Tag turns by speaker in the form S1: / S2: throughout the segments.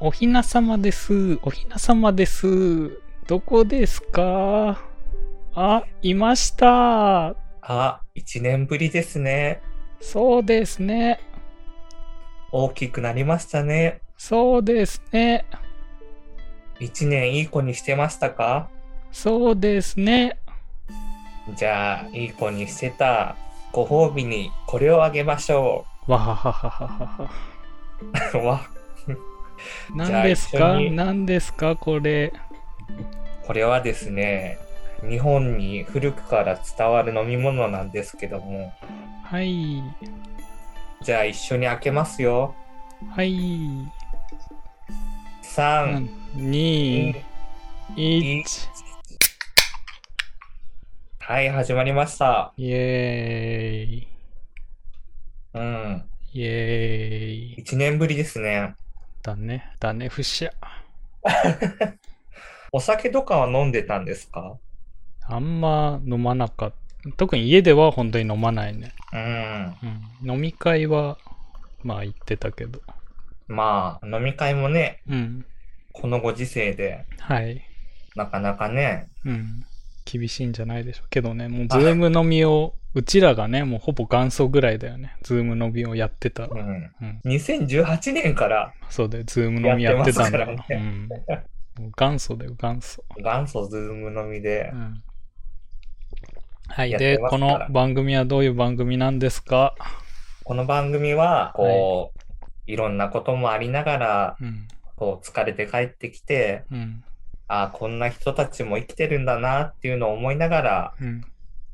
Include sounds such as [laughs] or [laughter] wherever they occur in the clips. S1: おひなさまです。おひなさまです。どこですかあ、いました。
S2: あ、一年ぶりですね。
S1: そうですね。
S2: 大きくなりましたね。
S1: そうですね。
S2: 一年いい子にしてましたか
S1: そうですね。
S2: じゃあ、いい子にしてたご褒美にこれをあげましょ
S1: わははははは。
S2: う。 [laughs] わ、
S1: 何です
S2: じゃあ
S1: か
S2: 一緒に
S1: 何ですかこれ。
S2: これはですね、日本に古くから伝わる飲み物なんですけども、
S1: はい。
S2: じゃあ一緒に開けますよ。
S1: はい。
S2: 3、
S1: 2、
S2: い
S1: 1。
S2: はい、始まりました。
S1: イエーイ。
S2: うん、
S1: イエーイ。
S2: 一年ぶりですね。
S1: だね。だね。ふっしゃ。
S2: お酒とかは飲んでたんですか
S1: あんま飲まなかった。特に家では本当に飲まないね。
S2: うん。
S1: うん、飲み会は、まあ行ってたけど。
S2: まあ、飲み会もね、
S1: うん。
S2: このご時世で、
S1: はい。
S2: なかなかね、
S1: うん。厳しいんじゃないでしょうけどね、もうズーム飲みを、うちらがね、もうほぼ元祖ぐらいだよね。ズーム飲みをやってた。
S2: うん
S1: うん、
S2: 2018年から
S1: そうだよ、ズーム飲みやってたんだから
S2: やってますから
S1: うん。もう元祖だよ、元祖。
S2: 元祖ズームのみで
S1: う、ん。はい。
S2: やっ
S1: で、
S2: てます
S1: こ
S2: から
S1: の番組はどういう番組なんですか
S2: この番組は、こう、い、ろんなこともありながら、
S1: うん。
S2: こう、疲れて帰ってきて、
S1: うん。
S2: ああ、こんな人たちも生きてるんだなっていうのを思いながら、
S1: うん。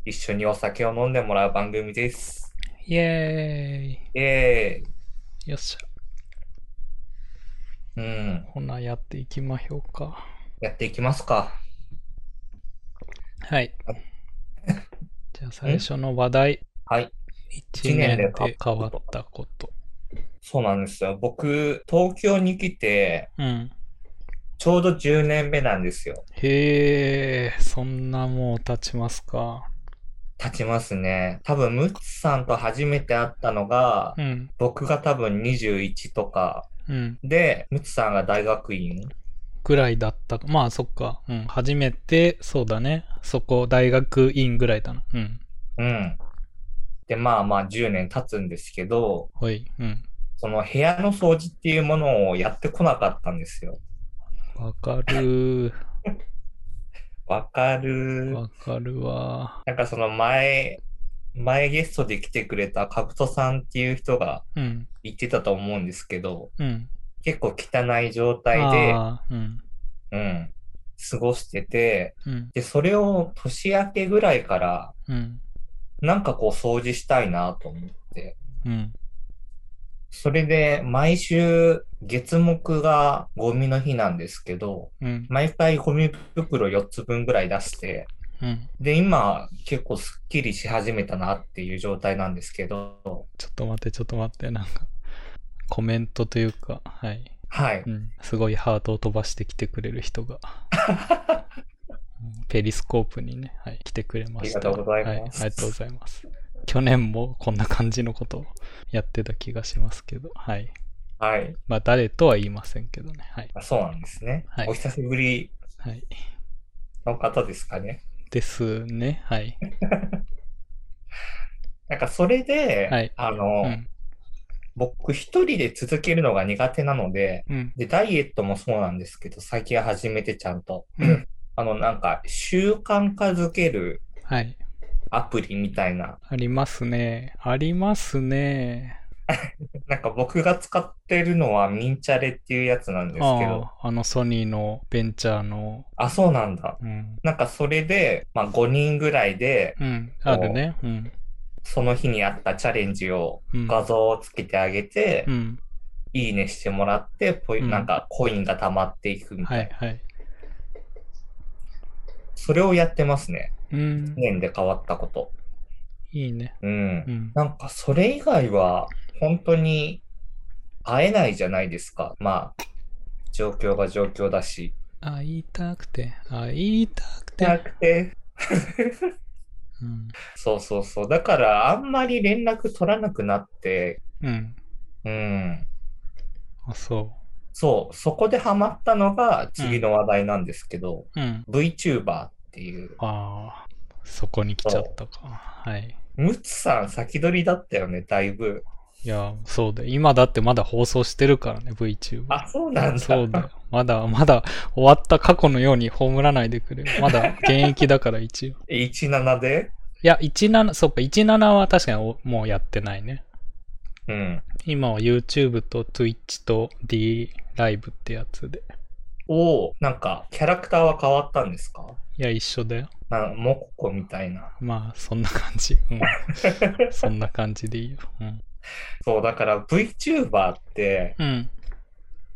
S2: 一緒にお酒を飲んでもらう番組です。
S1: イエ
S2: え
S1: ーイ。よっしゃ。
S2: えうん、
S1: ほな、やっていきまひょうか。
S2: やっていきますか。
S1: はい。じゃあ最初の話題。
S2: はい。
S1: 1年で変わったこと。
S2: そうなんですよ。僕、東京に来て、
S1: うん。
S2: ちょうど10年目なんですよ。
S1: へえ、そんなもう経ちますか。
S2: 経ちますね。多分、ムッツさんと初めて会ったのが、
S1: うん。
S2: 僕が多分21とか、
S1: うん。
S2: で、ムツさんが大学院。
S1: ぐらいだったか。まあそっか。うん。初めて、そうだね。そこ、大学院ぐらいだな。うん。
S2: うん。で、まあまあ10年経つんですけど、
S1: ほい。うん。
S2: その部屋の掃除っていうものをやってこなかったんですよ。
S1: わかる
S2: わか
S1: ー。
S2: る。
S1: わかるわ
S2: なんかその前、前ゲストで来てくれたカブトさんっていう人が
S1: ー。うん。
S2: 言ってたと思うんですけど、
S1: うん。
S2: 結構汚い状態
S1: ああ。うん。
S2: で、うん、過ごしてて、
S1: うん。
S2: で、それを年明けぐらいから、
S1: うん。
S2: なんかこう掃除したいなと思って。
S1: うん。
S2: それで、毎週、月木がゴミの日なんですけど、
S1: うん。
S2: 毎回ゴミ袋4つ分ぐらい出して、
S1: うん。
S2: で、今、結構すっきりし始めたなっていう状態なんですけど、
S1: ちょっと待って、ちょっと待って、なんか、コメントというか、はい。
S2: はい。
S1: うん、すごいハートを飛ばしてきてくれる人が。うんペリスコープにね、はい、来てくれました。
S2: ありがとうございます
S1: はい。ありがとうございます。去年もこんな感じのことを [laughs] やってた気がしますけど、はい。
S2: はい。
S1: まあ、誰とは言いませんけどね、はい。
S2: あそうなんですね。
S1: はい
S2: お久しぶり
S1: はい、
S2: の方ですかね。
S1: ですね、はい。
S2: なんか、それで、
S1: はい
S2: あ
S1: う
S2: の、
S1: ん。
S2: 僕一人で続けるのが苦手なので、
S1: うん。
S2: で、ダイエットもそうなんですけど、最近始めてちゃんと。
S1: うん
S2: あの、なんか、習慣化づける
S1: はい。
S2: アプリみたいな、
S1: ありますね。ありますね。
S2: なんか僕が使ってるのはミンチャレっていうやつなんですけど、
S1: ああ、あのソニーのベンチャーの、
S2: あそうなんだ。
S1: うん。
S2: なんかそれで、まあ5人ぐらいで、
S1: うん、あるね。うん。
S2: その日にあったチャレンジを
S1: うん。
S2: 画像をつけてあげて、
S1: うん。
S2: いいねしてもらって、ポイ
S1: うん
S2: なんかコインが溜まっていくみた
S1: はい
S2: な。
S1: いはい。
S2: それをやってますね。
S1: うん
S2: 1。年で変わったこと。
S1: いいね。
S2: うん。
S1: うん。
S2: なんかそれ以外は、本当に会えないじゃないですか。まあ、状況が状況だし。
S1: 会いたくて、会いたくて。
S2: なくて、
S1: うん。
S2: そうそうそう。だから、あんまり連絡取らなくなって、
S1: うん。
S2: うん。
S1: あ、そ
S2: そう、そこでハマったのが次の話題なんですけど、
S1: うん。
S2: VTuber っていう、
S1: ああ、そこに来ちゃったか。はい。
S2: ムツさん先取りだったよね、だいぶ。
S1: いや、そうだよ。今だってまだ放送してるからね、VTuber。
S2: あ、そうなんだ。
S1: そうだよ。まだ、まだ終わった過去のように葬らないでくれよ。まだ現役だから一応。
S2: 17で
S1: いや、17、そっか、17は確かにおもうやってないね。
S2: うん。
S1: 今は YouTube と Twitch と D ライブってやつで。
S2: おお、なんか、キャラクターは変わったんですか
S1: いや、一緒だよ。
S2: なんかモココみたいな。
S1: まあ、そんな感じ。うん。そんな感じでいいよ。うん。
S2: そう、だから VTuber って、
S1: うん。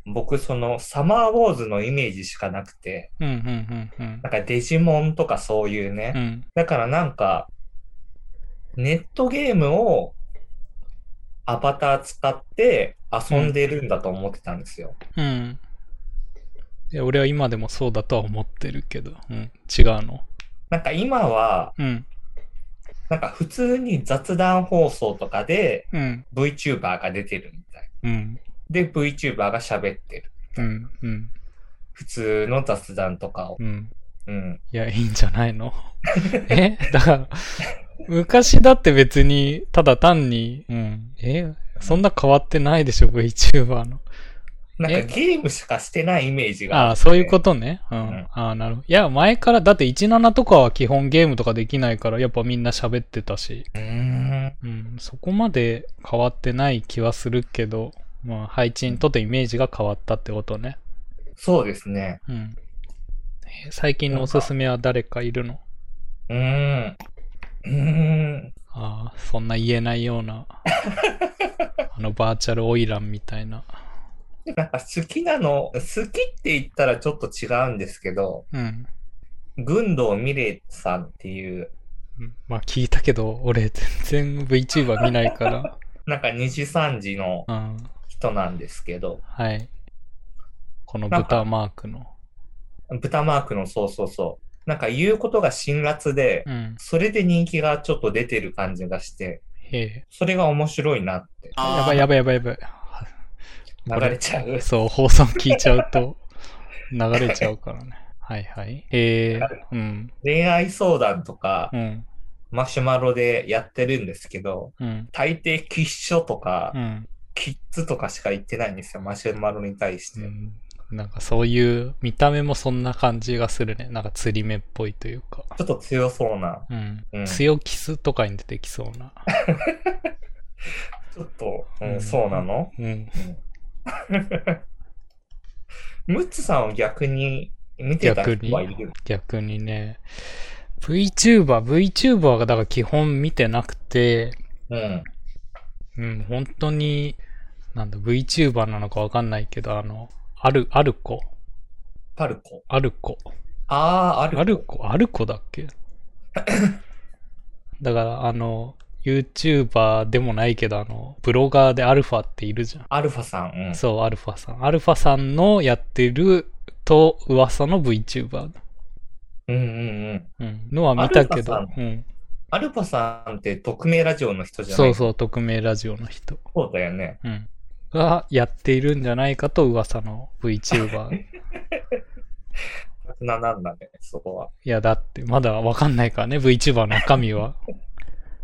S2: 僕、その、サマーウォーズのイメージしかなくて、
S1: うん、うん、うん、うん
S2: なんかデジモンとかそういうね。。
S1: うん。
S2: だからなんか、ネットゲームをアバター使って遊んでるんだと思ってたんですよ。
S1: うん。いや、俺は今でもそうだとは思ってるけど。うん。違うの。
S2: なんか今は、
S1: うん。
S2: なんか普通に雑談放送とかで
S1: うん。
S2: VTuber が出てるみたい。
S1: うん。
S2: で、VTuber が喋ってる。
S1: うん。うん。
S2: 普通の雑談とかを。
S1: うん。
S2: うん。
S1: いや、いいんじゃないのえだから、昔だって別に、ただ単に、うん。えそんな変わってないでしょ、VTuber の。
S2: なんか
S1: え
S2: ゲームしかしてないイメージが
S1: あ
S2: あ
S1: あ、
S2: って
S1: そういうことね。うん。
S2: うん
S1: ああ、なるほど。いや、前から、だって17とかは基本ゲームとかできないから、やっぱみんな喋ってたし、
S2: うーん。
S1: うん。そこまで変わってない気はするけど、まあ、配置にとってイメージが変わったってことね。
S2: そうですね。
S1: うん。え最近のおすすめは誰かいるの
S2: うーん。うーん。
S1: ああ、そんな言えないよう [laughs] な。あのバーチャルオイランみたいな。
S2: なんか好きなの、好きって言ったらちょっと違うんですけど、
S1: うん。
S2: 軍道ミレイさんっていう、
S1: うんまあ聞いたけど、俺全然 VTuber 見ない [laughs] から。
S2: なんか二次三次の
S1: うん。
S2: 人なんですけど、
S1: はい。この豚マークの。
S2: 豚マークのそうそうそう。なんか言うことが辛辣で、
S1: うん。
S2: それで人気がちょっと出てる感じがして、
S1: へえ。
S2: それが面白いなって。
S1: やばいやばいやばいやばい。
S2: 流れちゃう。
S1: そう、放送聞いちゃうと流れちゃうからね。はいはい。へえ。うん。
S2: 恋愛相談とか、
S1: うん。
S2: マシュマロでやってるんですけど、
S1: うん。
S2: 大抵喫書とか、
S1: うん。
S2: キッズとかしか言ってないんですよ、マシュマロに対し
S1: う
S2: て。
S1: ん。なんかそういう見た目もそんな感じがするね。なんか釣り目っぽいというか。
S2: ちょっと強そうな。
S1: うん
S2: うん
S1: 強キスとかに出てきそうな。
S2: ちょっと、うん
S1: うん
S2: そうなの
S1: うん。
S2: ムッツさんを逆に見てた人 [laughs] はいる。
S1: 逆にね。VTuber、VTuber がだから基本見てなくて、
S2: うん。
S1: うん、本当に、なんだ、VTuber なのかわかんないけど、あの、ある、ある子、
S2: パルコ。
S1: ある子、
S2: ああ、ある。
S1: ある子、ある子だっ
S2: [coughs]
S1: けだから、あの、YouTuber でもないけど、あの、ブロガーでアルファっているじゃん。
S2: アルファさん。うん。
S1: そう、アルファさん。アルファさんのやってると噂の VTuber、
S2: うんうんうん。
S1: うん、のは見たけ
S2: アル
S1: ど
S2: ファ、
S1: うん、
S2: アルファさんって匿名ラジオの人じゃな
S1: そ
S2: いう
S1: そう、匿名ラジオの人、
S2: そうだよね。
S1: うん、がやっているんじゃないかと噂の VTuber。い
S2: な、なんだね、そこは。
S1: や、だってまだわかんないからね、VTuber の中身は。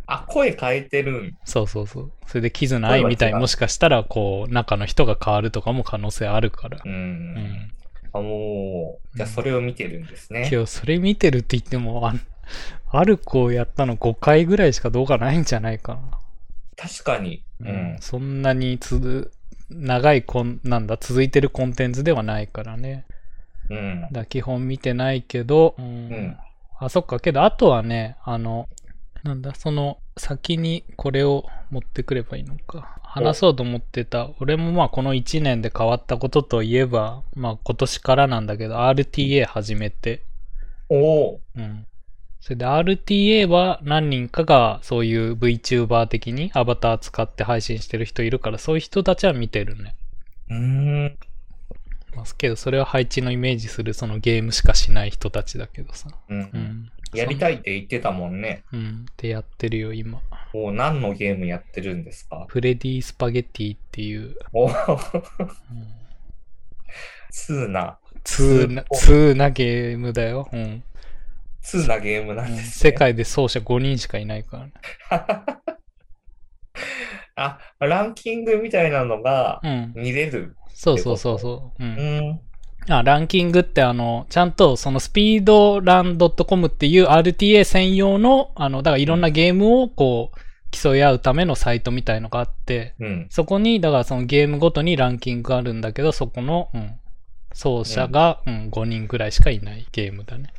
S2: あ、声変えてるん。
S1: そうそうそう。それで、キズナアイみたい
S2: 声は違
S1: に
S2: う
S1: もしかしたら、こう、中の人が変わるとかも可能性あるから
S2: う。。
S1: うんん。
S2: あ、もう、じゃあそれを見てるんですね。
S1: 今日それ見てるって言っても、あある子をやったの5回ぐらいしか動画ないんじゃないかな。
S2: 確かに。う
S1: うん
S2: ん。、
S1: そんなにつづ長いこんなんだ続いてるコンテンツではないからね
S2: うん
S1: だ。から基本見てないけど、うん
S2: うん。
S1: あそっかけどあとはねあのなんだその先にこれを持ってくればいいのか話そうと思ってた俺もまあこの1年で変わったことといえばまあ今年からなんだけど RTA 始めて
S2: おー
S1: うん。それで RTA は何人かがそういう VTuber 的にアバター使って配信してる人いるからそういう人たちは見てるね。
S2: うーん。
S1: ますけどそれは配置のイメージするそのゲームしかしない人たちだけどさ。
S2: う。
S1: うんん。
S2: やりたいって言ってたもんね。
S1: その。うん。ってやってるよ今。
S2: おー何のゲームやってるんですか
S1: フレディ・スパゲティっていう、
S2: おー
S1: うん
S2: 通な、
S1: 通な、通なゲームだよ。うん。
S2: 通なゲームな
S1: うんん
S2: です、
S1: 世
S2: ね。
S1: 界で奏者5人しかいないからね。
S2: [laughs] あ、ランキングみたいなのが
S1: うん。
S2: 見れる。
S1: そうそうそうそう。う。
S2: うんん。
S1: あ、ランキングってあの、ちゃんとそのスピードラン .com っていう RTA 専用の、あの、だからいろんなゲームをこう、競い合うためのサイトみたいのがあって、
S2: うん。
S1: そこに、だからそのゲームごとにランキングがあるんだけど、そこの、うん、奏者が、うん、5人くらいしかいないゲームだね。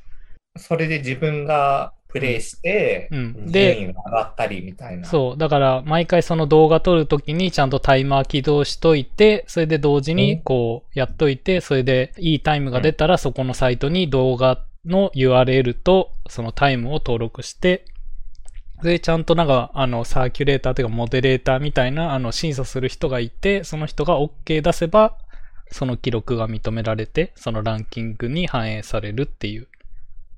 S2: それで自分がプレイして、
S1: うんうんで
S2: 順位が上がったりみたいな。
S1: そう。だから、毎回その動画撮るときにちゃんとタイマー起動しといて、それで同時
S2: うん
S1: にこうやっといて、それでいいタイムが出たらそこのサイトに動画の URL とそのタイムを登録して、それでちゃんとなんか、あの、サーキュレーターというかモデレーターみたいな、あの、審査する人がいて、その人が OK 出せば、その記録が認められて、そのランキングに反映されるっていう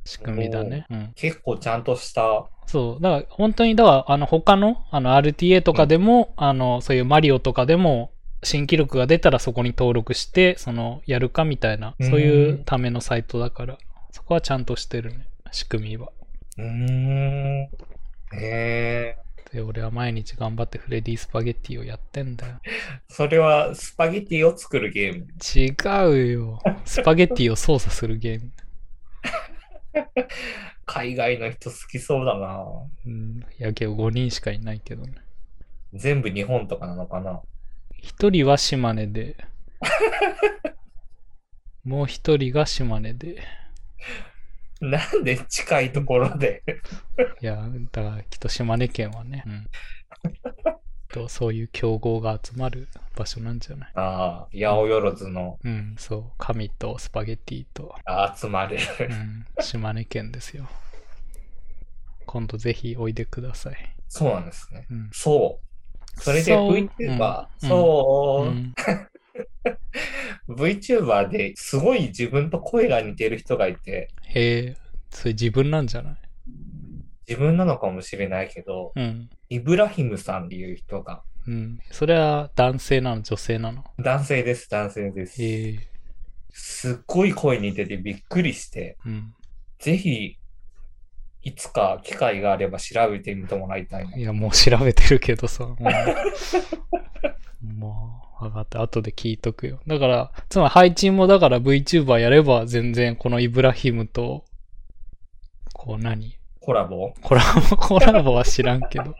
S1: 仕組みだね。うん。
S2: 結構ちゃんとした。
S1: そう。だから、本当に、だから、あの、他の、あの、RTA とかでも、あの、そういうマリオとかでも、新記録が出たらそこに登録して、その、やるかみたいな、そういうためのサイトだから、そこはちゃんとしてるね、仕組みは。
S2: うーん。へえ。
S1: で、俺は毎日頑張ってフレディスパゲッティをやってんだよ。
S2: それはスパゲティを作るゲーム。
S1: 違う [laughs] よ。スパゲッティを操作するゲーム。
S2: 海外の人好きそうだな。
S1: うん。いやけど5人しかいないけどね。
S2: 全部日本とかなのかな。
S1: 1人は島根 [laughs] で、もう1人が島根で。
S2: なんで近いところで。
S1: [laughs] いや、だからきっと島根県はね、とそういう競合が集まる場所なんじゃない
S2: ああ、八百万の
S1: うん、そう、神とスパゲティと、
S2: 集まれ
S1: う
S2: る。
S1: ん、島根県ですよ。今度ぜひおいでください。
S2: そうなんですね。
S1: うん、
S2: そう。それで
S1: そう
S2: VTuber、
S1: うん
S2: そうう、
S1: ん
S2: VTuber ですごい自分と声が似てる人がいて、
S1: へえ、それ自分なんじゃない
S2: 自分なのかもしれないけど、
S1: うん。
S2: イブラヒムさんっていう人が、
S1: うん。それは男性なの女性なの
S2: 男性です、男性です。
S1: へえ、
S2: すっごい声似ててびっくりして、
S1: うん。
S2: ぜひ、いつか機会があれば調べてみてもらいたいな。
S1: いや、もう調べてるけど
S2: [laughs]
S1: さ。もうもう、分かった。後で聞いとくよ。だから、つまり配信もだから VTuber やれば全然このイブラヒムと、こう何
S2: コラボ
S1: コラボ、 [laughs] コラボは知らんけど。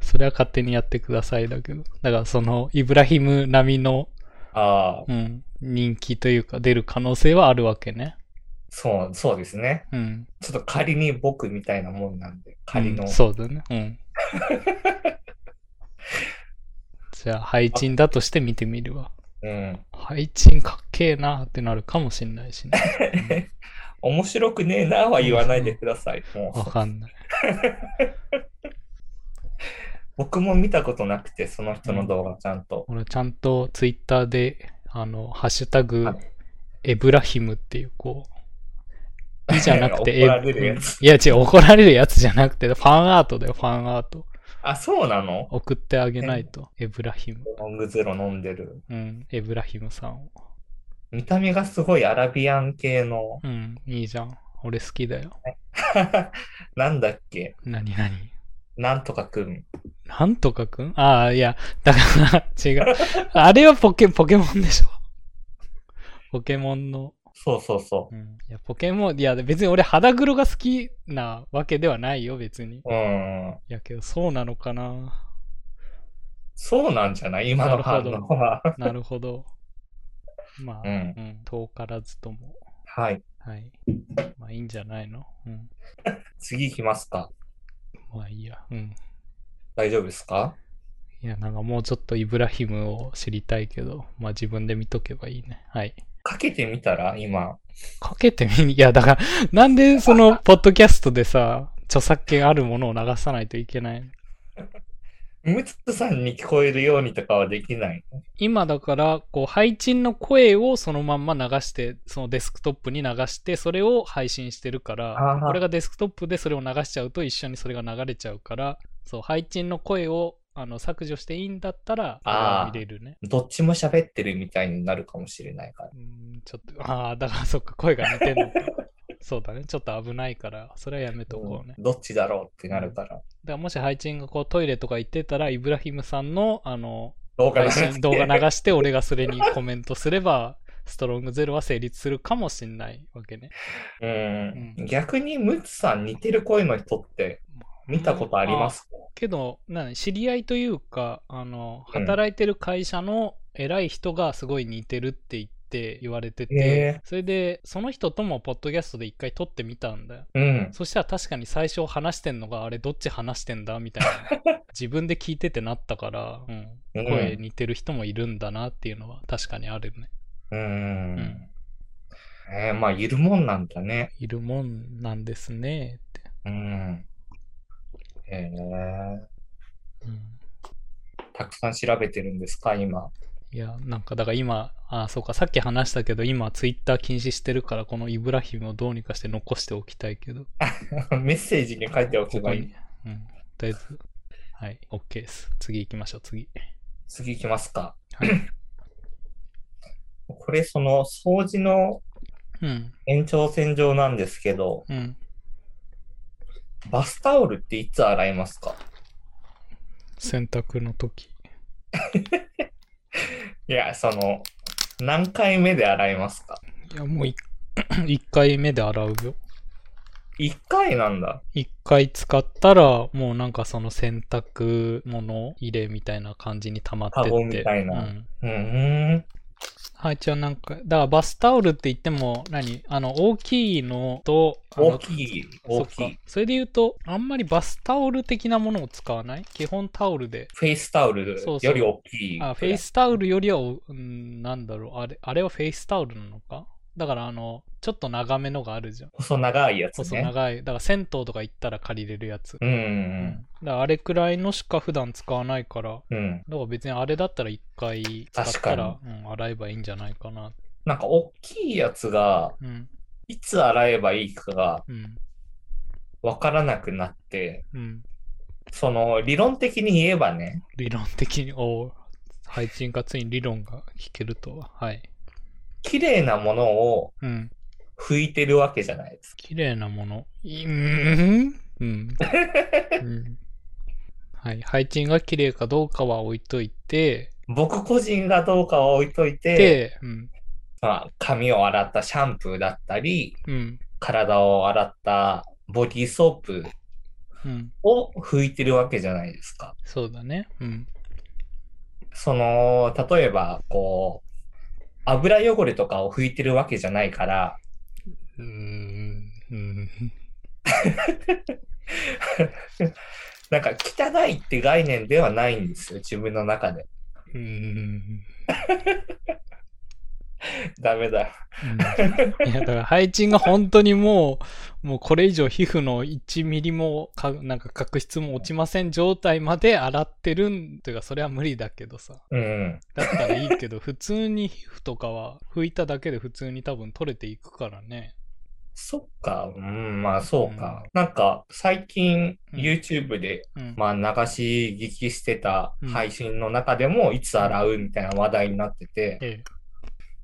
S1: それは勝手にやってくださいだけど。だからその、イブラヒム並みの、
S2: ああ、
S1: うん、人気というか出る可能性はあるわけね。
S2: そう、そうですね。
S1: うん。
S2: ちょっと仮に僕みたいなもんなんで、仮の。
S1: うんそうだね。
S2: [laughs]
S1: うん。じゃあ、配信だとして見てみるわ。
S2: うん。
S1: 配信かっけえなってなるかもしんないしね。
S2: [laughs] 面白くねえなは言わないでください。も
S1: わ
S2: う
S1: かんない。
S2: 僕も見たことなくて、その人の動画ちゃんと。
S1: 俺ちゃんとツイッターで、あの、ハッシュタグ
S2: はい、
S1: エブラヒムっていう、こ
S2: [laughs]
S1: う、いじゃなくて、
S2: 怒られるやつ
S1: エブいや違う、怒られるやつじゃなくて、ファンアートだよ、ファンアート。
S2: あ、そうなの
S1: 送ってあげないと、エブラヒム。
S2: ロングゼロ飲んでる。
S1: うん、エブラヒムさんを。
S2: 見た目がすごいアラビアン系の、 [laughs]
S1: うん、いいじゃん。俺好きだよ。
S2: なんだっけ
S1: 何何
S2: なんとかくん。
S1: なんとかくんああ、いや、だから、違う。あれはポケ、ポケモンでしょ。ポケモンの。
S2: そうそうそ。
S1: うん。いや、ポケモン、いや、別に俺、肌黒が好きなわけではないよ、別に。いう
S2: うん。
S1: や、けど、そうなのかな。
S2: そうなんじゃない今の反
S1: なる
S2: 応
S1: ほ
S2: は。
S1: なるほど。まあ、
S2: う
S1: うん
S2: ん。
S1: 遠からずとも。
S2: はい。
S1: はい。まあ、いいんじゃないのうん。
S2: 次行きますか。
S1: まあ、いいや。うん。
S2: 大丈夫ですか
S1: いや、なんかもうちょっとイブラヒムを知りたいけど、まあ自分で見とけばいいね。はい。
S2: かけてみたら今。
S1: かけてみに、いや、だから、なんでその、ポッドキャストでさ、著作権あるものを流さないといけないの
S2: ムツさんに聞こえるようにとかはできない。
S1: 今だから、こう、配信の声をそのまんま流して、そのデスクトップに流して、それを配信してるか
S2: あ
S1: ら、
S2: ー
S1: 俺がデスクトップでそれを流しちゃうと一緒にそれが流れちゃうから、そう、配信の声をあの削除していいんだったら、
S2: あー
S1: 見れるね。
S2: どっちも喋ってるみたいになるかもしれないから。
S1: うん、ちょっと、ああ、だからそっか、声が似てんの
S2: [laughs]
S1: か。そうだね、ちょっと危ないから、それはやめとこうね。
S2: うんどっちだろうってなるから。
S1: だからもし配信がこうトイレとか行ってたら、イブラヒムさんの、あの、
S2: 動画
S1: 配
S2: 流して
S1: 信動画流して、俺がそれにコメントすれば、ストロングゼロは成立するかもしんないわけね。
S2: [laughs] うん
S1: う
S2: 逆にムツさん似てる声の人って見たことありますか
S1: けど、な知り合いというか、あの、働いてる会社の偉い人がすごい似てるって言って、言われてて、
S2: へえ
S1: それで、その人ともポッドキャストで一回撮ってみたんだよ。
S2: うん。
S1: そしたら確かに最初話してんのが、あれどっち話してんだみたいな。
S2: [laughs]
S1: 自分で聞いててなったから、うん
S2: うん
S1: 声似てる人もいるんだなっていうのは確かにあるね。
S2: う
S1: うんん。
S2: えーまあ、いるもんなんだね。
S1: いるもんなんですねって。
S2: うん。えー、
S1: うん
S2: たくさん調べてるんですか、今。 [laughs]
S1: いや、なんかだから今、あ、そうか、さっき話したけど、今ツイッター禁止してるから、このイブラヒムをどうにかして残しておきたいけど、
S2: メッセージに書いておけ
S1: こ
S2: ば
S1: こ
S2: い
S1: に
S2: い。、
S1: うん、とりあえず、はい、OK です。次行きましょう、次。
S2: 次行きますか。
S1: はい
S2: [coughs] これ、その、掃除の
S1: うん、
S2: 延長線上なんですけど、
S1: うん。
S2: バスタオルっていつ洗いますか
S1: 洗濯の時。
S2: いや、その、何回目で洗いますか
S1: いや、もうい [clears throat] 一回目で洗うよ。
S2: 一回なんだ。
S1: 一回使ったら、もうなんかその洗濯物入れみたいな感じに溜まってって。
S2: カゴみたいな
S1: うん
S2: うーん。
S1: はい、じゃあなんか、だからバスタオルって言っても、何あの、大きいのと、あの
S2: 大きい、大き
S1: そっ
S2: い
S1: か。それで言うと、あんまりバスタオル的なものを使わない基本タオルで。
S2: フェイスタオル
S1: そうそう
S2: より大きい。
S1: あ、フェイ。スタオルよりは、うん、なんだろう、あれ、あれはフェイスタオルなのかだから、あの、ちょっと長めのがあるじゃん。
S2: 細長いやつ
S1: 細
S2: ね。
S1: 長い。だから、銭湯とか行ったら借りれるやつ。
S2: う
S1: うんん。だから、あれくらいのしか普段使わないから、
S2: うん。
S1: だから別にあれだったら一回使ったら
S2: 確、
S1: うん、洗えばいいんじゃないかな。
S2: なんか大きいやつが、
S1: うん、
S2: いつ洗えばいいかが
S1: うん、
S2: わからなくなって、
S1: うん。
S2: その理論的に言えばね、
S1: 理論的に、おー配置がついに理論が聞けるとは。はい。
S2: 綺麗なものを
S1: うん。
S2: 拭いてるわけじゃないですか。
S1: 綺麗なもの。いうん。うん。うんはい。配置が綺麗かどうかは置いといて、
S2: 僕個人がどうかは置いといて、
S1: で、うん。
S2: まあ、髪を洗ったシャンプーだったり、
S1: うん。
S2: 体を洗ったボディーソープ
S1: うん。
S2: を拭いてるわけじゃないですか。
S1: そうだね。うん。
S2: その、例えば、こう、油汚れとかを拭いてるわけじゃないから、
S1: うん。うん。
S2: なんか汚いって概念ではないんですよ、自分の中で。 [laughs]
S1: うん。
S2: ダメだ。
S1: いや、だから配置が本当にもう、もうこれ以上皮膚の1ミリもか、なんか角質も落ちません状態まで洗ってるん、というか、それは無理だけどさ。
S2: うん。
S1: だったらいいけど、普通に皮膚とかは拭いただけで普通に多分取れていくからね。
S2: そっか、うん、まあそうか
S1: う。
S2: なんか最近
S1: うん
S2: YouTube で、
S1: うん。
S2: まあ流し聞きしてた
S1: うん
S2: 配信の中でもいつ洗うみたいな話題になってて、
S1: え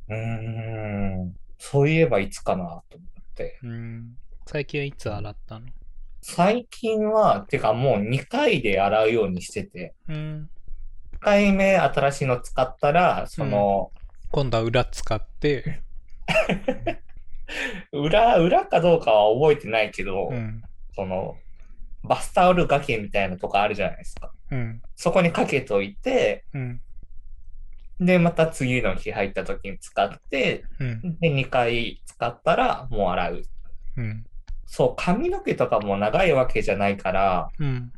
S2: うーん、そういえばいつかなと思って。
S1: え。うん。最近はいつ洗ったの
S2: 最近は、てかもう2回で洗うようにしてて、
S1: うん。
S2: 1回目新しいの使ったら、その、
S1: 今度は裏使って。
S2: 裏、裏かどうかは覚えてないけど、
S1: うん。
S2: その、バスタオル掛けみたいなとこあるじゃないですか。
S1: うん。
S2: そこにかけといて、
S1: うん。
S2: で、また次の日入った時に使って、
S1: うん。
S2: で、2回使ったらもう洗う。
S1: うん。
S2: そう、髪の毛とかも長いわけじゃないから、
S1: うん。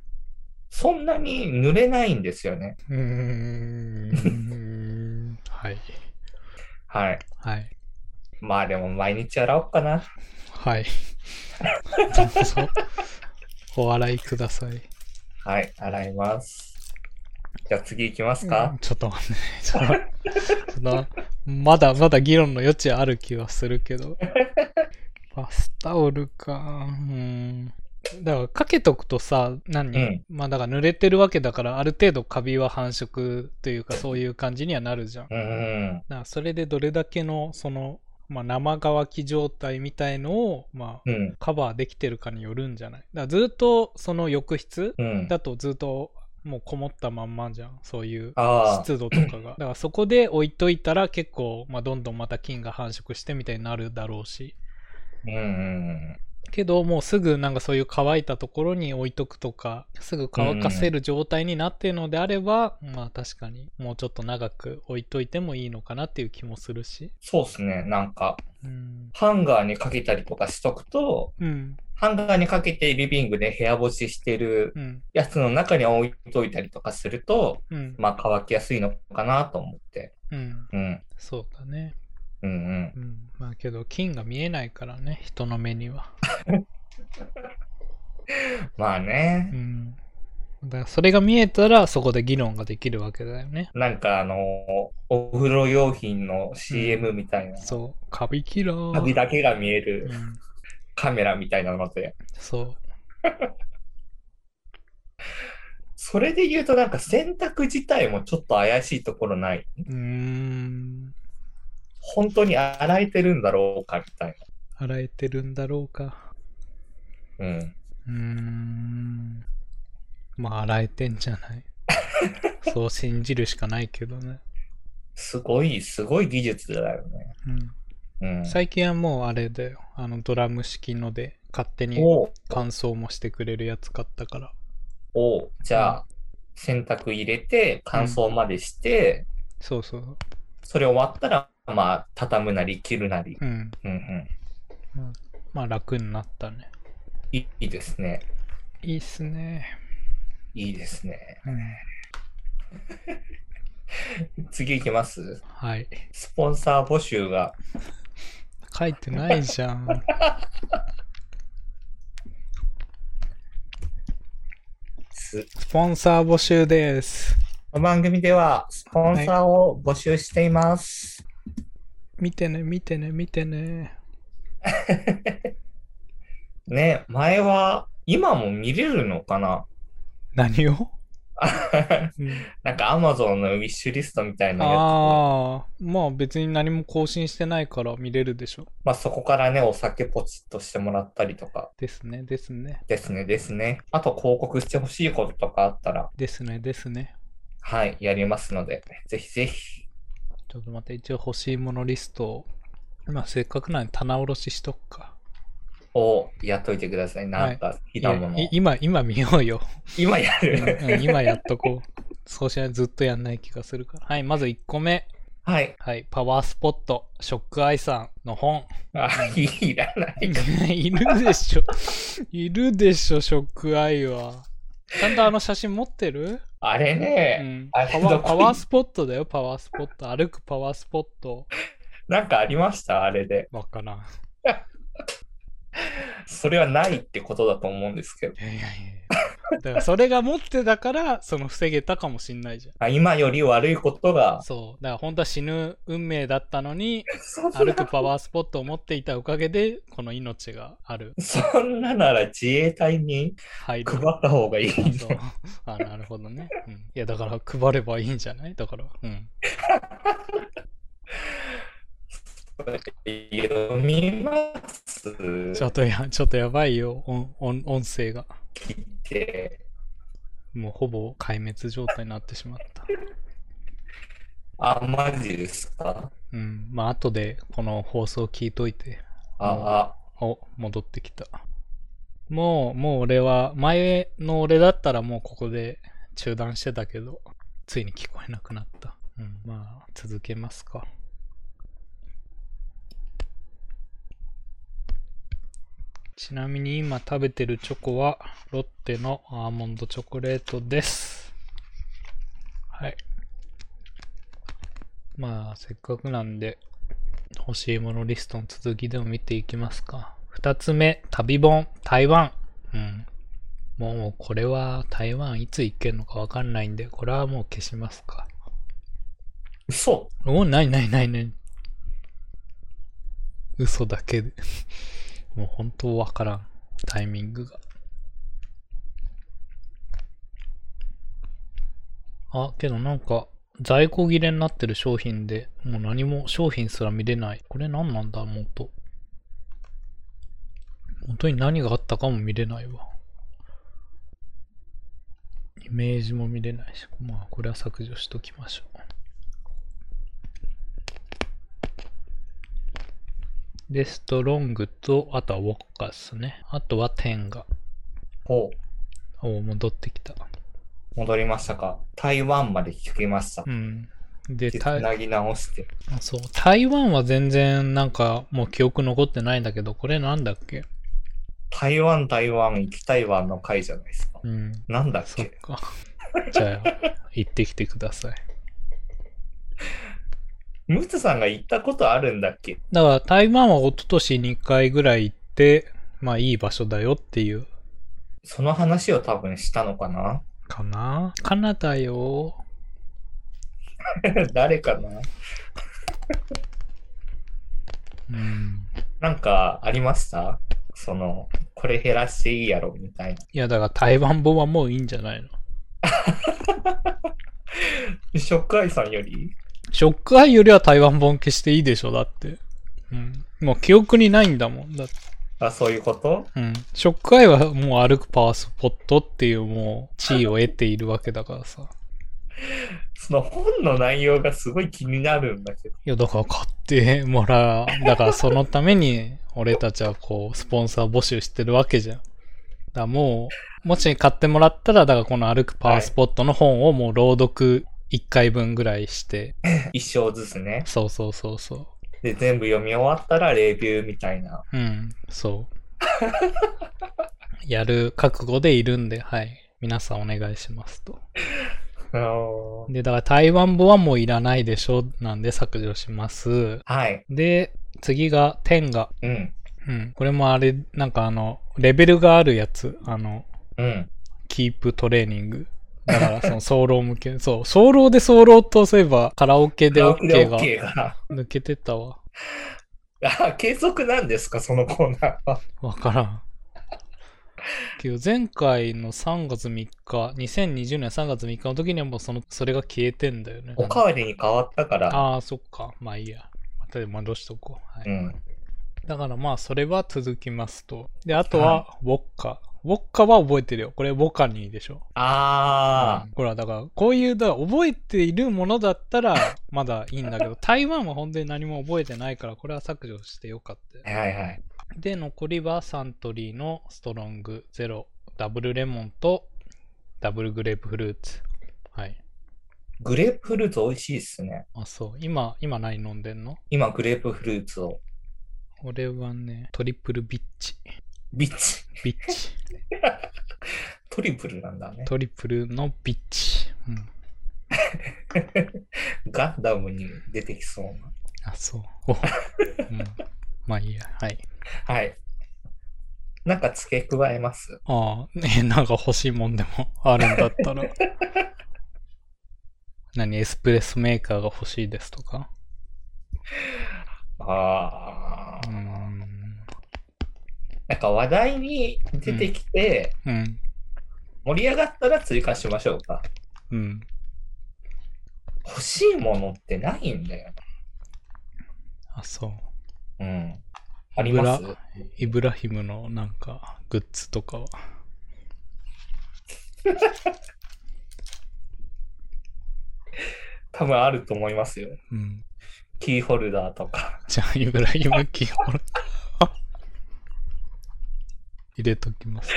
S2: そんなに濡れないんですよね。
S1: うーん。はい。
S2: はい。
S1: はい。
S2: まあでも毎日洗おうかな。
S1: はい。 [laughs] どうぞお笑いください。
S2: はい、洗います。じゃあ次行きます
S1: う
S2: か
S1: ん。ちょっと待って、ね、ちょっと待
S2: [laughs]
S1: ってそのまだまだ議論の余地
S2: [laughs]
S1: ある気はするけど。バスタオルか。うーん。だからかけとくとさ、何、
S2: うん
S1: まあだから濡れてるわけだから、ある程度カビは繁殖というかそういう感じにはなるじゃん。だか
S2: うん。
S1: らそれでどれだけの、その、まあ生乾き状態みたいのを、まあ
S2: うん。
S1: カバーできてるかによるんじゃないだからずっとその浴室
S2: うん。
S1: だとずっともうこもったまんまじゃん。そういう
S2: ああ。
S1: 湿度とかが。だからそこで置いといたら結構、まあどんどんまた菌が繁殖してみたいになるだろうし。
S2: うんうん
S1: けどもうすぐなんかそういう乾いたところに置いとくとかすぐ乾かせる状態になっているのであれば、まあ確かにもうちょっと長く置いといてもいいのかなっていう気もするし
S2: そうですね。なんか、
S1: うん、
S2: ハンガーにかけたりとかしとくと、
S1: うん
S2: ハンガーにかけてリビングで部屋干ししてる
S1: うん
S2: やつの中に置いといたりとかすると、
S1: うん
S2: まあ乾きやすいのかなと思って。
S1: うん
S2: うん。
S1: そうだね
S2: うんうん。
S1: うんまあけど菌が見えないからね人の目には
S2: まあ
S1: う
S2: ね。
S1: んだからそれが見えたらそこで議論ができるわけだよね
S2: なんかあの、お風呂用品の CM みたいな、
S1: そうカビキラー
S2: カビだけが見え
S1: う
S2: る
S1: ん
S2: カメラみたいなので、
S1: そう
S2: それで言うとなんか洗濯自体もちょっと怪しいところない。
S1: うーん
S2: 本当に洗えてるんだろうかみたい
S1: 洗えてるんだろうか
S2: な。うん。
S1: うーん。まあ、洗えてんじゃないそう信じるしかないけどね。
S2: すごい、すごい技術だよね。
S1: うん、
S2: うん。
S1: 最近はもうあれだよ。あの、ドラム式ので、勝手に
S2: おう
S1: 乾燥もしてくれるやつ買ったから。
S2: おうじゃあ、洗濯入れて、乾燥までして、
S1: そうそう。
S2: それ終わったら、まあ、畳むなり、切るなり。
S1: うん。
S2: うんうん。
S1: まあ、楽になったね。
S2: いいいいですね。
S1: いいっすね。
S2: いいですね。
S1: うん、
S2: 次行きます。
S1: はい。
S2: スポンサー募集が。
S1: 書いてないじゃん。
S2: す
S1: スポンサー募集です。
S2: この番組では、スポンサーを募集しています。
S1: 見てね、見てね、見てね。
S2: ね、前は、今も見れるのかな [laughs]
S1: 何を、うん
S2: なんか Amazon のウィッシュリストみたいなやつ。
S1: ああ、まあ別に何も更新してないから見れるでしょ。
S2: まあそこからね、お酒ポチッとしてもらったりとか。
S1: ですね、ですね、
S2: ですね、ですね。あと広告してほしいこととかあったら、
S1: ですね、ですね。
S2: はい、やりますので、ぜひぜひ。
S1: ちょっと待って、一応欲しいものリストを、まあせっかくなんで棚卸ししとくか。
S2: をやっといてください。なんか好きなもの。
S1: いやい今、今見ようよ。 [laughs]
S2: 今や
S1: う
S2: る。
S1: ん今やっとこう。そうしないとずっとやんない気がするから。はい、まず1個目。
S2: はい。
S1: はい、パワースポット、ショックアイさんの本。
S2: あ、いらない。
S1: いるでしょ。いるでしょ、ショックアイは。ちゃんとあの写真持ってる
S2: あれ
S1: う
S2: ね、
S1: んパ
S2: あ
S1: ワ
S2: れど
S1: ー
S2: こ
S1: パワースポットだよ、パワースポット。歩くパワースポット。
S2: なんかありましたあれで。
S1: わからん。
S2: それはないってことだと思うんですけど。
S1: いやいやいや。だからそれが持ってたから、その防げたかもしんないじゃ
S2: あ今より悪いことが
S1: ん。、そう。だから本当は死ぬ運命だったのに、
S2: そん
S1: 歩
S2: な
S1: くパワースポットを持っていたおかげで、この命があ [laughs] る。
S2: そんななら自衛隊に
S1: 配
S2: 配
S1: 慮。
S2: った方がいい。
S1: あそうあ、なるほどね。うん、いや、だから配ればいいんじゃないだから。うん。
S2: 読みます。
S1: ちょっとや、ちょっとやばいよ、音音音声が。
S2: 聞いて。
S1: もうほぼ壊滅状態になってしまった。
S2: あ、マジですか
S1: うん。まあ、後でこの放送聞いといて。
S2: あ、
S1: お、戻ってきた。もう、もう俺は、前の俺だったらもうここで中断してたけど、ついに聞こえなくなった。うん。まあ、続けますか。ちなみに今食べてるチョコは、ロッテのアーモンドチョコレートです。はい。まあ、せっかくなんで、欲しいものリストの続きでも見ていきますか。二つ目、旅本、台湾。うん。もうこれは台湾いつ行けるのかわかんないんで、これはもう消しますか。
S2: 嘘。
S1: おないないないない。 [laughs] 嘘だけで。もう本当わからん。タイミングが。あ、けどなんか、在庫切れになってる商品で、もう何も商品すら見れない。これ何なんだ、元。元に何があったかも見れないわ。イメージも見れないし、まあ、これは削除しときましょう。で、ストロングと、あとはウォッカっすね。あとはテンガ。
S2: ほう、
S1: おお、戻ってきた。
S2: 戻りましたか。台湾まで聞きました
S1: う。ん。で、
S2: で
S1: タイ
S2: つなぎ直して。
S1: そう、台湾は全然なんかもう記憶残ってないんだけど、これなんだっけ
S2: 台湾、台湾、行き台湾の回じゃないですか。
S1: うん。
S2: なんだっ
S1: そっ
S2: け
S1: か。じゃあ、行ってきてください。
S2: ムツさんが行ったことあるんだっけ
S1: だから台湾は一昨年2回ぐらい行って、まあいい場所だよっていう、
S2: その話を多分したのかな [laughs]
S1: かな。カナダよ。
S2: 誰かな
S1: うん。
S2: なんかありましたその、これ減らしていいやろみたいな。
S1: いや、だから台湾語はもういいんじゃないの
S2: ショックアイさんより
S1: ショックアイよりは台湾本消していいでしょ、だって。うん。もう記憶にないんだもん。だって
S2: あ、そういうこと
S1: うん。ショックアイはもう歩くパワースポットっていうもう地位を得ているわけだからさ。
S2: その本の内容がすごい気になるんだけど。
S1: いや、だから買ってもらう。だからそのために俺たちはこう、スポンサー募集してるわけじゃん。だからもう、もし買ってもらったら、だからこの歩くパワースポットの本をもう朗読1回分ぐらいして。
S2: 一章ずつね。
S1: そうそうそうそ
S2: で、全部読み終わったらレビューみたいな。
S1: う。うん、 [laughs] そう。やる覚悟でいるんで、はい。皆さんお願いしますと。
S2: あのー
S1: で、だから台湾語はもういらないでしょ、なんで削除します。
S2: はい。
S1: で、次が、天が。
S2: うん。
S1: うん。これもあれ、なんかあの、レベルがあるやつ。あの、
S2: うん。
S1: キープトレーニング。だから、その、 [laughs] 早漏向け。そう、早漏で早漏と、そういえば、カラオケで
S2: カラオケで
S1: OK が
S2: OK が。
S1: 抜けてたわ。
S2: あ、継続なんですかそのコーナーは。
S1: わからん。けど前回の3月3日、2020年3月3日の時にはもうその、それが消えてんだよね。
S2: おかわりに変わったから。
S1: ああ、そっか。まあいいや。またで戻しとこう。はい。
S2: うん。
S1: だからまあそれは続きますと。で、あとはウォッカ。ウォッカは覚えてるよ。これウォカニーでしょ。
S2: あ
S1: うんほら、だからこういう、だから覚えているものだったらまだいいんだけど、台湾は本当に何も覚えてないから、これは削除してよかったよ
S2: あ。。はいはいはい。
S1: で、残りはサントリーのストロングゼロ、ダブルレモンとダブルグレープフルーツ。はい。
S2: グレープフルーツ美味しいっすね。
S1: あ、そう。今、今何飲んでんの
S2: 今、グレープフルーツを。
S1: 俺はね、トリプルビッチ。
S2: ビッチ。
S1: ビッチ。
S2: トリプルなんだね。
S1: トリプルのビッチ。うん。
S2: ガンダムに出てきそうな。
S1: あ、そう。おうん、まあいいや。はい。
S2: はい。なんか付け加えます
S1: ああ、ね、なんか欲しいもんでも [laughs] あるんだったら。何、エスプレッソメーカーが欲しいですとか
S2: あ
S1: うー
S2: あ。
S1: ん。
S2: なんか話題に出てきて、
S1: うん。
S2: 盛り上がったら追加しましょうか。
S1: うん。
S2: 欲しいものってないんだよ。
S1: あ、そう。
S2: うん。あります
S1: ブライブラヒムのなんか、グッズとかは。
S2: 多分あると思いますよ。
S1: うん。
S2: キーホルダーと
S1: [laughs]
S2: か。
S1: じゃあ、イブラヒムキーホルダー。入れときます。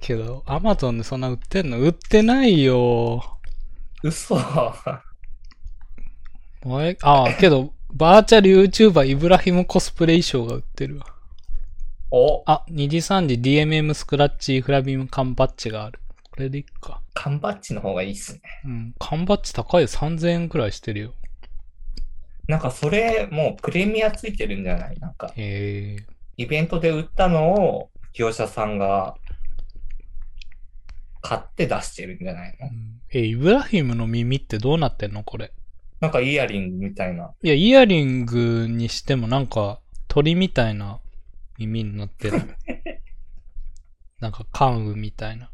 S1: けど、アマゾンでそんな売ってんの売ってないよ
S2: 嘘。
S1: おいああ、けど、バーチャル YouTuber イブラヒムコスプレ衣装が売ってるわ。
S2: お、
S1: あ、2時3時 DMM スクラッチフラビム缶バッジがある。これでいっか。
S2: 缶バッジの方がいいっすね。
S1: うん。缶バッジ高いよ。3000円くらいしてるよ。
S2: なんかそれ、もうプレミアついてるんじゃないなんか、
S1: へえ。
S2: イベントで売ったのを業者さんが買って出してるんじゃないの
S1: うんえ、イブラヒムの耳ってどうなってんのこれ。
S2: なんかイヤリングみたいな。
S1: いや、イヤリングにしてもなんか鳥みたいな
S2: [laughs]
S1: 耳になってる。なんか関羽みたいな。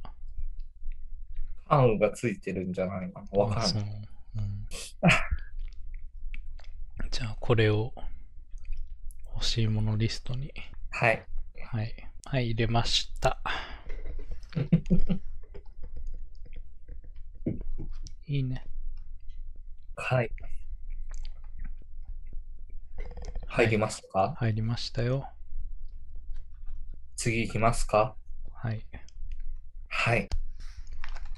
S2: 感がついてるんじゃないかな。わかん
S1: そう
S2: ない。
S1: うん、 [laughs] じゃあ、これを欲しいものリストに。
S2: はい。
S1: はい。はい、入れました。
S2: [laughs]
S1: いいね。
S2: はい。入りましたか、
S1: 入りましたよ。
S2: 次行きますか
S1: はい。
S2: はい。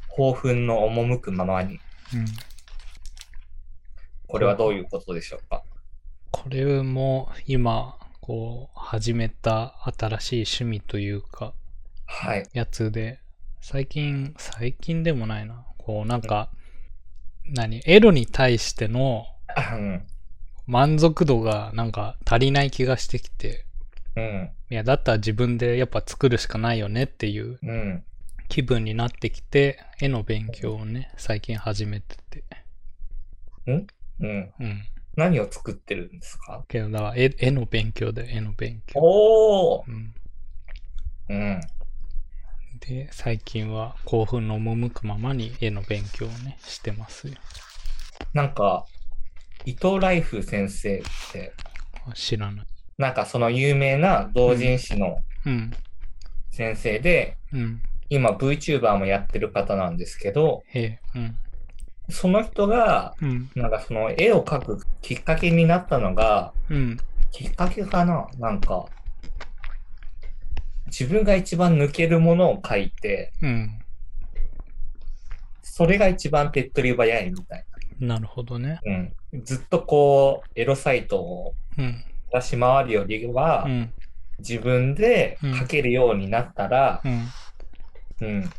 S2: 興奮の赴くままに。
S1: うん。
S2: これはどういうことでしょうか
S1: これも今、こう、始めた新しい趣味というか、
S2: はい。
S1: やつで、最近、最近でもないな。こう、なんか、何エロに対しての
S2: うん。
S1: 満足度がなんか足りない気がしてきて、
S2: うん。
S1: いや、だったら自分でやっぱ作るしかないよねっていう
S2: うん。
S1: 気分になってきて、絵の勉強をね、最近始めてて。
S2: うん。
S1: うん。
S2: 何を作ってるんですか
S1: けど、だから絵、絵の勉強で、絵の勉強。
S2: お
S1: う
S2: ー
S1: ん。
S2: うん。
S1: で、最近は興奮の赴くままに絵の勉強をね、してますよ。
S2: なんか、伊藤ライフ先生って、
S1: 知らない。
S2: なんかその有名な同人誌の
S1: うん。
S2: 先生で、
S1: うん。
S2: 今 VTuber もやってる方なんですけど、
S1: へえ。うん。
S2: その人が、
S1: うん。
S2: なんかその絵を描くきっかけになったのが、
S1: うん。
S2: きっかけかななんか、自分が一番抜けるものを描いて、
S1: うん。
S2: それが一番手っ取り早いみたい
S1: なるほどね。
S2: な。うん。ずっとこう、エロサイトを
S1: うん。
S2: 出し回るよりは、
S1: うん。
S2: 自分で描けるようになったら
S1: う、ん。
S2: うん。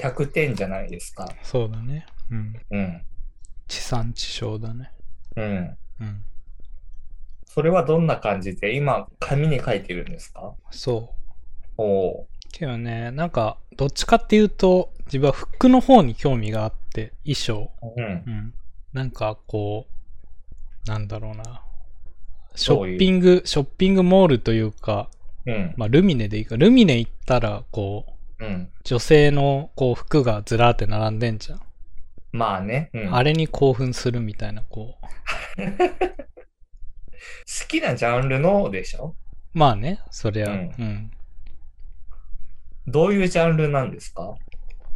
S2: 100点じゃないですか。
S1: そうだね。うん。
S2: うん。
S1: 地産地消だね。
S2: うん。
S1: うん。
S2: それはどんな感じで、今、紙に書いてるんですか
S1: そう。
S2: おお
S1: けどね、なんか、どっちかっていうと、自分は服の方に興味があって、衣装。
S2: ー。うん。
S1: うん。なんか、こう、なんだろうな。シ
S2: そういう
S1: ョッピング、ショッピングモールというか、
S2: うん。
S1: まあ、ルミネでいいか。ルミネ行ったら、こう、
S2: うん。
S1: 女性の、こう、服がずらーって並んでんじゃん。
S2: まあね。うん、
S1: あれに興奮するみたいな、こう。
S2: 好きなジャンルのでしょ
S1: まあね、そりゃ、
S2: う
S1: うんん。
S2: どういうジャンルなんですか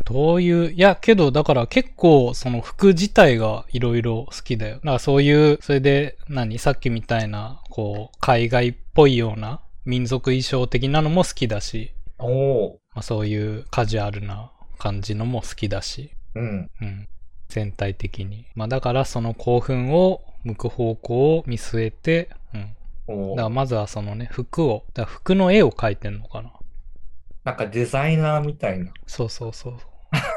S1: どういう、いや、けど、だから結構、その服自体がいろいろ好きだよ。だからそういう、それで、何、さっきみたいな、こう、海外っぽいような、民族衣装的なのも好きだし、
S2: おお
S1: まあそういうカジュアルな感じのも好きだし、
S2: ー。うん。
S1: うん。全体的に。まあだから、その興奮を向く方向を見据えて、うん。だ
S2: お
S1: から
S2: ー
S1: まずはそのね、服を、だから服の絵を描いてんのかな。
S2: なんかデザイナーみたいな。
S1: そうそうそうそ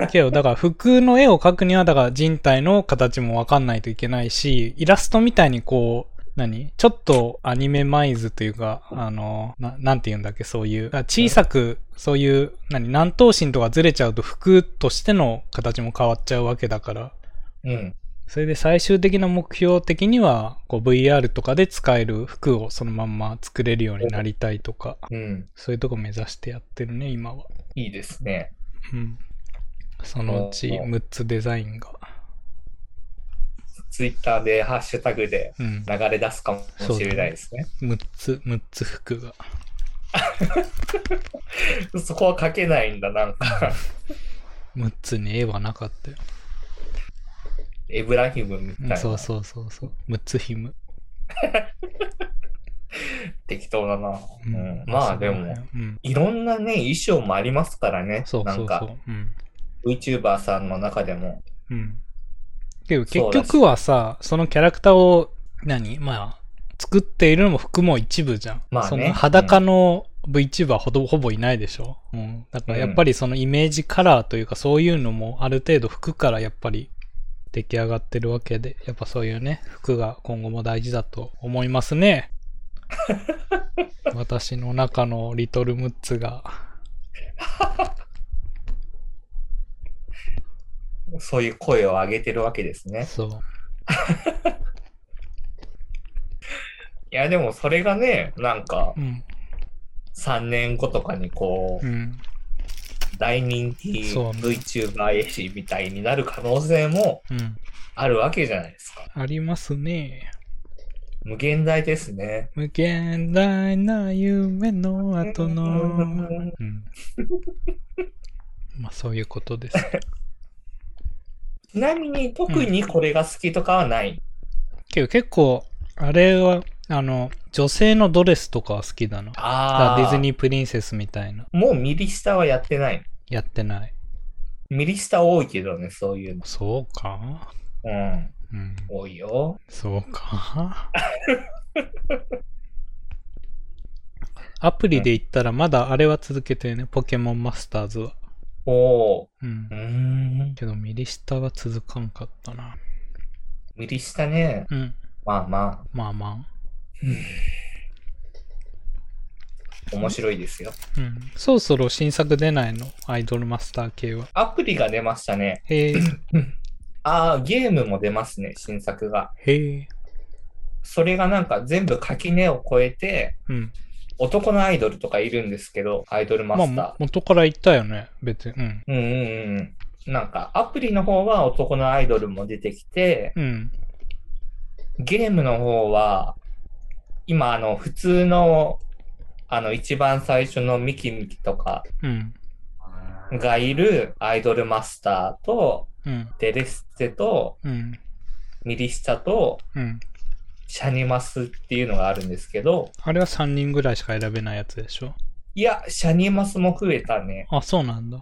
S1: う。けど、だから服の絵を描くには、だから人体の形もわかんないといけないし、イラストみたいにこう、何ちょっとアニメマイズというか、あの、ななんて言うんだっけ、そういう、あ小さく、そういう、何何頭身とかずれちゃうと服としての形も変わっちゃうわけだから、
S2: うん。
S1: それで最終的な目標的には、こう VR とかで使える服をそのまんま作れるようになりたいとか、
S2: うん。
S1: そういうとこ目指してやってるね、今は。
S2: いいですね。
S1: うん。そのうち
S2: おー
S1: 6つデザインが。
S2: ツイッターで、ハッシュタグで
S1: うん。
S2: 流れ出すかもしれないですね。
S1: 6つ、6つ服が。
S2: そこは書けないんだ、なんか。 [laughs]
S1: 6つに絵はなかったよ。
S2: エブラヒムみた
S1: う
S2: い
S1: ん
S2: な。
S1: そうそうそうそう。6つひむ。
S2: 適当だな。う
S1: うん
S2: ん。まあで
S1: そこら
S2: も、
S1: 辺うん。
S2: いろんなね、衣装もありますからね。
S1: そうそう
S2: なん
S1: そ
S2: か、
S1: う。うん。
S2: VTuber さんの中でも。
S1: うん。けど
S2: そう
S1: 結
S2: だし
S1: 局はさ、そのキャラクターを、何まあ、作っているのも服も一部じゃん。
S2: まあね
S1: その裸の VTuber ほど、ほぼいないでしょ。うん。だからやっぱりそのイメージカラーというかそういうのもある程度服からやっぱり出来上がってるわけで、やっぱそういうね、服が今後も大事だと思いますね。私の中のリトルムッツが。
S2: そういう声を上げてるわけですね。
S1: そう。
S2: いや、でもそれがね、なんか、
S1: うん。
S2: 3年後とかにこう
S1: う、ん。
S2: 大人気
S1: そうね
S2: VTuber 絵師みたいになる可能性も
S1: うん。
S2: あるわけじゃないですか。
S1: ありますね。
S2: 無限大ですね。
S1: 無限大な夢の後の。うん。まあそういうことです。
S2: ちなみに特にこれが好きとかはない。
S1: けど結構、あれは、あの、女性のドレスとかは好きだな。
S2: ああ。
S1: ディズニープリンセスみたいな。
S2: もうミリスタはやってない。
S1: やってない。
S2: ミリスタ多いけどね、そういうの。
S1: そうか
S2: うん。
S1: うん。
S2: 多いよ。
S1: そうか [laughs] アプリで言ったらまだあれは続けてるね。ポケモンマスターズは。
S2: おお
S1: うん
S2: ー。う。ーん。
S1: けど、ミリスタは続かんかったな。
S2: ミリスタね。
S1: うん。
S2: まあま
S1: まあま
S2: あ、面白いですよ。
S1: あ。うん。そろそろ新作出ないのアイドルマスター系は。
S2: アプリが出ましたね。
S1: へえ、
S2: ああ、ゲームも出ますね、新作が。
S1: [clears throat] へえ。
S2: それがなんか全部垣根を越えて、
S1: うん。
S2: 男のアイドルとかいるんですけど、アイドルマ
S1: まあ
S2: ス
S1: も
S2: タ、
S1: 元から言ったよね。別に。うん。
S2: ー。うんうんうんうん。なんか、アプリの方は男のアイドルも出てきて、
S1: うん。
S2: ゲームの方は、今、あの、普通の、あの、一番最初のミキミキとか
S1: うん。
S2: がいるアイドルマスターと、
S1: うん。
S2: デレステと、
S1: うん。
S2: ミリシタと、
S1: うん。
S2: シャニマスっていうのがあるんですけど、
S1: あれは3人ぐらいしか選べないやつでしょ。
S2: いや、シャニマスも増えたね。
S1: あ、そうなんだ。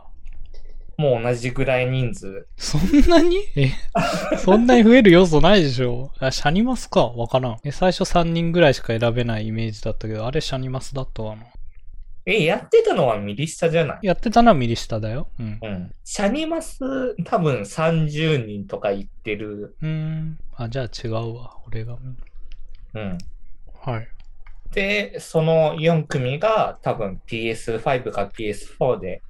S2: もう同じぐらい人数。
S1: そんなにえ [laughs] そんなに増える要素ないでしょあ、シャニマスかわからん。え、最初3人ぐらいしか選べないイメージだったけど、あれシャニマスだったわな。
S2: え、やってたのはミリシタじゃない
S1: やってたのはミリシタだよ。うん。
S2: うん。シャニマス、多分30人とか言ってる。
S1: うーん。あ、じゃあ違うわ。俺が。
S2: うん。
S1: はい。
S2: で、その4組が多分 PS5 か PS4 で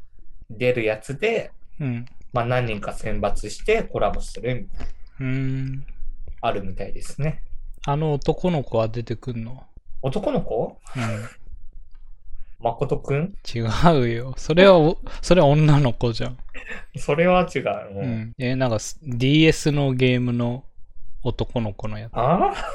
S2: 出るやつで、
S1: うん。
S2: まあ何人か選抜してコラボする、
S1: うーん。
S2: あるみたいですね。
S1: あの男の子は出てくんの
S2: 男の子
S1: うん。
S2: 誠くん
S1: 違うよ。それはお、それは女の子じゃん。
S2: それは違う。う、
S1: うんん。え、なんかす DS のゲームの男の子のやつ。
S2: ああ [laughs]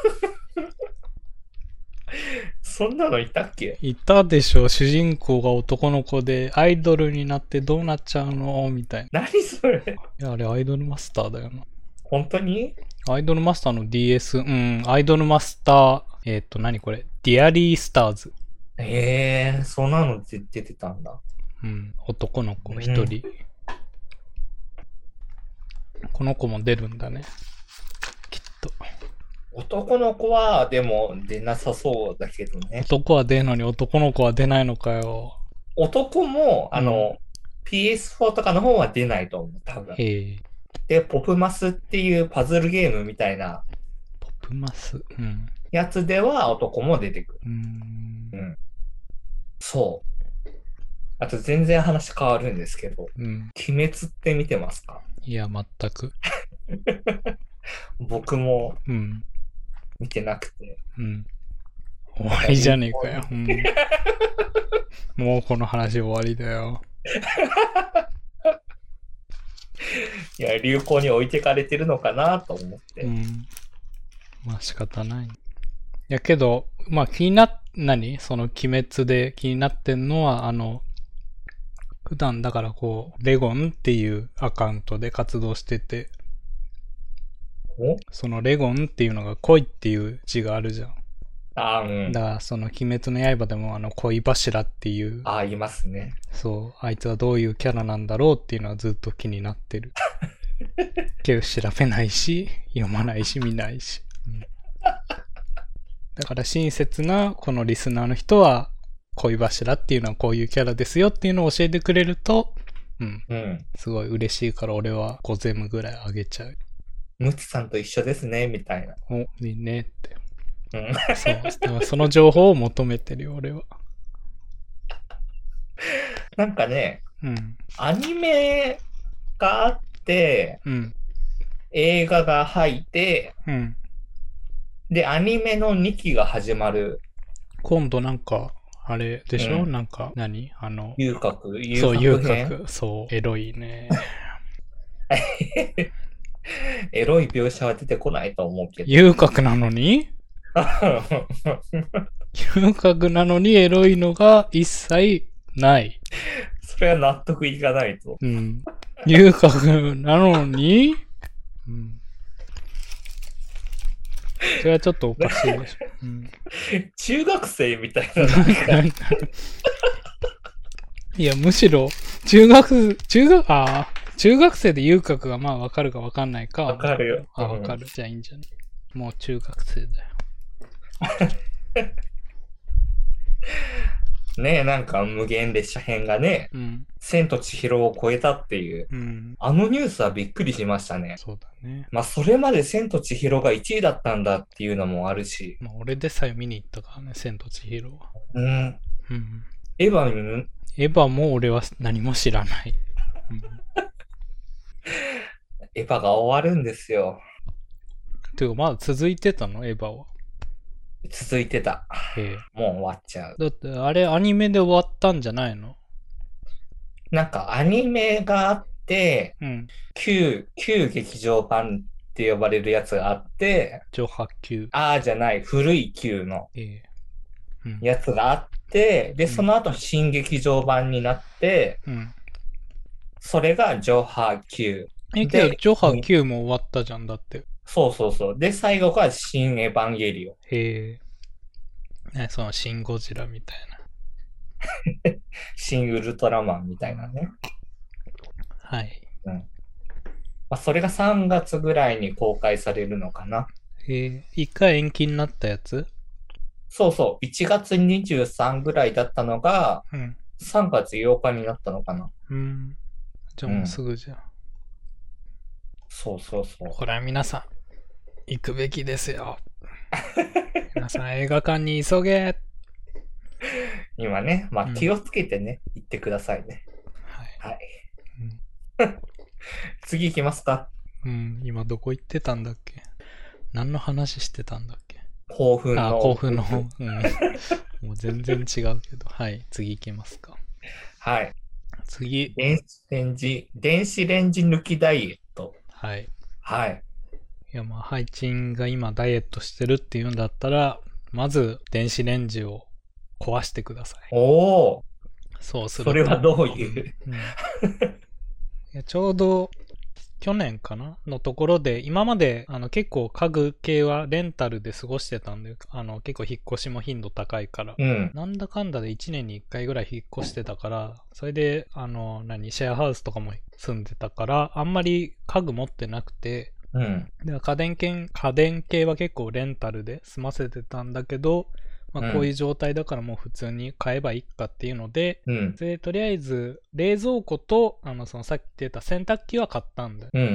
S2: そんなのいたっけ
S1: いたでしょ主人公が男の子でアイドルになってどうなっちゃうのみたいな。
S2: 何それ
S1: いや、あれアイドルマスターだよな。
S2: 本当に
S1: アイドルマスターの DS、うん、アイドルマスター、えっ、と、何これディアリースターズ。
S2: ええそんなの出てたんだ。
S1: うん、男の子
S2: うん
S1: 一人。この子も出るんだね。きっと。
S2: 男の子は、でも出なさそうだけどね。
S1: 男は出るのに男の子は出ないのかよ。
S2: 男も、あの、PS4 とかの方は出ないと思う、多分。
S1: へえ、
S2: で、ポプマスっていうパズルゲームみたいな
S1: ポップマス。うん。
S2: やつでは男も出てくる。
S1: うーん。
S2: そう。あと全然話変わるんですけど、
S1: うん。
S2: 鬼滅って見てますか
S1: いや、全く。
S2: 僕も
S1: うん。
S2: 見てなくて。
S1: うん。終わりじゃねえかよ。うん、もうこの話終わりだよ。
S2: いや、流行に置いてかれてるのかなと思って。
S1: うん。まあ仕方ない。いやけど、まあ気になっ、何その鬼滅で気になってんのは、あの、普段だからこう、レゴンっていうアカウントで活動してて、
S2: お
S1: そのレゴンっていうのが恋っていう字があるじゃん。
S2: あーうん。
S1: だからその鬼滅の刃でもあの恋柱っていう、
S2: あー、いますね。
S1: そう、あいつはどういうキャラなんだろうっていうのはずっと気になって
S2: [laughs]
S1: る。けど調べないし、読まないし、見ない
S2: [laughs]
S1: し。うんだから親切なこのリスナーの人は、恋柱っていうのはこういうキャラですよっていうのを教えてくれると、うん、
S2: うん。
S1: すごい嬉しいから俺は5ゼムぐらいあげちゃう。
S2: ムチさんと一緒ですね、みたいな。
S1: お、いいねって。
S2: うん。
S1: そう、だからその情報を求めてるよ、俺は。
S2: なんかね、
S1: うん、
S2: アニメがあって、
S1: うん、
S2: 映画が入って、
S1: うん。
S2: で、アニメの2期が始まる。
S1: 今度なんか、あれでしょ、
S2: うん
S1: なんか、何あの、
S2: 遊郭、遊
S1: そう、遊
S2: 郭ね。
S1: 郭。そう、エロいね。 [laughs]
S2: エロい描写は出てこないと思うけど。
S1: 遊郭なのに遊郭なのにエロいのが一切ない。
S2: [laughs] それは納得いかないと。
S1: うん。遊郭なのに、うん。それはちょっとおかしいでしょ。うん [laughs]
S2: 中学生みたいな。なんか
S1: いや、むしろ、中学、中学、ああ、中学生で遊郭がまあわかるかわかんない [laughs] か。
S2: わかるよ。
S1: あ、わかる。じゃあいいんじゃないもう中学生だよ。
S2: うん。ねなんか無限列車編がね、
S1: うん。
S2: 千と千尋を超えたっていう。
S1: うん。
S2: あのニュースはびっくりしましたね。
S1: そうだね。
S2: まあ、それまで千と千尋が1位だったんだっていうのもあるし、
S1: まあ、俺でさえ見に行ったからね、千と千尋は。
S2: うん、
S1: うん。
S2: エヴァにも
S1: エヴァも俺は何も知らない。うん。
S2: エヴァが終わるんですよ。
S1: ていうか、まだ続いてたのエヴァは。
S2: 続いてた。
S1: え
S2: もう終わっちゃう。
S1: え。だって、あれアニメで終わったんじゃないの
S2: なんかアニメがあって、
S1: うん。
S2: 旧、旧劇場版って呼ばれるやつがあって、
S1: 上波級。
S2: ああじゃない、古い旧の
S1: ええ。うん。
S2: やつがあって、で、
S1: うん
S2: その後新劇場版になって、
S1: うん。
S2: それが上波旧。
S1: え、けど、
S2: で
S1: ジョハ9も終わったじゃんだって。
S2: そうそうそう。で、最後が新エヴァンゲリオン。
S1: へえ。ね、その、シン・ゴジラみたいな。
S2: 新ウルトラマンみたいなね。
S1: はい。
S2: まあ、それが3月ぐらいに公開されるのかな。
S1: へえ。一回延期になったやつ
S2: そうそう、1月23ぐらいだったのが、
S1: うん。
S2: 3月8日になったのかな。
S1: うん。じゃあもうすぐじゃん。
S2: そうそうそう。
S1: これは皆さん、行くべきです
S2: [laughs]
S1: よ。皆さん、映画館に急げ。
S2: 今ね、ま
S1: う
S2: あ
S1: ん
S2: 気をつけてね、行ってくださいね。
S1: はい。
S2: はい
S1: うん。
S2: 次行きますか。
S1: うん、今どこ行ってたんだっけ何の話してたんだっけ
S2: 興奮
S1: あ
S2: [laughs] の。
S1: ー、甲府の。うん。もう全然違うけど。はい。次行きますか。
S2: はい。
S1: 次。
S2: 電子レンジ、電子レンジ抜きダイエット。
S1: はい。
S2: はい。
S1: いやまあ、配置員が今ダイエットしてるっていうんだったら、まず電子レンジを壊してください。
S2: おー、
S1: そうすると。
S2: それはどういう。
S1: [laughs] うん、いやちょうど去年かなのところで、今まであの結構家具系はレンタルで過ごしてたんで、あの結構引っ越しも頻度高いから。
S2: うん。
S1: なんだかんだで1年に1回ぐらい引っ越してたから、それで、あの、何、シェアハウスとかも住んでたから、あんまり家具持ってなくて、
S2: うん。
S1: で家電系家電系は結構レンタルで済ませてたんだけど、ま
S2: う
S1: あ、
S2: ん
S1: こういう状態だからもう普通に買えばいいかっていうので,、
S2: うん。
S1: でとりあえず冷蔵庫とあのそのさっき言ってた洗濯機は買ったんだよ
S2: うんうんう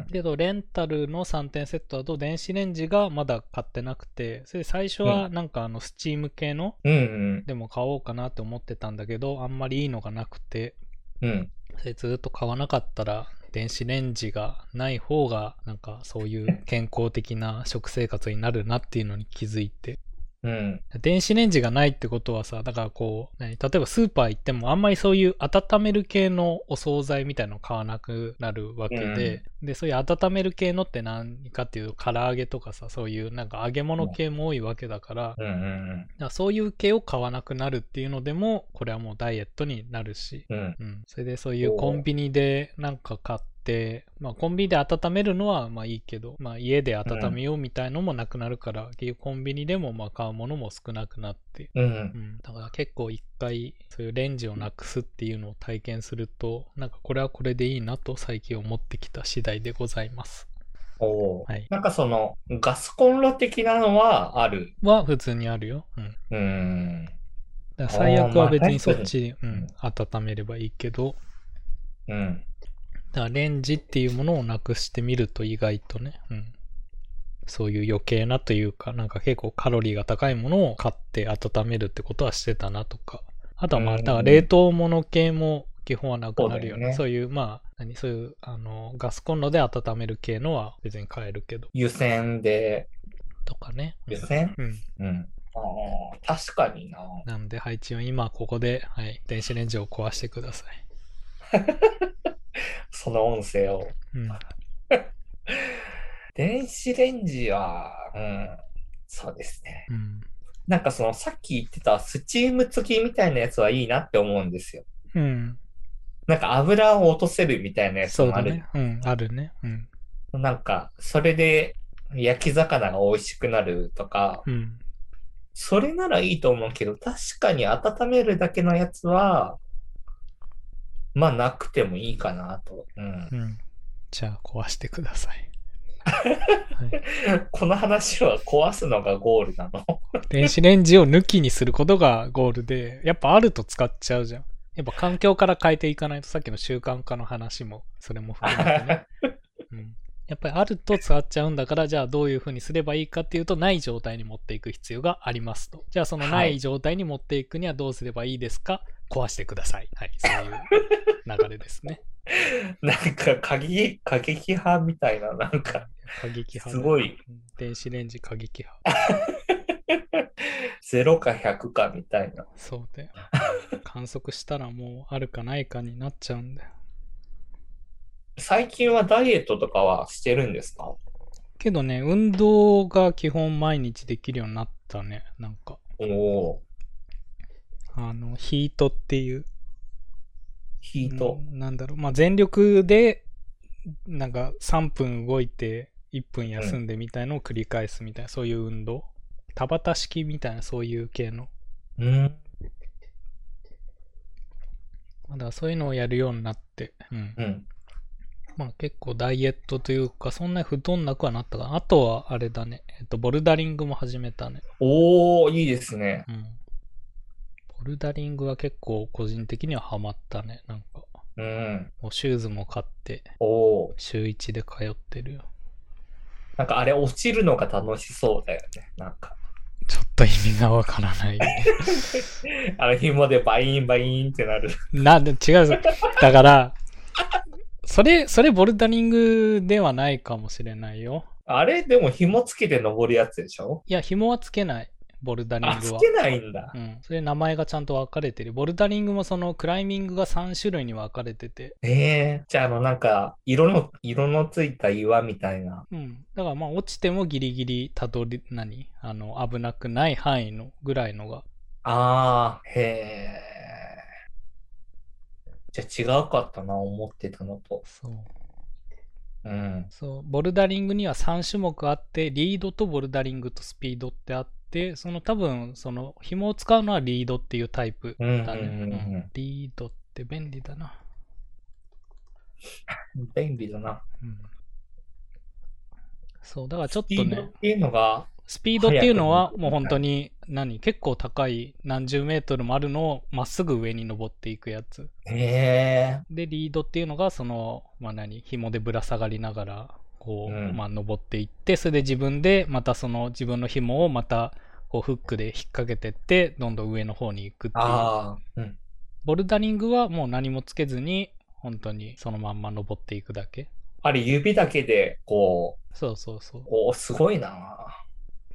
S2: ん
S1: けどレンタルの3点セットだと電子レンジがまだ買ってなくてそれで最初はなんかあのスチーム系の
S2: うん。うん
S1: でも買おうかなって思ってたんだけどあんまりいいのがなくて
S2: うん。うん。
S1: それずっと買わなかったら電子レンジがない方がなんかそういう健康的な食生活になるなっていうのに気づいて
S2: うん。
S1: 電子レンジがないってことはさだからこう何例えばスーパー行ってもあんまりそういう温める系のお惣菜みたいの買わなくなるわけで、でそういう温める系のって何かっていうと唐揚げとかさそういうなんか揚げ物系も多いわけだから、だか
S2: うんうん
S1: らそういう系を買わなくなるっていうのでもこれはもうダイエットになるし
S2: うん。うん。
S1: うん、それでそうい
S2: お
S1: う
S2: ー
S1: コンビニでなんか買って、まあ、コンビニで温めるのはまあいいけど、まあ、家で温めようみたいのもなくなるから、結局コンビニでもまあ買うものも少なくなって、
S2: うん
S1: う。ん、だから結構一回そういうレンジをなくすっていうのを体験するとなんかこれはこれでいいなと最近思ってきた次第でございます
S2: おお、
S1: はい
S2: なんかそのガスコンロ的なのはある。
S1: は普通にあるよ、うん、
S2: うーん。
S1: だから最悪は別
S2: あーまあ
S1: にそっち、う
S2: に
S1: ん、温めればいいけど
S2: うん。
S1: だからレンジっていうものをなくしてみると意外とね、うん、そういう余計なというかなんか結構カロリーが高いものを買って温めるってことはしてたなとかあとはまあ
S2: うん
S1: だから冷凍物系も基本はなくなるよねそ
S2: そう
S1: いうまあ何そういうあのガスコンロで温める系のは別に買えるけど
S2: 湯煎で、
S1: とかね、
S2: 湯煎
S1: うん、
S2: うん。あ確かにな。
S1: なんで、配置を今ここで、はい、電子レンジを壊してください。
S2: その音声を。
S1: うん。
S2: 電子レンジは、うん、そうですね。
S1: うん。
S2: なんかそのさっき言ってたスチーム付きみたいなやつはいいなって思うんですよ。
S1: うん。
S2: なんか油を落とせるみたいなやつ
S1: そう
S2: もあ
S1: だ
S2: る。
S1: ね。うん。あるね。うん。
S2: なんか、それで焼き魚が美味しくなるとか、
S1: うん。
S2: それならいいと思うけど、確かに温めるだけのやつは、まあなくてもいいかなと。 [laughs] うん
S1: うん。じゃあ、壊してください。はい、
S2: この話は壊すのがゴールなの。
S1: 電子レンジを抜きにすることがゴールで、やっぱあると使っちゃうじゃん。やっぱ環境から変えていかないと、さっきの習慣化の話も、それも含めてね。うん、やっぱりあると使っちゃうんだから、じゃあどういうふうにすればいいかっていうと、ない状態に持っていく必要がありますと。じゃあそのな
S2: はいい
S1: 状態に持っていくにはどうすればいいですか壊してください。はい、そういう流れです
S2: [laughs]
S1: ね。
S2: [laughs] なんか過激、過激派みたいな、なんか、
S1: 過激派だ。
S2: すごい
S1: うん。電子レンジ過激派。
S2: 0か100かみたいな。
S1: そう
S2: [laughs]
S1: だよ。観測したらもうあるかないかになっちゃうんだよ。
S2: 最近はダイエットとかはしてるんですか
S1: けどね、運動が基本毎日できるようになったね。なんか、
S2: おお
S1: あの、ヒートっていう。
S2: ー、ヒート。
S1: うんなんだろう。まあ、全力で、なんか3分動いて1分休んでみたいのを繰り返すみたいな、そういう運動。田畑式みたいな、そういう系の。
S2: うん。
S1: まあだからそういうのをやるようになって。うん。
S2: うん。
S1: まあ結構ダイエットというか、そんなに太んなくはなったかな。あとはあれだね。えっと、ボルダリングも始めたね。
S2: おー、いいですね。
S1: うん。ボルダリングは結構個人的にはハマったね。なんか、
S2: うん。
S1: もうシューズも買って、
S2: おー。
S1: 週1で通ってるよ。
S2: なんかあれ落ちるのが楽しそうだよね。なんか、
S1: ちょっと意味がわから
S2: [laughs]
S1: ない。
S2: あれ紐でバインバインってなる。
S1: なんで、違うぞ。だから、それ、それボルダリングではないかもしれないよ。
S2: あれでも紐つけて登るやつでしょ
S1: いや、紐はつけない。ボルダリング
S2: あ、
S1: は。
S2: つけないんだ
S1: う。ん、それ名前がちゃんと分かれてる。ボルダリングもそのクライミングが3種類に分かれてて。
S2: ええじゃああのなんか、色の、色のついた岩みたいな。
S1: うん。だからまあ落ちてもギリギリたどり、何あの、危なくない範囲のぐらいのが。
S2: あー、へえ。じゃあ違うかったな、思ってたのと。
S1: そう。
S2: うん。
S1: そう。ボルダリングには3種目あって、リードとボルダリングとスピードってあって、その多分、その紐を使うのはリードっていうタイプ
S2: うんうん
S1: だね。
S2: うんう
S1: うんリードって便利だな。
S2: ん。便利だな。
S1: うん。そう、だからちょっと
S2: いいなっ
S1: ね。
S2: ていうのが、
S1: スピードっていうのはもう本当に何結構高い何十メートルもあるのをまっすぐ上に登っていくやつ
S2: へえ。
S1: でリードっていうのがそのまあ何紐でぶら下がりながらこう、
S2: うん
S1: まあ登っていってそれで自分でまたその自分の紐をまたこうフックで引っ掛けてってどんどん上の方に行くっていう
S2: ああ、うん。
S1: ボルダリングはもう何もつけずに本当にそのまんま登っていくだけ
S2: あれ指だけで、こ
S1: そうそうそう
S2: う、おー、すごいな。
S1: だか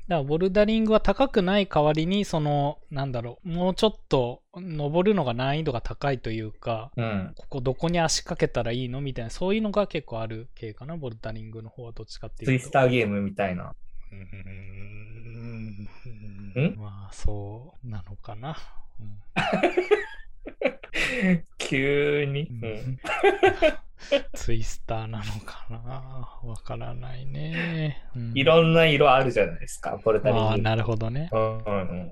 S1: らボルダリングは高くない代わりにそのなんだろうもうちょっと登るのが難易度が高いというか
S2: うん。
S1: ここどこに足掛けたらいいのみたいなそういうのが結構ある系かなボルダリングの方はどっちかって
S2: ツ
S1: い
S2: イ
S1: うと
S2: スターゲームみたいな。
S1: うーん
S2: ん
S1: まあそうなのかな、うん
S2: [laughs] 急に。うん。
S1: [laughs] ツイスターなのかなわからないね、うん
S2: いろんな色あるじゃないですか、ボルダリ
S1: ああ
S2: ング。
S1: なるほどね
S2: うんうん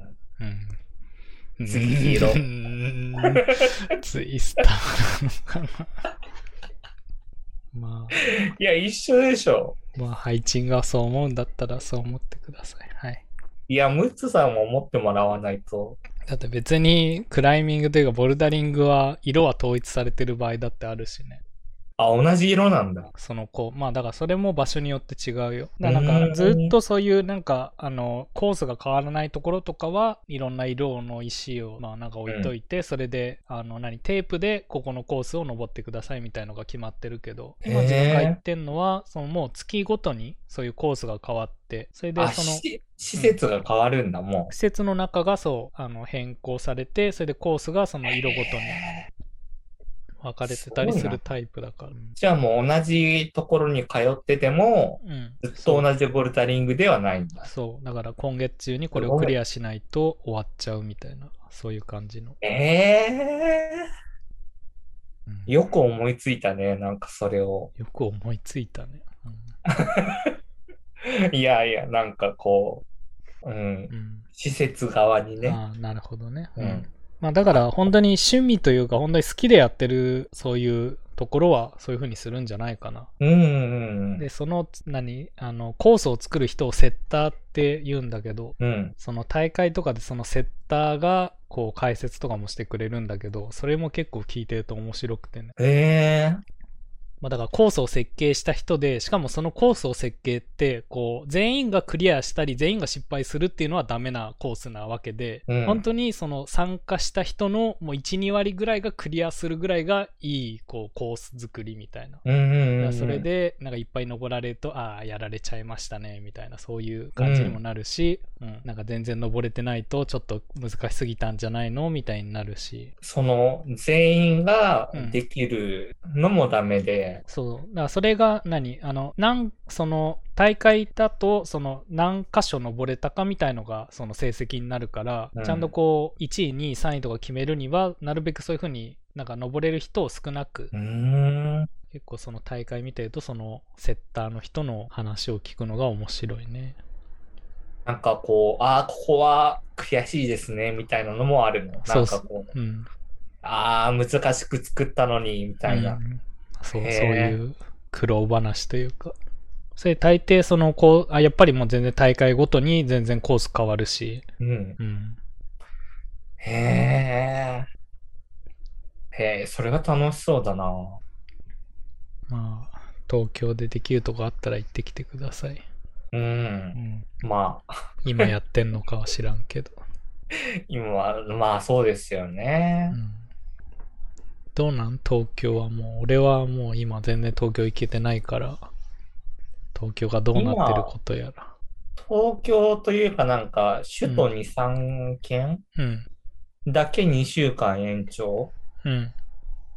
S1: うん。
S2: 次色
S1: うん [laughs] ツイスターなのかな。ま
S2: うん、いや、一緒でしょ。
S1: あ、まあ、配置がそう思うんだったらそう思ってください。はい。
S2: いや、ムッツさんも持ってもらわないと。
S1: だって別にクライミングというかボルダリングは色は統一されてる場合だってあるしね。
S2: あ、同じ色なんだ。
S1: その子。まあだからそれも場所によって違うよ。だからなんかずっとそういうなんかあのコースが変わらないところとかはいろんな色の石をまあなんか置いといて、それであの何テープでここのコースを登ってくださいみたいのが決まってるけど、今
S2: へー
S1: 自分が行ってんのはそのもう月ごとにそういうコースが変わって、それで
S2: あ、
S1: その
S2: し施設が変わるんだ、も
S1: 施設の中がそうあの変更されて、それでコースがその色ごとに分かれてたりするタイプだから。
S2: う。じゃあもう同じところに通ってても、
S1: うん、
S2: ずっと同じボルタリングではないんだ。
S1: そう、だから今月中にこれをクリアしないと終わっちゃうみたいな、そういう感じの。
S2: ええ
S1: うん
S2: ー、よく思いついたね、なんかそれを。 [laughs]
S1: よく思いついたね。
S2: いやいや、なんかこう、うん
S1: う、ん。
S2: 施設側に
S1: うん、
S2: ね。
S1: ああ、なるほどね。
S2: うん
S1: まあだから本当に趣味というか、本当に好きでやってるそういうところはそういうふうにするんじゃないかな。
S2: うんうんうん
S1: で、その、何、あの、コースを作る人をセッターって言うんだけど、
S2: うん。
S1: その大会とかでそのセッターがこう解説とかもしてくれるんだけど、それも結構聞いてると面白くてね。
S2: ええ
S1: まあ、だからコースを設計した人で、しかもそのコースを設計って、こう、全員がクリアしたり、全員が失敗するっていうのはダメなコースなわけで、
S2: うん
S1: 本当にその参加した人のもう1、2割ぐらいがクリアするぐらいがいい、こう、コース作りみたいな。
S2: うんうんうん
S1: だか
S2: うん。
S1: らそれで、なんかいっぱい登られると、ああ、やられちゃいましたね、みたいな、そういう感じにもなるし、うん、なんか全然登れてないと、ちょっと難しすぎたんじゃないのみたいになるし。
S2: その全員ができるのもダメで、
S1: そう。だからそれが何、あの、なん、その、大会だと、その、何箇所登れたかみたいのが、その成績になるから、
S2: うん
S1: ちゃんとこう、1位、2位、3位とか決めるには、なるべくそういうふうになんか登れる人を少なく、
S2: うーん、
S1: 結構その大会見てると、その、セッターの人の話を聞くのが面白いね。
S2: なんかこう、ああ、ここは悔しいですね、みたいなのもあるの。
S1: そう
S2: なんかこう、
S1: うん。
S2: ああ、難しく作ったのに、みたいな。
S1: うんそう、そう
S2: へー
S1: いう苦労話というか。それ大抵そのこうあやっぱりもう全然大会ごとに全然コース変わるし、
S2: うん。
S1: うん、
S2: へえ。へえ、それが楽しそうだな。
S1: まあ、東京でできるとこあったら行ってきてください。
S2: う。
S1: うんん、
S2: まあ、
S1: 今やってんのかは知らんけ
S2: [laughs]
S1: ど。
S2: 今は、まあそうですよ
S1: う
S2: ね。
S1: ん、どうなん東京はもう、俺はもう今全然東京行けてないから、東京がどうなってることやら。
S2: 東京というかなんか、首都
S1: うん
S2: 2、3県
S1: うん、
S2: だけ2週間延長。
S1: うん。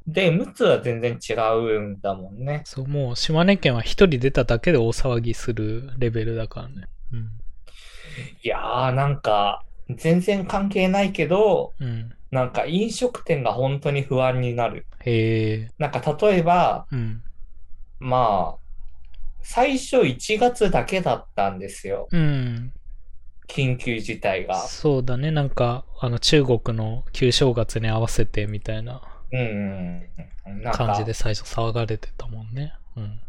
S2: で、陸奥は全然違うんだもんね。
S1: そう、もう島根県は一人出ただけで大騒ぎするレベルだからね。
S2: いやー、なんか、全然関係ないけど、
S1: うん、うん。
S2: なんか飲食店が本当に不安になる。
S1: へえ、
S2: なんか例えば、
S1: うん。
S2: まあ、最初1月だけだったんですよ。
S1: うん。
S2: 緊急事態が。
S1: そうだね。なんか、あの、中国の旧正月に合わせてみたいな。
S2: うんうん。なん
S1: 感
S2: か
S1: じ、で最初騒がれてたもんね。うん。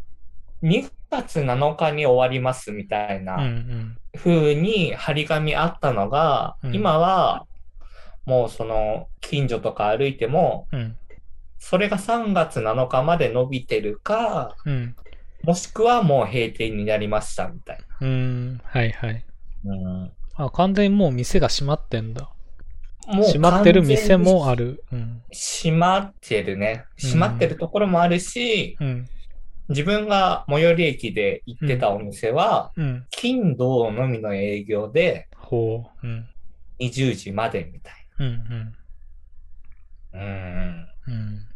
S2: 2月7日に終わりますみたい
S1: うんう。
S2: なん風に張り紙あったのが、
S1: うん
S2: 今は、もうその、近所とか歩いても、
S1: うん。
S2: それが3月7日まで伸びてるか、
S1: うん。
S2: もしくはもう閉店になりましたみたい
S1: う
S2: な。
S1: ん。はいはい。
S2: うん
S1: あ、完全にもう店が閉まってんだ。
S2: もう
S1: 閉まってる店もある。うん。
S2: 閉まってるね。
S1: うん
S2: 閉まってるところもあるし、
S1: うん。
S2: 自分が最寄り駅で行ってたお店は、
S1: うん。
S2: 金土のみの営業で
S1: ほう。うん。
S2: 20時までみたい
S1: うんうん。
S2: な。うん。
S1: うん。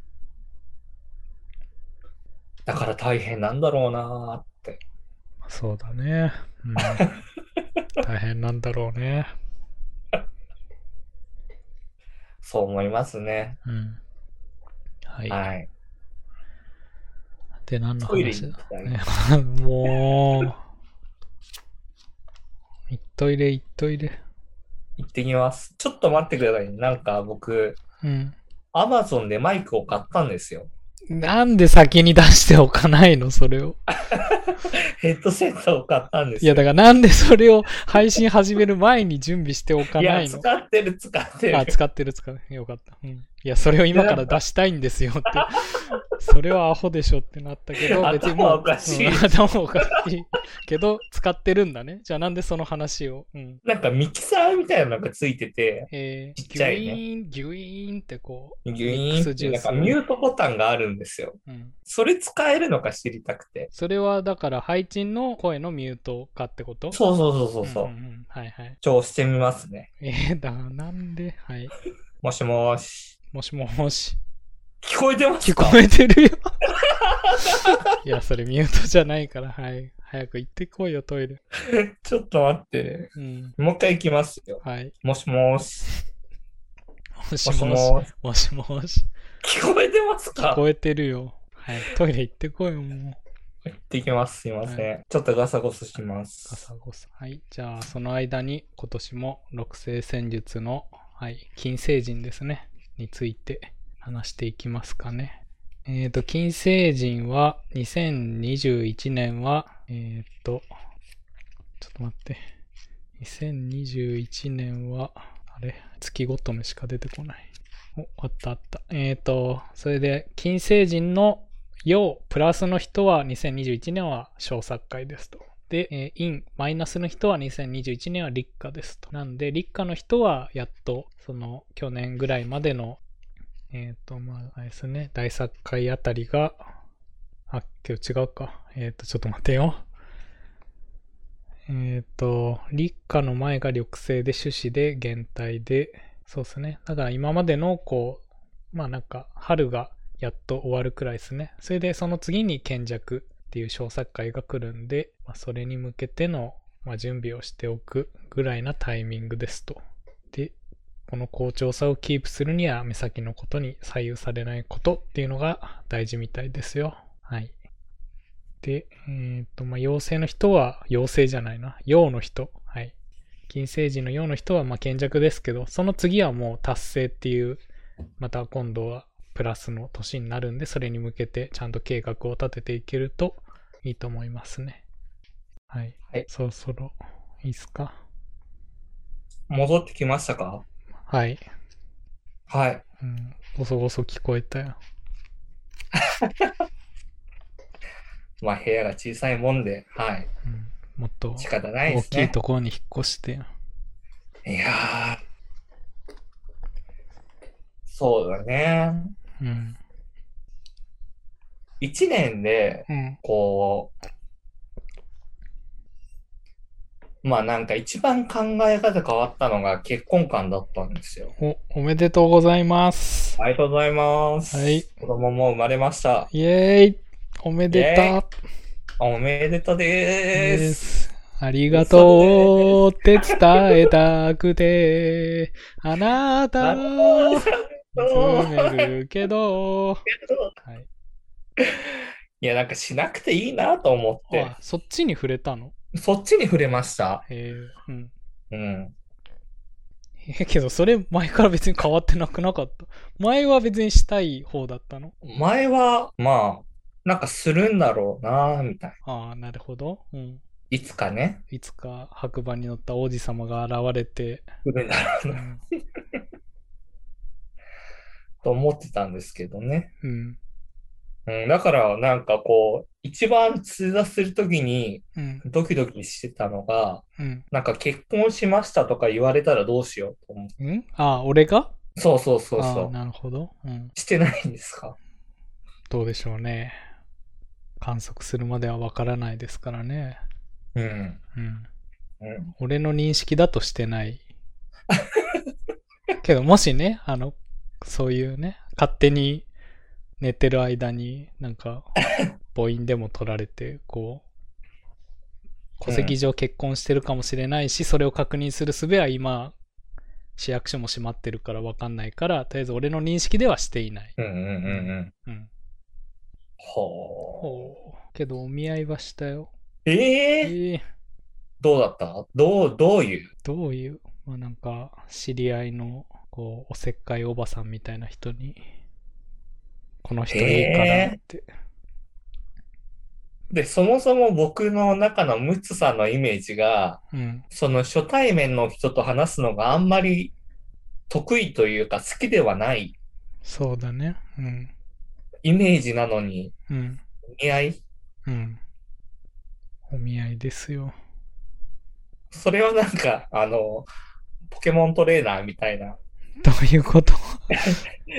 S2: だから大変なんだろうなーって。
S1: そうだね。
S2: [laughs]
S1: うん、大変なんだろうね。
S2: そう思いますね。
S1: うん。はい。
S2: はい。
S1: で、何の
S2: トイレに
S1: 話
S2: 行
S1: だ
S2: きたい。
S1: ね [laughs] もう。いっといれ、いっといれ。
S2: 行ってきます。ちょっと待ってください。なんか僕、
S1: うん。
S2: アマゾンでマイクを買ったんですよ。
S1: なんで先に出しておかないの、それを。
S2: ヘッドセットを買ったんです
S1: いや、
S2: よ。
S1: だからなんでそれを配信始める前に準備しておか
S2: い
S1: な
S2: や、
S1: いの
S2: 使ってる、使っ
S1: [laughs]
S2: て
S1: あ、
S2: る。 [laughs]
S1: 使ってる、使ってる。よかった。うん、いや、それを今から出したいんですよって。それはアホでしょってなったけど、別にもう
S2: 頭おかしい
S1: うん頭おかしい。けど、使ってるんだね。じゃあなんでその話を。うん。
S2: なんかミキサーみたいなのがついてて、
S1: えー、
S2: ちっちゃいね
S1: ギュイーン、ギュイーンってこ
S2: ギュ
S1: ミ
S2: イ
S1: ックス
S2: ーンって
S1: ジュ
S2: な
S1: ー
S2: ん
S1: ス
S2: かミュートボタンがあるんですよ。
S1: う。うん。
S2: それ使えるのか知りたくて。
S1: それはだから、配置の声のミュートかってこと
S2: そうそうそうそうそう。
S1: んんんはいはい。
S2: 調してみますね。
S1: えー、だ、なんではい。
S2: もしもーし。
S1: もしもし。
S2: 聞こえてま
S1: 聞
S2: す
S1: こ
S2: か
S1: えてるよ。
S2: [laughs]
S1: いや、それミュートじゃないから、はい。早く行ってこいよ、トイレ。
S2: ちょっと待ってね。
S1: うん。
S2: もう一回行きますよ。
S1: はい。
S2: もしもーし。
S1: もしもし。
S2: もしもーし。
S1: もしもし。
S2: 聞こえてます
S1: 聞
S2: か
S1: こえてるよ。はい。トイレ行ってこいよ、もう。
S2: 行ってきます。すいません。ちょっとガサゴソします。
S1: ガサゴソはい。じゃあ、その間に今年も六星戦術の、はい、金星人ですね、について話していきますかね。えっ、と、金星人は、2021年は、えっ、と、ちょっと待って。2021年は、あれ月ごとにしか出てこない。お、あったあった。えっ、と、それで、金星人の陽プラスの人は2021年は小作会ですと。で、えー陰マイナスの人は2021年は立夏ですと。なんで、立夏の人はやっと、その、去年ぐらいまでの、えっ、と、まあ、あれですね、大作会あたりが、あ、今日違うか。えっ、と、ちょっと待てよ。えっ、と、立夏の前が緑星で種子で減退で、そうですね。だから今までの、こう、まあなんか、春がやっと終わるくらいですね。それでその次に賢弱っていう小作会が来るんで、まあ、それに向けての、まあ、準備をしておくぐらいなタイミングですと。で、この好調さをキープするには目先のことに左右されないことっていうのが大事みたいですよ。はい。で、えっと、まあ、陽性の人は、陽性じゃないな。陽の人。はい。金星人の陽の人は、まあ、賢弱ですけど、その次はもう達成っていう、また今度はプラスの年になるんで、それに向けてちゃんと計画を立てていけるといいと思いますね。はい。
S2: はい
S1: そろそろ、いいっすか。
S2: 戻ってきましたか
S1: はい。
S2: はい。
S1: うん。ごそごそ聞こえたよ。
S2: まあ部屋が小さいもんで、はい。
S1: うん。もっと
S2: 仕方ないで
S1: 大
S2: す
S1: きい
S2: ね。
S1: ところに引っ越してよ。
S2: いやー。そうだね。
S1: うん。
S2: 一年で、
S1: うん。
S2: こう、まあなんか一番考え方変わったのが結婚観だったんですよ。
S1: お、おめでとうございます。
S2: ありがとうございます。
S1: はい
S2: 子供も生まれました。
S1: イエーイおめで
S2: イエー
S1: た
S2: おめでとうで。
S1: ですす。ありがとうって伝えたくて、あなたを見つめるけど、はい、
S2: いや、なんかしなくていいなと思って、
S1: あそっちに触れたの
S2: そっちに触れました。
S1: へえ、うん。
S2: うん。
S1: えけど、それ前から別に変わってなくなかった。前は別にしたい方だったの
S2: 前は、まあ、なんかするんだろうな、みたいな。
S1: ああ、なるほど。うん。
S2: いつかね、
S1: いつか白馬に乗った王子様が現れて、
S2: するんだろう
S1: う。
S2: なんと思ってたんですけどね。
S1: うん。
S2: うん、だから、なんかこう、一番通話するときに
S1: うん。
S2: ドキドキしてたのが、
S1: うん。
S2: なんか結婚しましたとか言われたらどうしようと思って。
S1: うんああ、俺が
S2: そうそうそう
S1: ああ
S2: そ
S1: ー、
S2: う。
S1: なるほど。うん。
S2: してないんですか
S1: どうでしょうね。観測するまではわからないですからね。
S2: うん。
S1: うん。
S2: うん。
S1: 俺の認識だとして
S2: [laughs]
S1: ない。けど、もしね、あの、そういうね、勝手に寝てる間に、なん
S2: [laughs]
S1: か、母音でも取られて、こう、戸籍上結婚してるかもしれないし、それを確認する術は今、市役所も閉まってるからわかんないから、とりあえず俺の認識ではしていない。
S2: うんうんうんうん。
S1: うん。
S2: ほう。
S1: けど、お見合いはしたよ。
S2: ええ
S1: ええ
S2: どうだったどう、どういう
S1: どういう、まあ、なんか、知り合いの、こう、おせっかいおばさんみたいな人に、この人いいからって。
S2: で、そもそも僕の中のムツさんのイメージが、
S1: うん。
S2: その初対面の人と話すのがあんまり得意というか好きではない
S1: そうだね。うん。
S2: イメージなのに、
S1: うん。
S2: 意味合い
S1: うん。お見合いですよ。
S2: それはなんか、あの、ポケモントレーナーみたいな。
S1: どういうこと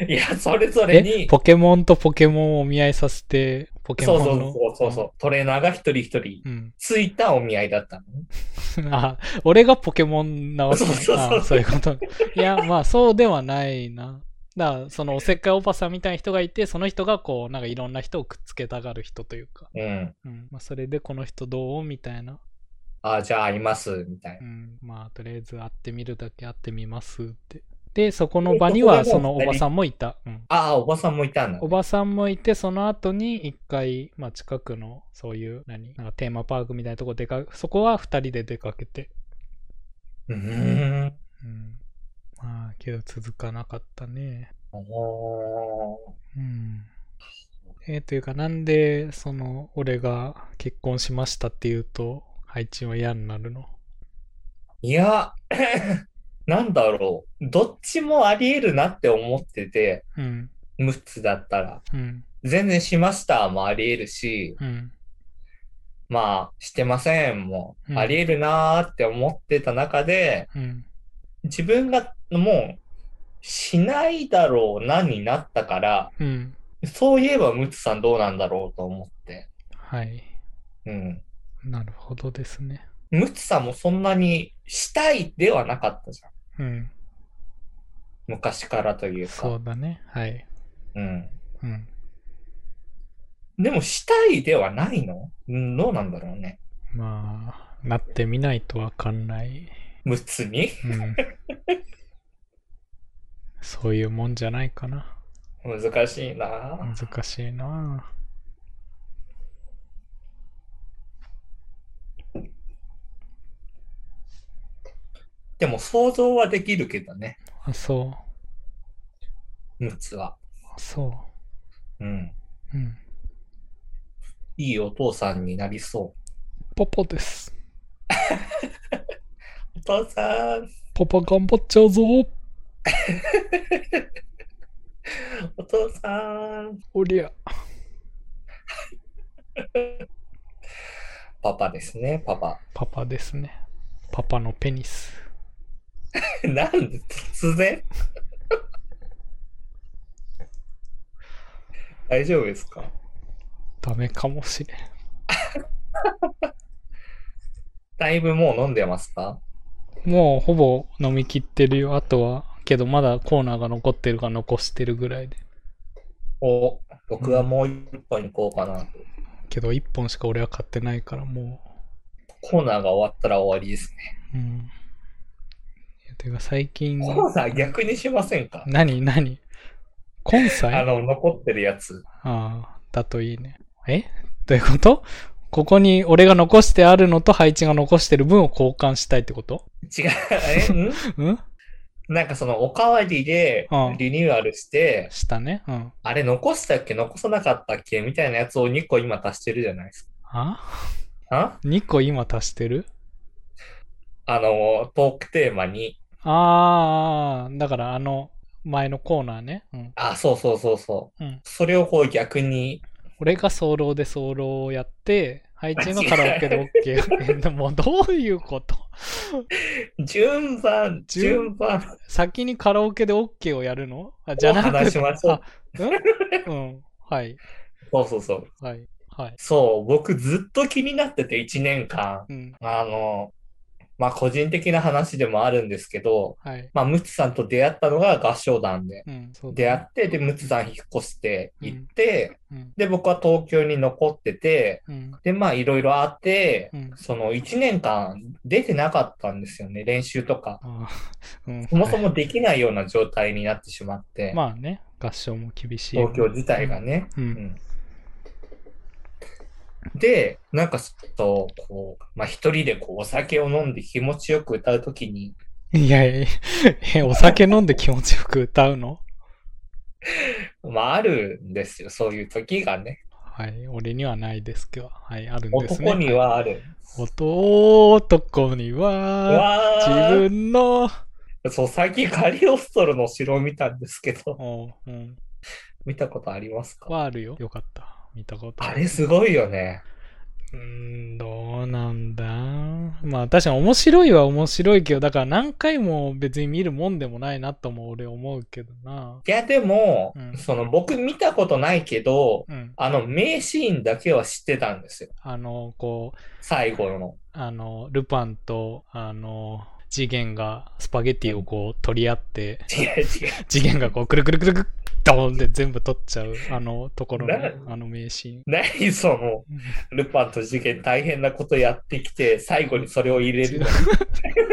S2: いや、それぞれ
S1: え
S2: に、
S1: ポケモンとポケモンをお見合いさせて、ポケ
S2: そう
S1: モン
S2: そ
S1: の。
S2: うそうそうそう、トレーナーが一人一人
S1: う。うん。
S2: ついたお見合いだったのね。
S1: [laughs] あ、俺がポケモンなわけね
S2: そうそうそう
S1: あそういうこと。いや、まあそうではないな。だから、そのおせっかいおばさんみたいな人がいて、その人がこう、なんかいろんな人をくっつけたがる人というか。
S2: うん。
S1: うん。まあそれでこの人どうみたいな。
S2: あ、じゃあ会います、みたいうな。
S1: ん。まあとりあえず会ってみるだけ会ってみますって。で、そこの場にはそのおばさんもいた。うん。
S2: ああ、おばさんもいたんだ
S1: お。ばさんもいて、その後に一回、まあ、近くのそういう、何なんかテーマパークみたいなとこ出かそこは二人で出かけて。
S2: うーん。
S1: うん。まあ、けど続かなかったね。
S2: おー
S1: うん。えー、というか、なんで、その、俺が結婚しましたって言うと、配置は嫌になるの
S2: いや、 [clears throat] なんだろう。どっちもあり得るなって思ってて、
S1: うん。
S2: ムつだったら。
S1: うん。
S2: 全然しましたもあり得るし、
S1: うん。
S2: まあ、してませんも
S1: うん
S2: あり得るなーって思ってた中で、
S1: うん。
S2: 自分がもう、しないだろうなになったから、
S1: うん。
S2: そういえばムツさんどうなんだろうと思って。
S1: はい。
S2: うん。
S1: なるほどですね。
S2: ムツさんもそんなにしたいではなかったじゃん。
S1: うん。
S2: 昔からというか。
S1: そうだね。はい。
S2: うん。
S1: うん。
S2: でも、したいではないのうんどうなんだろうね。
S1: まあ、なってみないとわかんない。
S2: ムツに。
S1: うん。そういうもんじゃないかな。
S2: 難しいな
S1: 難しいなあ
S2: でも、想像はできるけどね、
S1: あ、そう。
S2: ムツは。
S1: あそ
S2: うん。
S1: う。うん。
S2: いいお父さんになりそ
S1: ポポです。
S2: う。お父さん、
S1: パパ頑張っちゃうぞ。
S2: お父さん、
S1: おりゃ。
S2: パパですね、パパ。 [laughs]
S1: パパですね。パパのペニス。
S2: なんで突然 [laughs] 大丈夫ですか
S1: ダメかもしれん。
S2: だいぶもう飲んでますか
S1: もうほぼ飲み切ってるよ。あとは、けどまだコーナーが残ってるから残してるぐらいで。
S2: お、僕はもう一本行こうかな。
S1: けど1本しか俺は買ってないからもう。
S2: コーナーが終わったら終わりですね。
S1: うん。いやてか最近。
S2: コーナー逆にしませんか
S1: 何何根菜
S2: あ
S1: あ
S2: の、残ってるやつ。
S1: あー、だといいね。えどういうことここに俺が残してあるのと配置が残してる分を交換したいってこと
S2: 違う、えん [laughs]
S1: うん
S2: なんかそのおかわりで
S1: うん
S2: リニューアルして、
S1: したね。うん。
S2: あれ残したっけ残さなかったっけみたいなやつを2個今足してるじゃないです
S1: あ
S2: か。あ
S1: ?2 個今足してる
S2: あの、トークテーマに。
S1: ああ、だからあの前のコーナーね。うん。
S2: あ、そうそうそうそう。
S1: うん
S2: それをこう逆に、
S1: 俺が早漏で早漏をやって、配置がカラオケで
S2: [laughs]
S1: OK。でもどういうこと
S2: 順番、順
S1: 順
S2: 番、
S1: 先にカラオケで OK をやるのあじゃなくて。
S2: 話しましょう
S1: あうんうん。はい。
S2: そうそうそう。
S1: はい。はい。
S2: そう、僕ずっと気になってて1年間。
S1: うん。
S2: あの、まあ、個人的な話でもあるんですけど、
S1: はい。
S2: まあ、ムツさんと出会ったのが合唱団で。
S1: うん。そう
S2: 出会
S1: だね
S2: って、で、ムツさん引っ越して行って、
S1: うん。
S2: で、僕は東京に残ってて、
S1: うん。
S2: で、まあ、いろいろあって、
S1: うん。
S2: その1年間出てなかったんですよね、練習とか。
S1: ああ。うん。
S2: そもそ
S1: は
S2: もできないような状態になってしまって
S1: い。、まあね、合唱も厳しい。
S2: 東京自体がね。
S1: う。
S2: うんんで、なんかちょっと、こう、まあ、一人でこうお酒を飲んで気持ちよく歌うときに、
S1: いやいや、え、お酒飲んで気持ちよく歌うの
S2: まあ、あるんですよ、そういう時がね。
S1: はい。俺にはないですけど。はい。あるんですね。
S2: 男にはある。
S1: はい。男に
S2: う
S1: は、
S2: わ
S1: 自
S2: ー
S1: 分の、
S2: そう、最近カリオストロの城を見たんですけど、 [laughs]
S1: おううん。
S2: 見たことありますか
S1: はあるよ。よかった。見たこと
S2: あ
S1: ある
S2: れすごいよね。
S1: うーん、どうなんだまあ確かに面白いは面白いけど、だから何回も別に見るもんでもないなとも俺思うけどな。
S2: いや、でも、
S1: うん
S2: その僕見たことないけど、
S1: うん。
S2: あの名シーンだけは知ってたんですよ。
S1: あの、こう、
S2: 最後の。
S1: あの、ルパンと、あの、次元がスパゲティをこう取り合って、
S2: 違う [laughs] 違う。
S1: 次元がこうくるくるくるくるドーンって全部取っちゃう、あのところ
S2: な
S1: の、あの名シーン。
S2: 何その、ルパンと事件大変なことやってきて、最後にそれを入れるの。
S1: [laughs]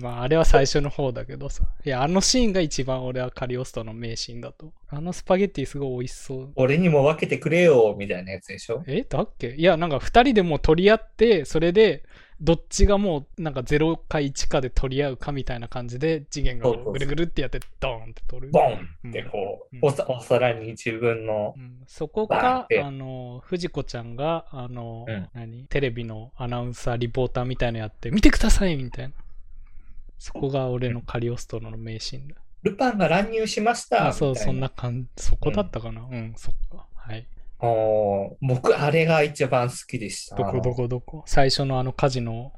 S1: まあ、あれは最初の方だけどさ。いや、あのシーンが一番俺はカリオストの名シーンだと。あのスパゲティすごい美味しそう。
S2: 俺にも分けてくれよ、みたいなやつでしょ。
S1: えだっけいや、なんか二人でもう取り合って、それで、どっちがもうなんか0か1かで取り合うかみたいな感じで、次元が
S2: そうそうそう
S1: ぐるぐるってやって、ドーンって取る。
S2: ボンってこう
S1: うん、
S2: おさお皿に自分の
S1: う、んそこ
S2: バーンっ
S1: か、
S2: て
S1: あの、藤子ちゃんが、あの、
S2: うん
S1: 何テレビのアナウンサー、リポーターみたいのやって、見てくださいみたいな。そこが俺のカリオストロの名シーンだ。
S2: ルパンが乱入しました。
S1: あ、そう、
S2: みたい
S1: そんな感じ、そこだったかな。うん、そっか。はい。
S2: おー僕、あれが一番好きでした。
S1: どこど
S2: こ
S1: こどこ。最初のあの火事
S2: [laughs]
S1: の、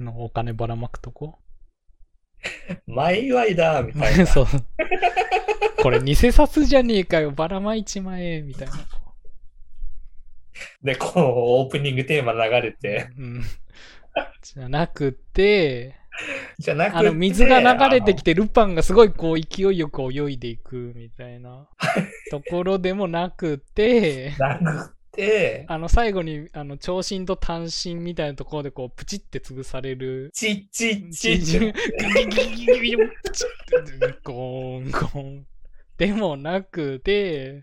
S1: のお金ばらまくとこ。
S2: マイワイだみたい
S1: [laughs]
S2: な。
S1: そう。これ偽札じゃねえかよ、ばらま一枚、みたいな。
S2: で、こう、オープニングテーマ流れて、
S1: うん。じゃなくて、
S2: じゃなくて、
S1: あの水が流れてきて、ルパンがすごいこう勢いよく泳いでいくみたいなところでもなくて、
S2: あのなくて、
S1: あの最後にあの長身と短身みたいなところでこうプチって潰される。
S2: チッチッチ
S1: チ
S2: ッチ
S1: ジ
S2: ッ
S1: ュギギギギギギプチってゴーンゴーン。でもなくて、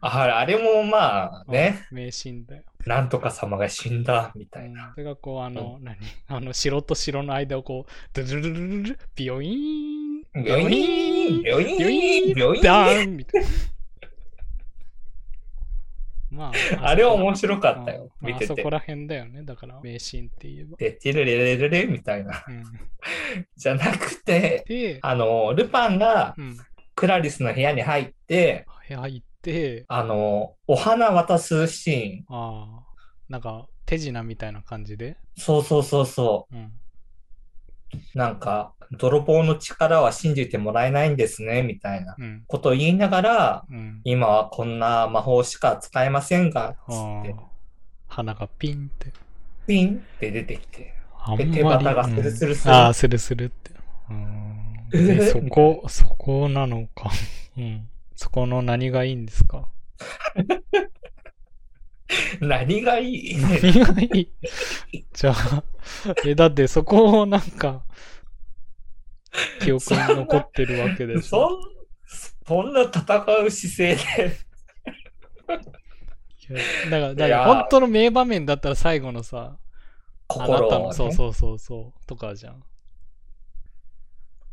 S2: あれあれもまあね、
S1: うん名シーンだよ。
S2: なんとか様が死んだみたいな。
S1: うんそれがこう、あの、何あの、白と白の間をこう、ドゥルルルルルル、ビヨイーン、
S2: ビョイーンビョ
S1: ビ
S2: イ
S1: ョイ
S2: ーンビ
S1: ー
S2: ョイ
S1: ン、
S2: ーン
S1: ダーンみたいな。まあ、
S2: あれは面白かったよ、
S1: うんま
S2: 見
S1: あ、あ
S2: て
S1: そ
S2: て
S1: こ。ら辺だよね。だから、名シーンって言えば。
S2: で、ティルレレレレみたいな。 [laughs]
S1: うん、
S2: じゃなくて、
S1: で、
S2: あの、ルパンが
S1: うん、
S2: クラリスの部屋に入って、
S1: 入って、
S2: あの、お花渡すシーン。
S1: ああ、なんか、手品みたいな感じで。
S2: そうそうそうそ
S1: うん。
S2: う。なんか、泥棒の力は信じてもらえないんですね、みたいな
S1: うん。
S2: ことを言いながら、
S1: うん。
S2: 今はこんな魔法しか使えませんが、つ
S1: あ
S2: って、
S1: あ。鼻がピンって。
S2: ピンって出てきて、
S1: あんま
S2: で
S1: り
S2: 手旗がスルスルする
S1: うんああ、スルスルって。うーんでそこ、そこなのか。うん。そこの何がいいんですか
S2: 何がいい
S1: 何がいいじゃあ、え、だってそこをなんか、記憶に残ってるわけでし
S2: そ
S1: ょ。
S2: んそんな戦う姿勢で、
S1: いやだから、だ
S2: い
S1: から
S2: や
S1: 本当の名場面だったら最後のさ、あな
S2: 心
S1: た
S2: を、
S1: の、
S2: ね。
S1: そうそうそうそう、とかじゃん。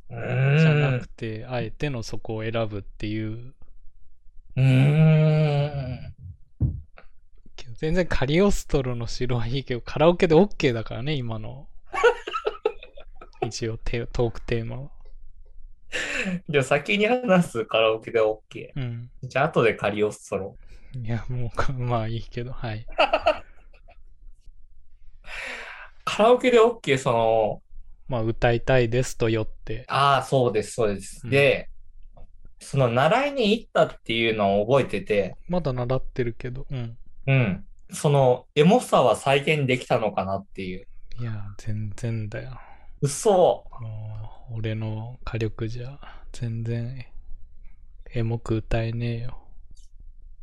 S2: う
S1: じゃ
S2: ー
S1: なんく。て、あえてのそこを選ぶっていう
S2: うーん。
S1: けど全然カリオストロの城はいいけど、カラオケで OK だからね、今
S2: [laughs]
S1: の。一応テートークテーマは。
S2: じゃあ先に話すカラオケで OK。
S1: うん。
S2: じゃあ後でカリオストロ。
S1: いや、もうか、まあいいけど、はい。
S2: カラオケで OK、その、
S1: まあ、歌いたいですとよって。
S2: ああ、そうです、そうです。
S1: うん
S2: で、その習いに行ったっていうのを覚えてて、
S1: まだ習ってるけど、うん。
S2: うん。そのエモさは再現できたのかなっていう。
S1: いや、全然だよ。
S2: 嘘。
S1: もう、俺の火力じゃ、全然、エモく歌えねえよ。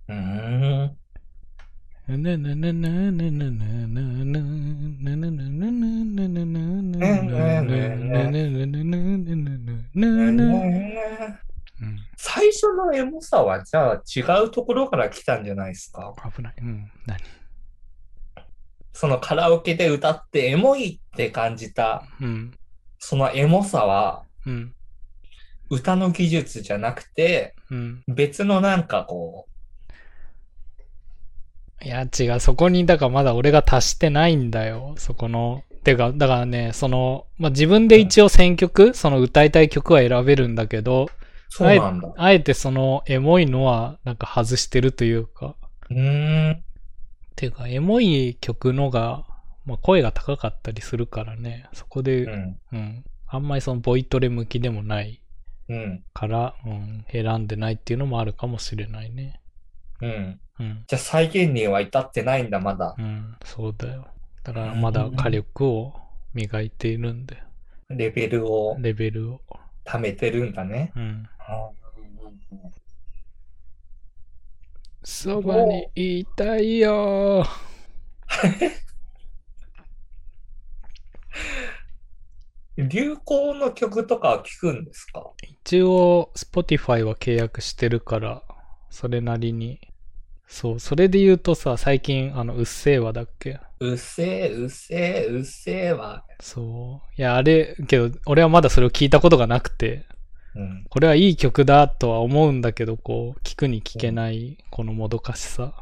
S2: うーん。
S1: ななななななななななななななななななな
S2: 最初のエモさはじゃあ違うところから来たんじゃないですか。
S1: 危ない。うん。何
S2: そのカラオケで歌ってエモいって感じた、
S1: うん。
S2: そのエモさは
S1: うん。
S2: 歌の技術じゃなくて、
S1: うん。
S2: 別のなんかこ
S1: いや、違う。そこに、だからまだ俺が足してないんだよ。そこの。てか、だからね、その、まあ、自分で一応選曲、その歌いたい曲は選べるんだけど、
S2: う、そうなんだ。
S1: あえてそのエモいのはなんか外してるというか、
S2: うーん。
S1: ていうかエモい曲のが、まあ、声が高かったりするからね、そこで、
S2: うん。
S1: うん、あんまりそのボイトレ向きでもない
S2: うん。
S1: から、うん、選んでないっていうのもあるかもしれないね。
S2: うん。
S1: うん、
S2: じゃあ再現には至ってないんだ、まだ。
S1: うん、そうだよ。だからまだ火力を磨いているんで、
S2: レベルを
S1: レベルを。
S2: 貯めてるんだね。
S1: うん。
S2: うん
S1: そばにいたいよー。
S2: 流行の曲とかは聞くんですか
S1: 一応、Spotify は契約してるから、それなりに。そう、それで言うとさ、最近、あの、うっせぇわだっけ
S2: うっせぇ、うっせぇ、うっせぇは。
S1: そう。いや、あれ、けど、俺はまだそれを聞いたことがなくて、
S2: うん。
S1: これはいい曲だとは思うんだけど、こう、聞くに聞けない、このもどかしさ。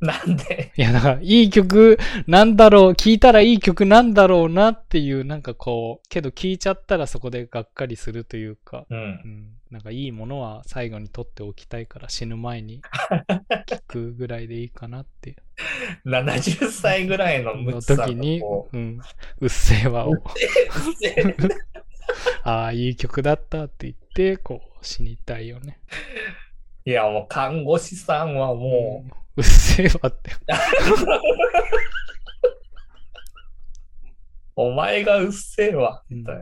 S2: なんで
S1: いや、だから、いい曲なんだろう、聴いたらいい曲なんだろうなっていう、なんかこう、けど聴いちゃったらそこでがっかりするというか、
S2: う。
S1: うんん、なんかいいものは最後に取っておきたいから死ぬ前
S2: [laughs]
S1: に聴くぐらいでいいかなっていう
S2: 70歳ぐらいのム
S1: の
S2: ツさんが
S1: 時に、
S2: こ
S1: うん、うっせぇわを、
S2: ううっせぇ
S1: ああ、いい曲だったって言って、こう、死にたいよね。
S2: [laughs] いや、もう看護師さんはもう、
S1: うっせぇわって。
S2: お前がうっせぇわ、みたい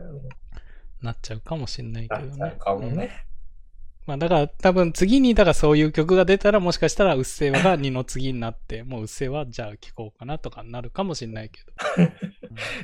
S1: なっちゃうかもしんないけ
S2: な、
S1: ど
S2: なっ
S1: ね。
S2: ちゃうかも
S1: うん
S2: ね。
S1: まあだから多分次にだからそういう曲が出たらもしかしたら「うっせぇわ」が2の次になってもう「うっせぇわ」じゃあ聴こうかなとかなるかもしんないけど、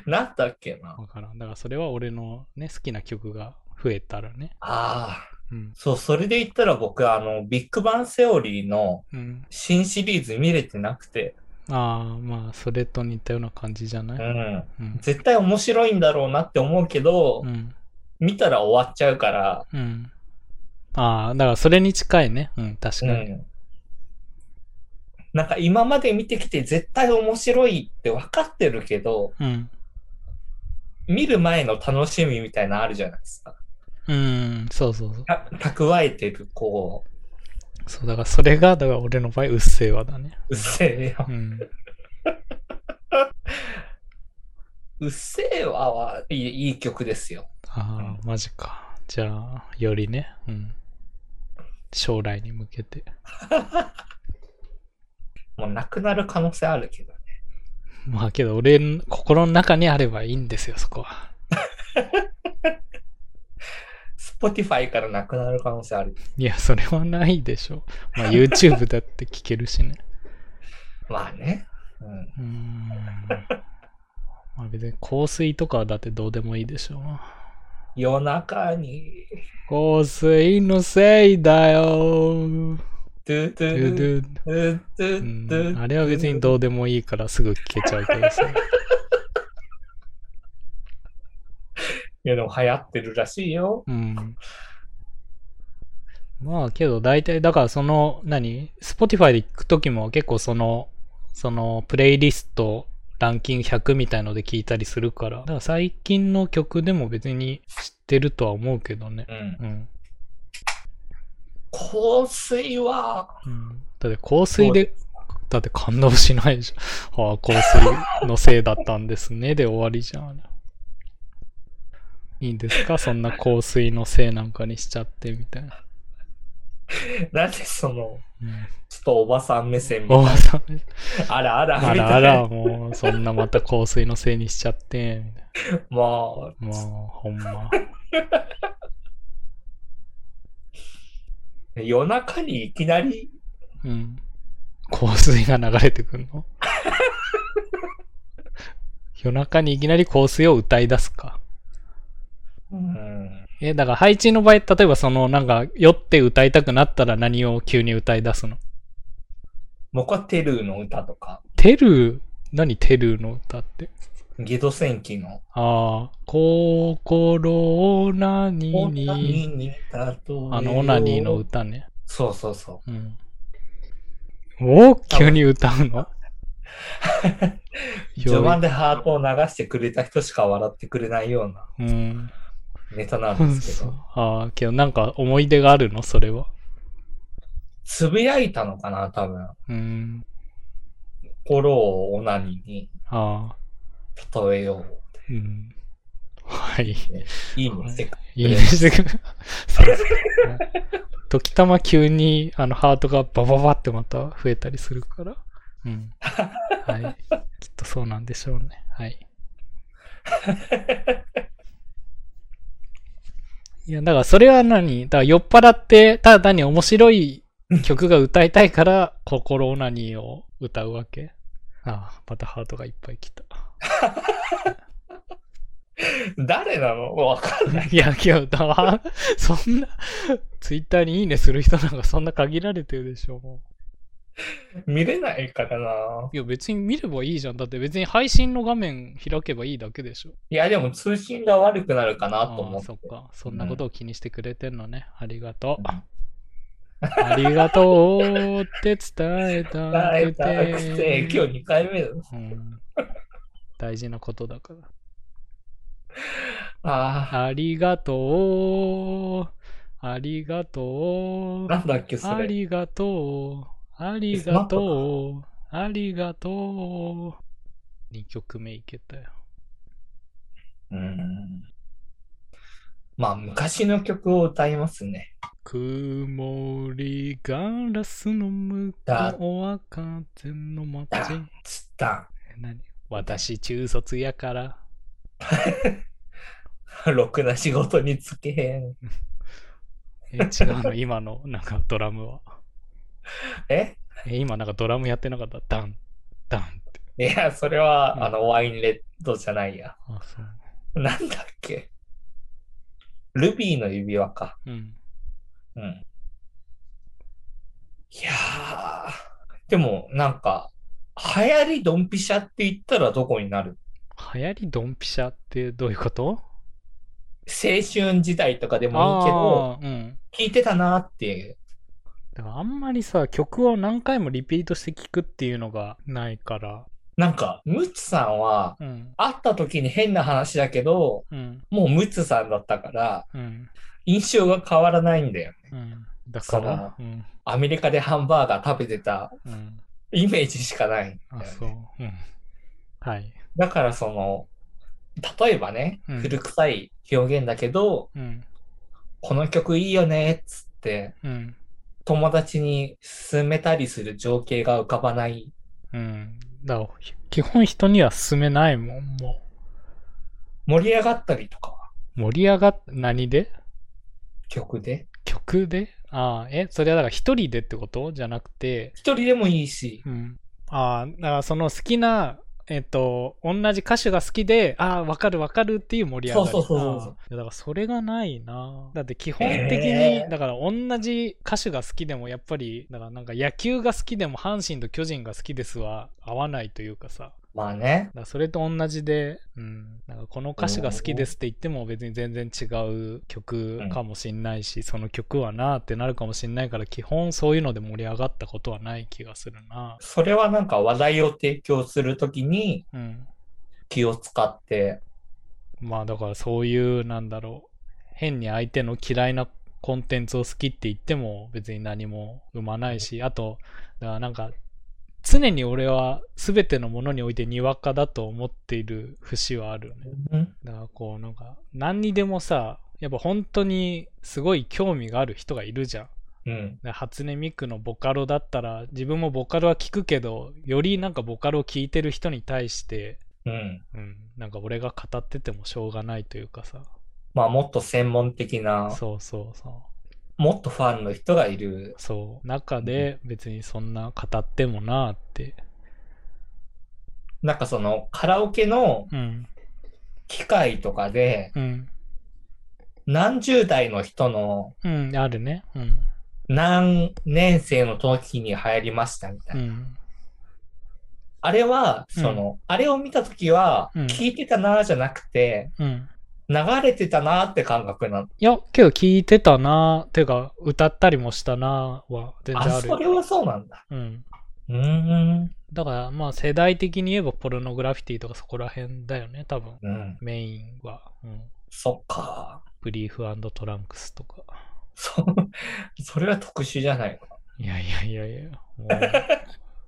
S2: なんだっけな
S1: う。分からんだからそれは俺のね好きな曲が増えたらね
S2: ああ、
S1: うん
S2: そう、それで言ったら僕、あの、ビッグバンセオリーの
S1: うん
S2: 新シリーズ見れてなくて、
S1: ああまあそれと似たような感じじゃな
S2: う
S1: い
S2: ん。
S1: うん
S2: 絶対面白いんだろうなって思うけど、
S1: うん、
S2: 見たら終わっちゃうから、
S1: うん、ああだからそれに近いねうん確か
S2: う
S1: に、
S2: ん。なんか今まで見てきて絶対面白いって分かってるけど、
S1: うん
S2: 見る前の楽しみみたいなのあるじゃないですか。
S1: うん、そうそうそう。
S2: た蓄えてる、こ
S1: そう、だからそれが、だから俺の場合、うっせぇわだね。
S2: う、うっせぇ
S1: う
S2: わ。
S1: ん。
S2: うっせぇわはいいいい曲ですよ。
S1: ああ、マジか。じゃあ、よりね、うん。将来に向けて。
S2: もうなくなる可能性あるけど。
S1: まあけど、俺の心の中にあればいいんですよ、そこは。
S2: Spotify からなくなる可能性ある。
S1: いや、それはないでしょ。まあ YouTube だって聞けるしね。
S2: まあね。うん。
S1: うーん。まあ別に香水とかはだってどうでもいいでしょう。
S2: 夜中に、
S1: 香水のせいだよ。
S2: ドゥド
S1: ドゥ
S2: ゥドゥ
S1: ドゥ
S2: ド
S1: う
S2: ゥドゥド
S1: ん
S2: ゥ。
S1: あれは別にどうでもいいからすぐ聞けちゃうけどさ。
S2: いやでも流行ってるらしいよ。
S1: うん。まあけど大体、だからその、何 ?Spotify で聞くときも結構その、その、プレイリスト、ランキング100みたいので聞いたりするから、だから最近の曲でも別に知ってるとは思うけどね
S2: う。ん。
S1: うん。
S2: 香水は、
S1: うん、だって香水で、だって感動しないじゃん。ああ、 [laughs] 香水のせいだったんですね。で終わりじゃん。いいんですかそんな香水のせいなんかにしちゃってみたいな。
S2: なんでその、
S1: うん
S2: ちょっとおばさん目線みたい
S1: おばさんです。
S2: な。あらあら、み
S1: あ
S2: たいな
S1: らあら、もう、そんなまた香水のせいにしちゃって、みたい
S2: も
S1: なもう、ほんま。
S2: う、夜中にいきなり、
S1: うん。香水が流れてくんの夜中にいきなり香水を歌い出すか。
S2: うん、
S1: え、だから配置の場合、例えばその、なんか、酔って歌いたくなったら何を急に歌い出すの
S2: モカテルーの歌とか、
S1: テルー、何テルーの歌って。
S2: ゲド戦記の、
S1: ああ、心を何に、
S2: にたと
S1: あの、オナニーの。歌ね。
S2: そうそうそう。
S1: うん。お急に歌う [laughs] の
S2: 序盤
S1: で。
S2: でハートを流してくれた人しか笑ってくれないような。
S1: うん。
S2: ネタなんですけど、
S1: ああ、けどなんか思い出があるのそれは。
S2: つぶやいたのかな、多分。
S1: うーん。
S2: 心をオナニーに
S1: ああ。
S2: 例えよ
S1: うん。はい。
S2: う。いいね、世界。
S1: いいですけど。そうですね時たま急にあのハートがバババってまた増えたりするから。うん。はい。きっとそうなんでしょうね。 [laughs] はい。いや、だからそれは何だから酔っ払って、ただ単に面白い曲が歌いたいから、心オナニーを歌うわけ。ああ、またハートがいっぱい来た。
S2: 誰なのわかんない。
S1: [laughs] いや、今日だわ。 [laughs] そんな、ツイッターにいいねする人なんかそんな限られてるでしょ。も
S2: 見れないからな
S1: う。いや、別に見ればいいじゃん。だって別に配信の画面開けばいいだけでしょ。
S2: いや、でも通信が悪くなるかなと
S1: あ
S2: 思
S1: あ、
S2: って
S1: そっ。か。そんなことを気にしてくれてんのね。ありがとう。 [laughs] ありがとうって伝えた
S2: 伝え
S1: くて。
S2: たくて、 [laughs] 今日2回目だ。
S1: うん大事なことだから。
S2: あ
S1: ありがとう。ありがと
S2: あ、
S1: う。
S2: なんだっけ、そ
S1: あ
S2: れ。
S1: りがとう。ありがとう。ありが [laughs] とう。2曲目いけたよ。
S2: うん。まあ、昔の曲を歌いますね。
S1: 曇りガラスの向こうは風の街。
S2: だつった
S1: え何私中卒やから。
S2: ん。 [laughs] ろくな仕事につけへん。
S1: え、違う [laughs] の、今のなんかドラムは。
S2: え [laughs]
S1: え、今なんかドラムやってなかった。ダン、ダンって。
S2: いや、それは、
S1: うん
S2: あの、ワインレッドじゃないや。
S1: あ、そう。
S2: なんだっけ。ルビーの指輪か。
S1: うん。
S2: うん。いやー、でも、なんか、流行りドンピシャって言ったらどこになる
S1: 流行りドンピシャってどういうこと
S2: 青春時代とかでもいいけど、
S1: ああ、うん。
S2: 聞いてたなーっていう。
S1: でもあんまりさ、曲を何回もリピートして聴くっていうのがないから。
S2: なんか、ムツさんは、
S1: うん。
S2: 会った時に変な話だけど、
S1: うん。
S2: もうムツさんだったから、
S1: うん。
S2: 印象が変わらないんだよ。
S1: うん。だから、うん。
S2: アメリカでハンバーガー食べてた
S1: うん。
S2: イメージしかないんだよ
S1: あ、
S2: ね
S1: そう。うん。はい。
S2: だからその、例えばね、
S1: うん
S2: 古臭い表現だけど、
S1: うん。
S2: この曲いいよね、っつって、
S1: うん。
S2: 友達に勧めたりする情景が浮かばない。
S1: うん。だから基本人には勧めないもん、も
S2: 盛り上がったりとかは、
S1: う。盛り上がっ、何で
S2: 曲で。
S1: 曲でああ、え、それはだから一人でってことじゃなくて、
S2: 一人でもいいし、
S1: うん。ああ、だからその好きな、えっと、同じ歌手が好きで、ああ、わかるわかるっていう盛り上がり。
S2: そうそうそうそう
S1: ああいやだからそれがないな。だって基本的に、
S2: へえ
S1: だから同じ歌手が好きでも、やっぱり、だからなんか野球が好きでも、阪神と巨人が好きですは合わないというかさ。
S2: まあね、
S1: だからそれと同じで、うん、なんかこの歌詞が好きですって言っても別に全然違う曲かもしんないし、その曲はなーってなるかもしんないから基本そういうので盛り上がったことはない気がするな。
S2: それはなんか話題を提供するときに
S1: うん。
S2: 気を使って、
S1: まあだからそういうなんだろう変に相手の嫌いなコンテンツを好きって言っても別に何も生まないしあとだからなんか常に俺は全てのものにおいてにわかだと思っている節はあるね。
S2: うん
S1: だからこうなんか何にでもさやっぱ本当にすごい興味がある人がいるじゃん。
S2: うん、
S1: で初音ミクのボカロだったら自分もボカロは聞くけどよりなんかボカロを聞いてる人に対して、
S2: うん。
S1: うん、なんか俺が語っててもしょうがないというかさ
S2: まあもっと専門的な、
S1: そうそうそう
S2: もっとファンの人がいる。
S1: そう中で別にそんな語ってもなあって
S2: なんかそのカラオケの
S1: うん
S2: 機械とかで、
S1: うん
S2: 何十代の人の
S1: うんあるねうん
S2: 何年生の時に流行りましたみたいうな。
S1: ん
S2: あれは、その、あれを見た時は、
S1: うん
S2: 聞いてたなーじゃなくて、
S1: うん
S2: 流れてたなーって感覚なの。
S1: いやけど聞いてたなあていうか歌ったりもしたなあは全然ある
S2: あ、それはそうなんだ。
S1: うん
S2: うーん。
S1: だからまあ世代的に言えばポルノグラフィティとかそこら辺だよね多分
S2: うん。
S1: メインは、うん、
S2: そっか。
S1: ブリーフトランクスとか。
S2: そ、 [laughs] それは特殊じゃないの
S1: いやいやいやいや、 [laughs] もう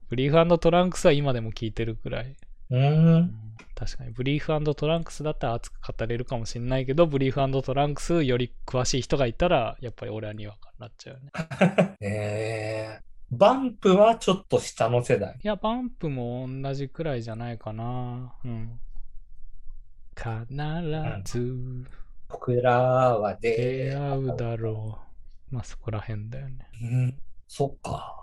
S1: ブリーフトランクスは今でも聞いてるくらい。
S2: うー
S1: うん
S2: ん。
S1: 確かに、ブリーフトランクスだったら熱く語れるかもしれないけど、ブリーフトランクスより詳しい人がいたら、やっぱり俺はにわかになっちゃうよね。
S2: えー、バンプはちょっと下の世代。
S1: [laughs] いや、バンプも同じくらいじゃないかな。うん。必ず
S2: 僕らは
S1: 出
S2: 出
S1: 会うだろう。まあそこら辺だよね。
S2: うん、そっか。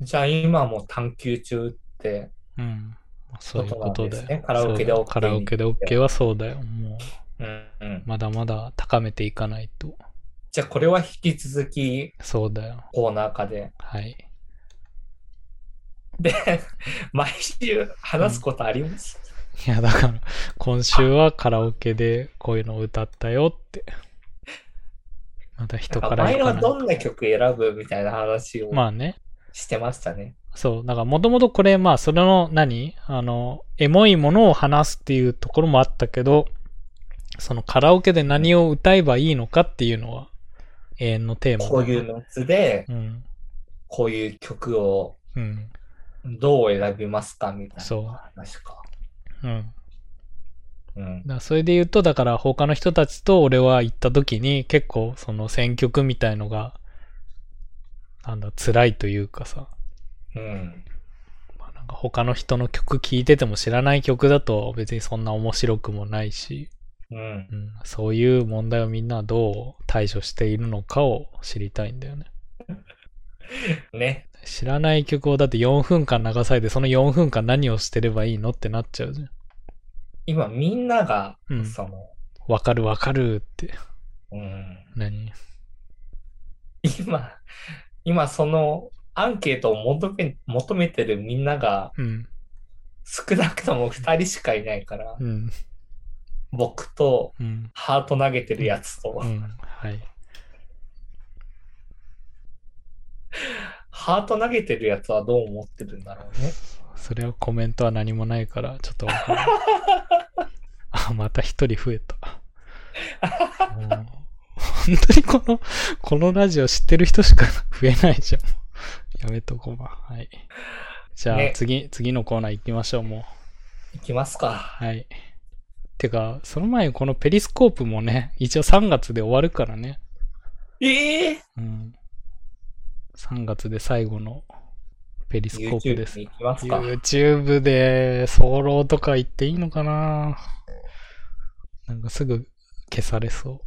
S2: じゃあ今も探求中って、
S1: うん。まあそういうことだよ。
S2: そうなんですねカラオケで
S1: そう
S2: OK
S1: カラオケで OK はそうだよ。も
S2: うんうん
S1: う、、まだまだ高めていかないと。
S2: じゃあこれは引き続き
S1: そうだよ。
S2: コーナー化で。
S1: はい。
S2: で、毎週話すことあります、
S1: いや、だから、今週はカラオケでこういうのを歌ったよって。また人
S2: なん
S1: か
S2: から前
S1: 行か
S2: は
S1: ない
S2: どんな曲選ぶみたいな話を
S1: まあね。
S2: してましたね。
S1: そう。だから、もともとこれ、まあ、それの何、あの、エモいものを話すっていうところもあったけど、そのカラオケで何を歌えばいいのかっていうのは、永遠のテーマだ
S2: こういうメンツで、
S1: うん。
S2: こういう曲を
S1: うん。
S2: どう選びますかみたい
S1: そう
S2: な話か。
S1: うん。
S2: うん
S1: だからそれで言うと、だから他の人たちと俺は行った時に結構その選曲みたいのが、なんだ、辛いというかさ、
S2: うん。
S1: まあなんか他の人の曲聴いてても知らない曲だと別にそんな面白くもないし、
S2: うん
S1: う。ん、そういう問題をみんなどう対処しているのかを知りたいんだよね。
S2: ね。
S1: 知らない曲をだって4分間流されてその4分間何をしてればいいのってなっちゃうじゃん。
S2: 今みんなが、
S1: うん
S2: その、
S1: わかるわかるって。
S2: うん、
S1: 何
S2: 今、今そのアンケートを求め求めてるみんなが
S1: うん。
S2: 少なくとも2人しかいないから、
S1: うん。
S2: 僕と
S1: うん。
S2: ハート投げてるやつと、
S1: うん、はい。
S2: ハート投げてるやつはどう思ってるんだろうね。
S1: それはコメントは何もないから、ちょっとわかんない。あ、また一人増えた。もう本当にこの、このラジオ知ってる人しか増えないじゃん。やめとこうば。はい。じゃあ
S2: ね
S1: 次、次のコーナー行きましょう、もう。
S2: いきますか。
S1: はい。てか、その前にこのペリスコープもね、一応3月で終わるからね。
S2: ええ
S1: うん。3月で最後のペリスコープで
S2: !YouTube
S1: す
S2: に。行きますか。
S1: YouTube でソロとか言っていいのかななんかすぐ消されそ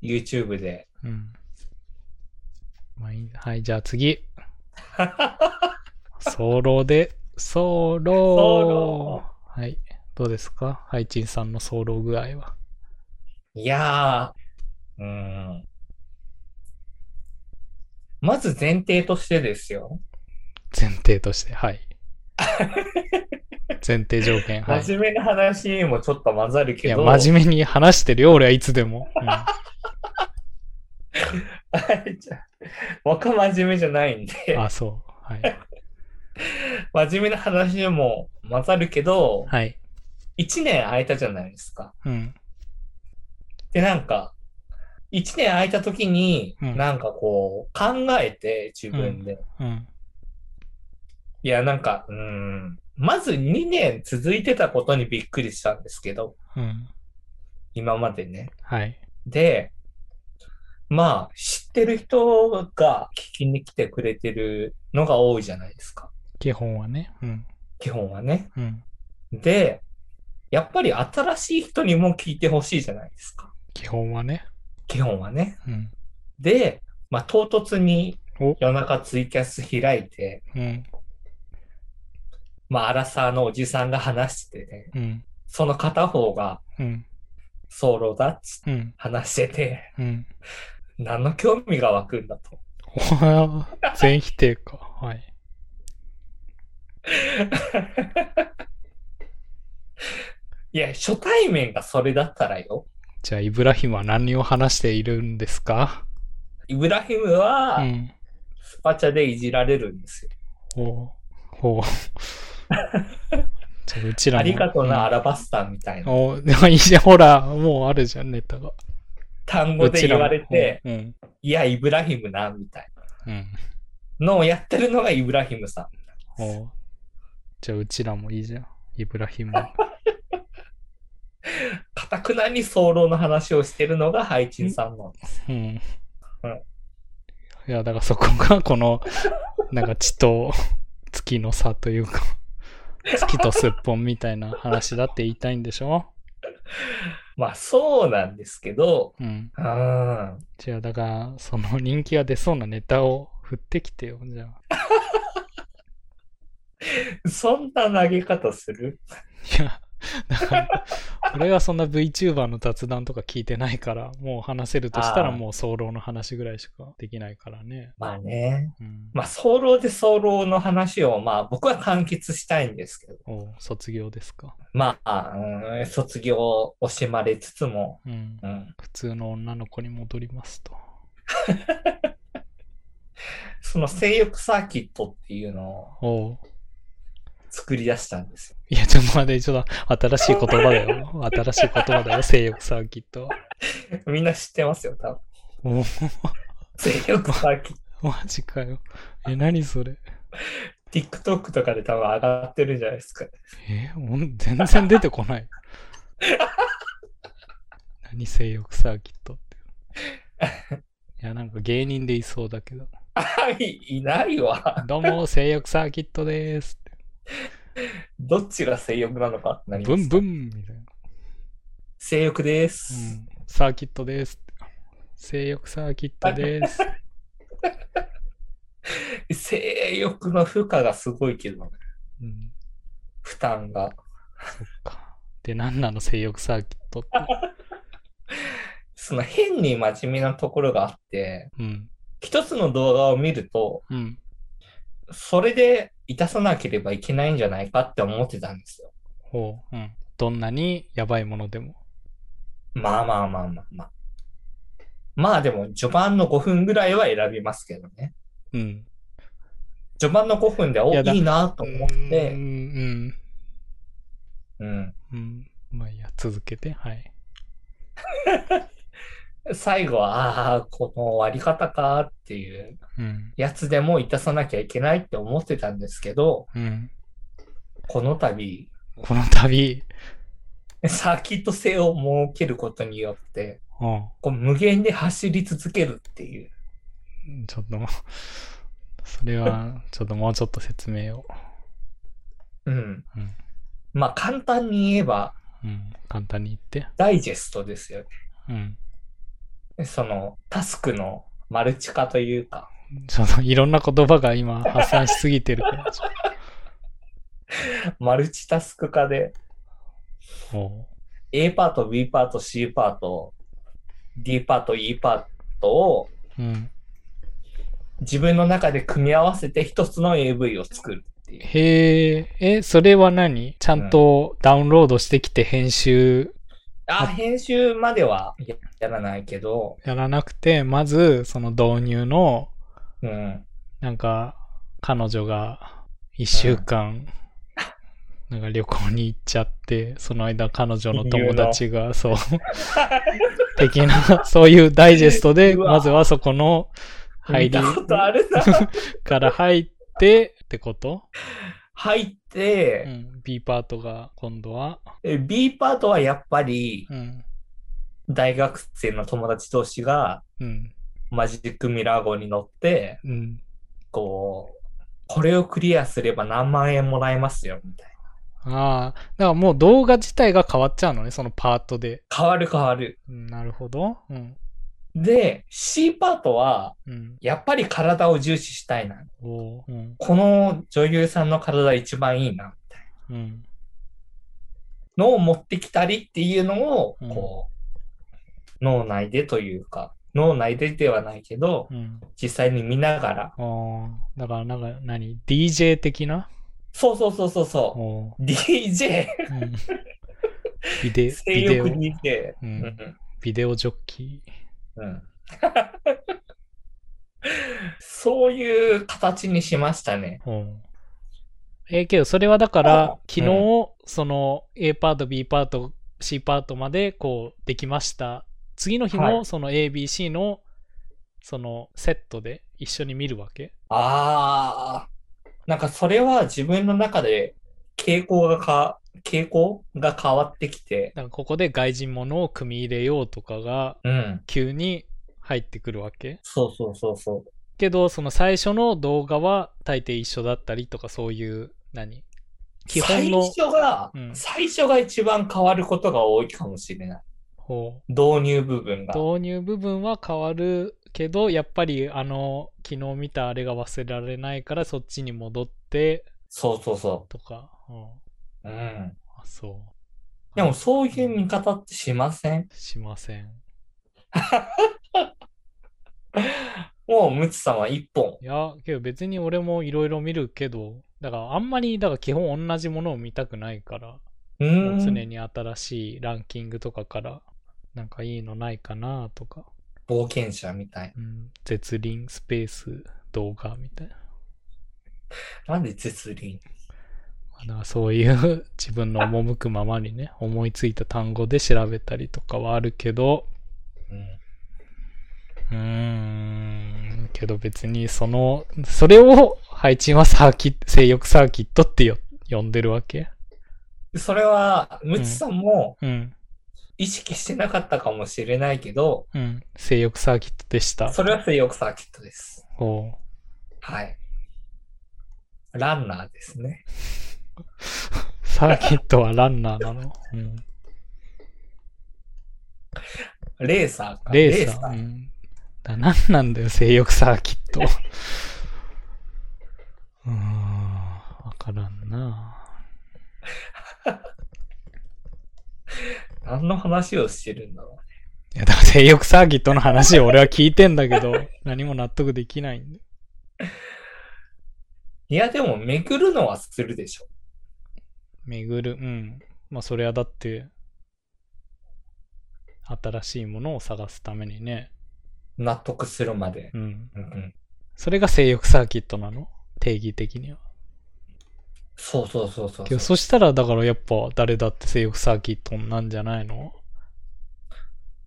S2: YouTube で。
S1: う。うん。まあいいはい、じゃあ
S2: [laughs]
S1: 次。ソロで、ソロ
S2: ソ
S1: はい。どうですかハイチンさんのソロ具合は。
S2: いやー、うん。まず前提としてですよ。
S1: 前提として、
S2: [laughs]
S1: はい。前提条件、はい。
S2: 真面目な話にもちょっと混ざる
S1: い
S2: け
S1: や、
S2: ど、
S1: 真面目に話してるよ、俺はいつでも。
S2: [laughs]
S1: うん
S2: はいじゃあ [laughs] 僕は真面目じゃないんで、
S1: あ、そう。はい。
S2: 真面目な話にも混ざるけど、
S1: はい。
S2: 1年空いたじゃないですか。
S1: うん。
S2: で、なんか、1年空いた時に、
S1: うん
S2: なんかこう、考えて、自分で。
S1: うん。
S2: いや、なんか、うん、まず2年続いてたことにびっくりしたんですけど、
S1: うん。
S2: 今までね。
S1: はい。
S2: で、まあ、知ってる人が聞きに来てくれてるのが多いじゃないですか。
S1: 基本はね。うん。
S2: 基本はね。
S1: うん。
S2: で、やっぱり新しい人にも聞いてほしいじゃないですか。
S1: 基本はね。
S2: 基本はね。
S1: うん。
S2: で、まあ、唐突に
S1: お
S2: 夜中ツイキャス開いて、
S1: うん。
S2: まあ、アラサーのおじさんが話しててね、
S1: うん。
S2: その片方が
S1: うん。
S2: ソロだっつって
S1: うん。
S2: 話してて、
S1: うん。
S2: 何の興味が湧くんだと。
S1: おはよう全否定か。はい。
S2: いや、初対面がそれだったらよ。
S1: じゃあ、イブラヒムは何を話しているんですか
S2: イブラヒム
S1: う
S2: は
S1: ん。
S2: スパチャでいじられるんですよ。
S1: ほう。ほう。
S2: [laughs]
S1: じゃあ、うちらも。
S2: ありがとうな、ア
S1: ら。
S2: ラバスタみたいな。
S1: お、でもいいじゃん。ほら、もうあるじゃん、ネタが。
S2: 単語で言われて、
S1: うん。
S2: いや、イブラヒムな、みたい
S1: うん。
S2: なのをやってるのがイブラヒムさん。
S1: おうじゃあ、うちらもいいじゃん。イブラヒム。
S2: かたくなに早漏の話をしてるのがハイチンさんの。
S1: うん。
S2: うん
S1: いや、だからそこがこの、なんか地と月の差と
S2: [laughs]
S1: いうか、月とすっぽんみたいな話だって言いたいんでしょ
S2: まあそうなんですけど、
S1: うん。
S2: うーん。
S1: じゃあ、だから、その人気が出そうなネタを振ってきてよ、じゃあ。
S2: そんな投げ方する
S1: いや、だから、俺はそんな VTuber の雑談とか聞いてないから、もう話せるとしたら
S2: あー
S1: もう早漏の話ぐらいしかできないからね。
S2: まあね。
S1: うん。
S2: まあ早漏で早漏の話をまあ僕は完結したいんですけど、
S1: おう卒業ですか。
S2: まあ、うーん卒業を惜しまれつつも、
S1: うん。
S2: うん、
S1: 普通の女の子に戻りますと。
S2: その性欲サーキットっていうの
S1: お
S2: を
S1: う
S2: 作り出したんですよ。
S1: いや、ちょっと待って、ちょっと新しい言葉だよ。
S2: [laughs]
S1: 新しい言葉だよ、性欲サーキットは。
S2: みんな知ってますよ、多分。
S1: おう
S2: 性欲サーキット。
S1: マジかよ。え、何それ。
S2: TikTok とかで多分上がってるんじゃないですか。
S1: え、ほん全然出てこ
S2: [laughs]
S1: ない。何性欲サーキットって。いや、なんか芸人でいそうだけど。
S2: あいいないわ。
S1: どうも、性欲サーキットでーすっ
S2: どっちが性欲なのかってな
S1: て。
S2: り
S1: ブ
S2: ま
S1: ン
S2: す。
S1: ブンみたいな。
S2: 性欲で
S1: う
S2: す。
S1: ん、サーキットですって。性欲サーキット
S2: [laughs]
S1: です。
S2: 性欲の負荷がすごいけどね、
S1: うん、
S2: 負担が。
S1: かで、何なの性欲サーキットって。
S2: その変に真面目なところがあって、
S1: うん。
S2: 一つの動画を見ると、
S1: うん。
S2: それでいたさなければいけないんじゃないかって思ってたんですよ。
S1: ほう。うん。どんなにやばいものでも。
S2: まあまあまあまあまあ。まあでも、序盤の5分ぐらいは選びますけどね。
S1: うん。
S2: 序盤の5分で、お、
S1: いやだ
S2: いいなと
S1: う
S2: 思っ
S1: ん。う
S2: て、
S1: ん。
S2: うん。
S1: うん。まあいいや、続けて。はい。
S2: 最後は、ああ、この終わり方かっていう
S1: うん。
S2: やつでもいたさなきゃいけないって思ってたんですけど、
S1: うん。
S2: この度、 [laughs]
S1: この度、
S2: サーキット性を設けることによって、
S1: うん。
S2: こう無限で走り続けるっていう。
S1: ちょっともう、それは、ちょっともうちょっと説明を。
S2: うん。
S1: うん
S2: まあ簡単に言えば、
S1: うん。簡単に言って。
S2: ダイジェストですよ
S1: うん。
S2: ね。その、タスクのマルチ化というか、
S1: ちょっといろんな言葉が今発散しすぎてるから。 [laughs] ちょっ
S2: マルチタスク化で、
S1: とお
S2: A パート、B パート、C パート、D パート、E パートを
S1: ううん。
S2: 自分の中で組み合わせて一つの AV を作るっていう。
S1: へえ、え、それは何ちゃんとダウンロードしてきて編集
S2: あ、編集まではややらないけど、
S1: やらなくて、まずその導入の、
S2: うん。
S1: なんか、彼女が一週間、なんか旅行に行っちゃって、その間彼女の友達が、そう、的な、そういうダイジェストで、
S2: うわ
S1: まずはそこの入
S2: 見
S1: り
S2: たことあるな。
S1: [laughs] から入ってってこと
S2: 入っ
S1: う
S2: て、
S1: ん、B パートが今度は、
S2: え B パートはやっぱり
S1: うん、
S2: 大学生の友達同士が
S1: うん、
S2: マジックミラー号に乗って、
S1: うん。
S2: こう、これをクリアすれば何万円もらえますよ、みたい
S1: ああ、だからもう動画自体が変わっちゃうのね、そのパートで。
S2: な。変わる変わる。
S1: うんなるほど。うん、
S2: で、C パートは、
S1: うん、
S2: やっぱり体を重視したいな。
S1: おーうん、
S2: この女優さんの体一番いいな、みたい
S1: うん、
S2: なのを持ってきたりっていうのを、
S1: うん
S2: こう、脳内でというか、脳内でではないけど、
S1: うん。
S2: 実際に見ながら、
S1: ああ、だからなんか何 ?DJ 的な
S2: そうそうそうそう
S1: お
S2: そ
S1: お
S2: う。DJ、
S1: ー、うん、ビデ
S2: [laughs] 性
S1: ビデオ
S2: 欲、DJ。
S1: う、
S2: うんん
S1: ビデオジョッキー。
S2: うん、 [laughs] そういう形にしましたね。
S1: うんえーけどそれはだから
S2: あ
S1: 昨日、その A パート B パート C パートまでこうできました次の日
S2: は
S1: も
S2: い
S1: その ABC のそのセットで一緒に見るわけ
S2: あー、なんかそれは自分の中で傾向がか、傾向が変わってきて、
S1: だからここで外人ものを組み入れようとかが
S2: うん、
S1: 急に入ってくるわけ
S2: そうそうそうそう。
S1: けどその最初の動画は大抵一緒だったりとかそういう何基本の
S2: 最初が、
S1: うん
S2: 最初が一番変わることが多いかもしれない。
S1: ほう
S2: 導入部分が。
S1: 導入部分は変わるけどやっぱりあの昨日見たあれが忘れられないからそっちに戻って
S2: そうそうそ
S1: とか、うん、
S2: う。うん。
S1: あそう
S2: でもそういう見方ってしません
S1: しません
S2: もうムツさんは一本。
S1: いやけど別に俺もいろいろ見るけどだからあんまりだから基本同じものを見たくないから
S2: う
S1: もう常
S2: ん。
S1: に新しいランキングとかからなんかいいのないかなとか、
S2: 冒険者みたい。
S1: うん、絶倫スペース動画みたいな、
S2: なんで絶倫
S1: まあだからそういう [laughs] 自分の赴くままにね思いついた単語で調べたりとかはあるけどう
S2: うん。
S1: ーんけど別にそのそれを配置はサーキット性欲サーキットってよ呼んでるわけ
S2: それは、ムツさんも
S1: うん
S2: 意識してなかったかもしれないけど、
S1: うん性欲サーキットでした
S2: それは性欲サーキットです。
S1: おう [laughs]
S2: はい。ランナーですね。
S1: サーキットはランナーなの、うん
S2: レーサーか。
S1: レーサー。うん、だ何なんだよ、性欲サーキッ [laughs] ト。うーん、わからんな。
S2: 何の話をしてるんだろう。
S1: いや、だから性欲サーキットの話を俺は聞いてんだけ [laughs] ど、何も納得できないんで。
S2: いや、でも、めくるのはするでしょ。
S1: 巡る、うん。まあ、それはだって、新しいものを探すためにね。
S2: 納得するまで。
S1: うん。
S2: うんうん、
S1: それが性欲サーキットなの定義的には。
S2: そうそうそうそう
S1: けど、そしたら、だからやっぱ誰だって性欲サーキットなんじゃないの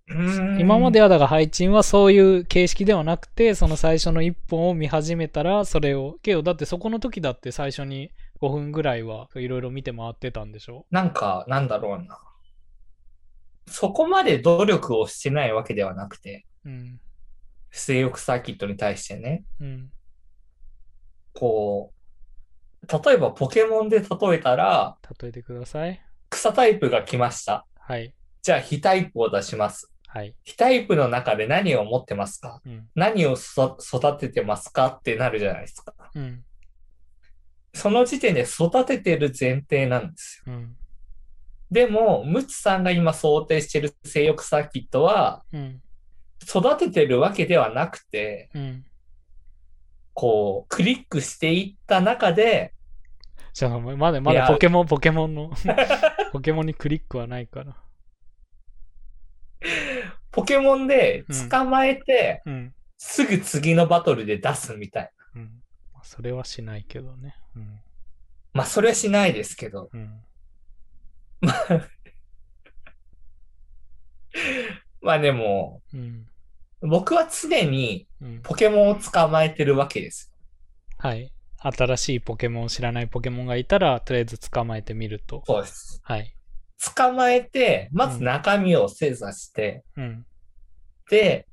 S2: うーん
S1: 今まではだから配置はそういう形式ではなくてその最初の1本を見始めたらそれをけどだってそこの時だって最初に5分ぐらいはいろいろ見て回ってたんでしょ
S2: なんか、なんだろうな。そこまで努力をしてないわけではなくて、
S1: うん
S2: 性欲サーキットに対してね、
S1: うん
S2: こう、例えばポケモンで例えたら、
S1: 例えてください
S2: 草タイプが来ました。
S1: はい
S2: じゃあ、非タイプを出します。
S1: はい
S2: 非タイプの中で何を持ってますか
S1: うん
S2: 何をそ育ててますかってなるじゃないですか。
S1: うん
S2: その時点で育ててる前提なんですよ。
S1: うん
S2: でも、ムツさんが今想定してる性欲サーキットは、
S1: うん
S2: 育ててるわけではなくて、
S1: うん
S2: こう、クリックしていった中で、
S1: じゃあまだま
S2: い
S1: だ
S2: や
S1: ポケモンポケモン
S2: [laughs]
S1: のポケモンにクリックはないから
S2: ポケモンで捕まえて、
S1: うん
S2: すぐ次のバトルで出すみたいな。
S1: うんまあそれはしないけどねうん
S2: まあ、それはしないですけど、
S1: うん
S2: まあでも、
S1: うん
S2: 僕は常に
S1: うん
S2: ポケモンを捕まえてるわけです。
S1: はい。新しいポケモン、知らないポケモンがいたら、とりあえず捕まえてみると。
S2: そうです。
S1: はい。
S2: 捕まえて、まず中身を精査して、
S1: うん。
S2: で、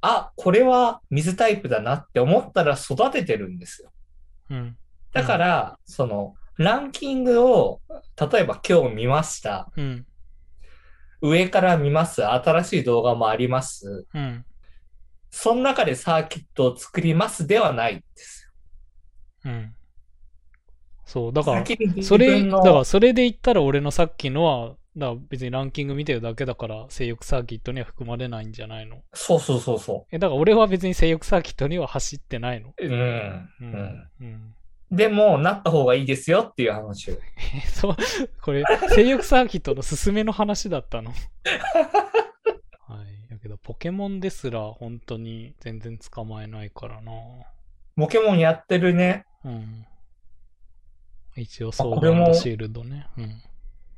S2: あ、これは水タイプだなって思ったら育ててるんですよ。
S1: うん。
S2: だから、その、ランキングを、例えば今日見ました。
S1: うん。
S2: 上から見ます。新しい動画もあります。
S1: うん。
S2: その中でサーキットを作りますではないんですよ。
S1: うん。そう。だから、
S2: 先に自
S1: それ、
S2: 分
S1: だ
S2: の
S1: から、それで言ったら、俺のさっきのは、だから別にランキング見てるだけだから、性欲サーキットには含まれないんじゃないの
S2: そうそうそうそ
S1: え、だから俺は別に性欲サーキットには走ってないの。
S2: う。うん。
S1: う
S2: うん。
S1: うん。
S2: でも、なった方がいいですよっていう話を。
S1: え、 [laughs] そう、これ、性欲サーキットのすすめの話だった
S2: [laughs]
S1: の。はい。だけど、ポケモンですら、本当に全然捕まえないからな。
S2: ポケモンやってるね。
S1: うん。一応、ソー
S2: これ
S1: ド
S2: も
S1: のシールドね。うん。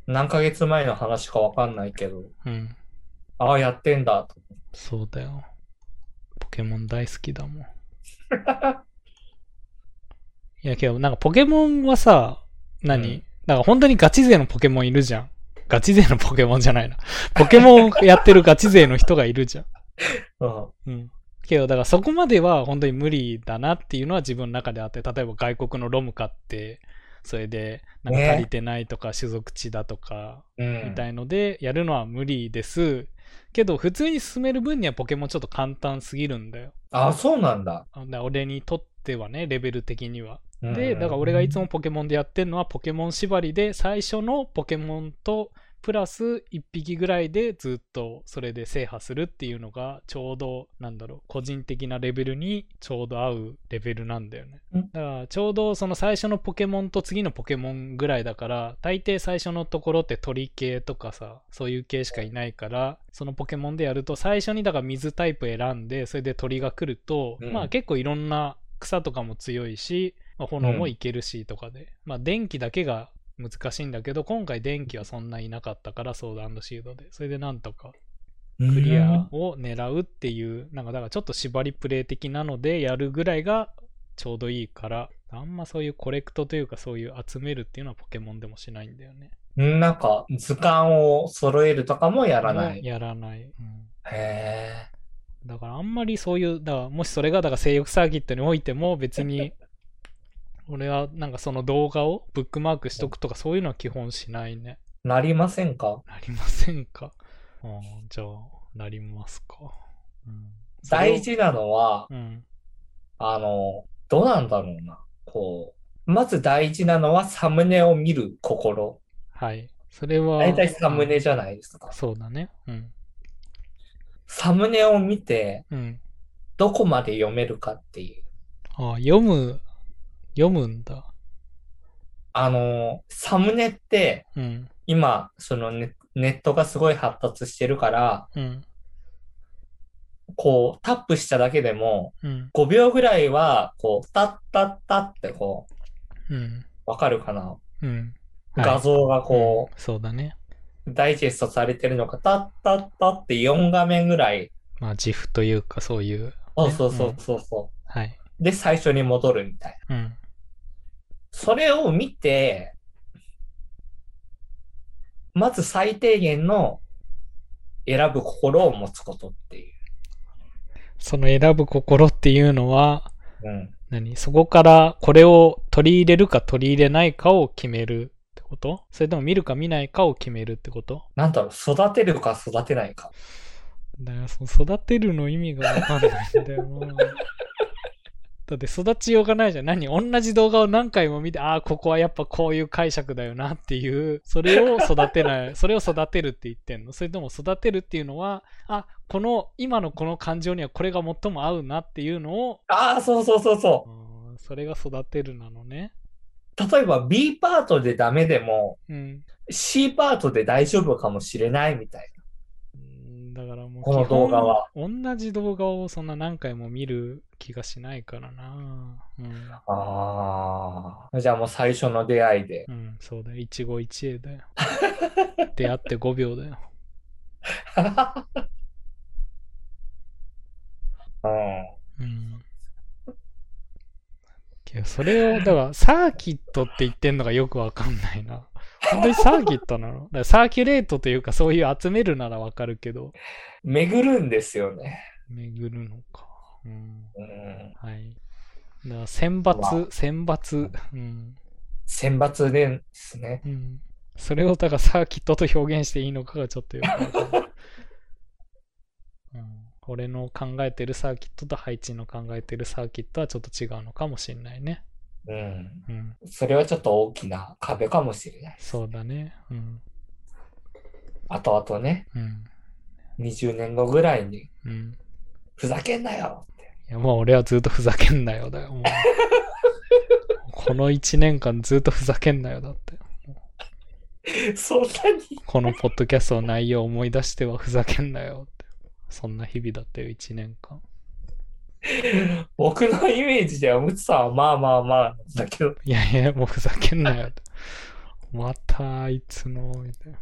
S2: 何ヶ月前の話かわかんないけど、
S1: うん。
S2: ああ、やってんだと。
S1: そうだよ。ポケモン大好きだ
S2: [laughs]
S1: もん。いや、けど、なんかポケモンはさ、何、
S2: うん
S1: なんか本当にガチ勢のポケモンいるじゃん。ガチ勢のポケモンじゃないな。 [laughs] ポケモンをやってるガチ勢の人がいるじゃん。
S2: うん。
S1: うん。けど、だからそこまでは本当に無理だなっていうのは自分の中であって、例えば外国のロム買って、それで、なんか足りてないとか、種族地だとか、
S2: うん。
S1: みたいので、やるのは無理です。けど、普通に進める分にはポケモンちょっと簡単すぎるんだよ。
S2: ああ、そうなんだ。
S1: あだから俺にとってはね、レベル的には。
S2: うん
S1: で、だから俺がいつもポケモンでやってるのは、ポケモン縛りで、最初のポケモンと、プラス1匹ぐらいでずっとそれで制覇するっていうのが、ちょうど、なんだろう、個人的なレベルにちょうど合うレベルなんだよね
S2: うん。
S1: だから、ちょうどその最初のポケモンと次のポケモンぐらいだから、大抵最初のところって鳥系とかさ、そういう系しかいないから、そのポケモンでやると、最初にだから水タイプ選んで、それで鳥が来ると、
S2: うん
S1: まあ結構いろんな草とかも強いし、まあ炎もいけるしとかで、まあ電気だけが難しいんだけど今回電気はそんないなかったからソードシードでそれでなんとかクリアを狙うっていう、なんかだからちょっと縛りプレイ的なのでやるぐらいがちょうどいいからあんまそういうコレクトというかそういう集めるっていうのはポケモンでもしないんだよね
S2: うんなんか、図鑑を揃えるとかもやらない。へ
S1: やらない、うん
S2: え。
S1: だからあんまりそういうだからもしそれがだから性欲サーキットにおいても別に [laughs] 俺はなんかその動画をブックマークしとくとかそういうのは基本しないね
S2: なりませんか
S1: なりませんかあーじゃあなりますか、うん、それを
S2: 大事なのは、
S1: うん
S2: あの、どうなんだろうな。こう、まず大事なのはサムネを見る心。
S1: はいそれは
S2: 大体サムネじゃないですか。
S1: そうだねうん
S2: サムネを見て、
S1: うん
S2: どこまで読めるかっていう。
S1: あー読む読むんだ
S2: あの、サムネって、
S1: うん
S2: 今、そのネネットがすごい発達してるから、
S1: うん
S2: こう、タップしただけでも、
S1: うん
S2: 5秒ぐらいは、こう、タッタッタって、こう、
S1: うん
S2: わかるかな
S1: うんはい
S2: 画像がこ
S1: うんそうだね
S2: う、ダイジェストされてるのが、タッタッタって4画面ぐらい。
S1: まあ自負というかそういう
S2: そうそうそうそうそ。
S1: はいう
S2: で、最初に戻るみたいな。
S1: うん
S2: それを見て、まず最低限の選ぶ心を持つことっていう。
S1: その選ぶ心っていうのは
S2: うん。
S1: 何そこからこれを取り入れるか取り入れないかを決めるってことそれとも見るか見ないかを決めるってこと
S2: なんだろう、育てるか育てないか。
S1: だからその育てるの意味がわかんないんだよな。 [laughs] だって育ちようがないじゃん。何同じ動画を何回も見て、ああ、ここはやっぱこういう解釈だよなっていう、それを育てない、それを育てるって言ってんのそれとも育てるっていうのは、あ、この、今のこの感情にはこれが最も合うなっていうのを、
S2: ああ、そうそうそうそ
S1: あーそれが育てるなのね。
S2: う。例えば B パートでダメでも、
S1: うん。
S2: C パートで大丈夫かもしれないみたい
S1: うんだからもう
S2: この
S1: 基本
S2: 動画は
S1: 同じ動画をそんな何回も見る気がしないからな。うん。
S2: な。ああ。じゃあもう最初の出会いで。 [laughs]
S1: うん、そうだよ。一期一会だよ。出会って5秒だよ。
S2: うん。
S1: うん。けど、それを、だから、サーキットって言ってんのがよくわかんないな。本当にサーキットなのだからサーキュレートというか、そういう集めるならわかるけど、
S2: 巡るんですよね。
S1: 巡るのか。うん。
S2: うん。
S1: はい。だから、選抜、選抜。うん。
S2: 選抜ですね。
S1: うん。それを、だから、サーキットと表現していいのかがちょっとよくわかんない。うん俺の考えてるサーキットとハイチの考えてるサーキットはちょっと違うのかもしれないね。
S2: うん。
S1: うん。
S2: それはちょっと大きな壁かもしれない。
S1: そうだね。うん。
S2: あとあとね、
S1: うん。
S2: 20年後ぐらいに、
S1: うん。
S2: ふざけんなよ [laughs] って。
S1: いや、もう俺はずっとふざけんなよだよ。もうこの1年間ずっとふざけんなよだって。
S2: そんなに
S1: このポッドキャストの内容を思い出してはふざけんなよって。そんな日々だったよ、1年間。
S2: 僕のイメージでは、ムツさんはまあまあまあ、だけど、
S1: いやいや、もうふざけんなよって。またあいつの、みたいな。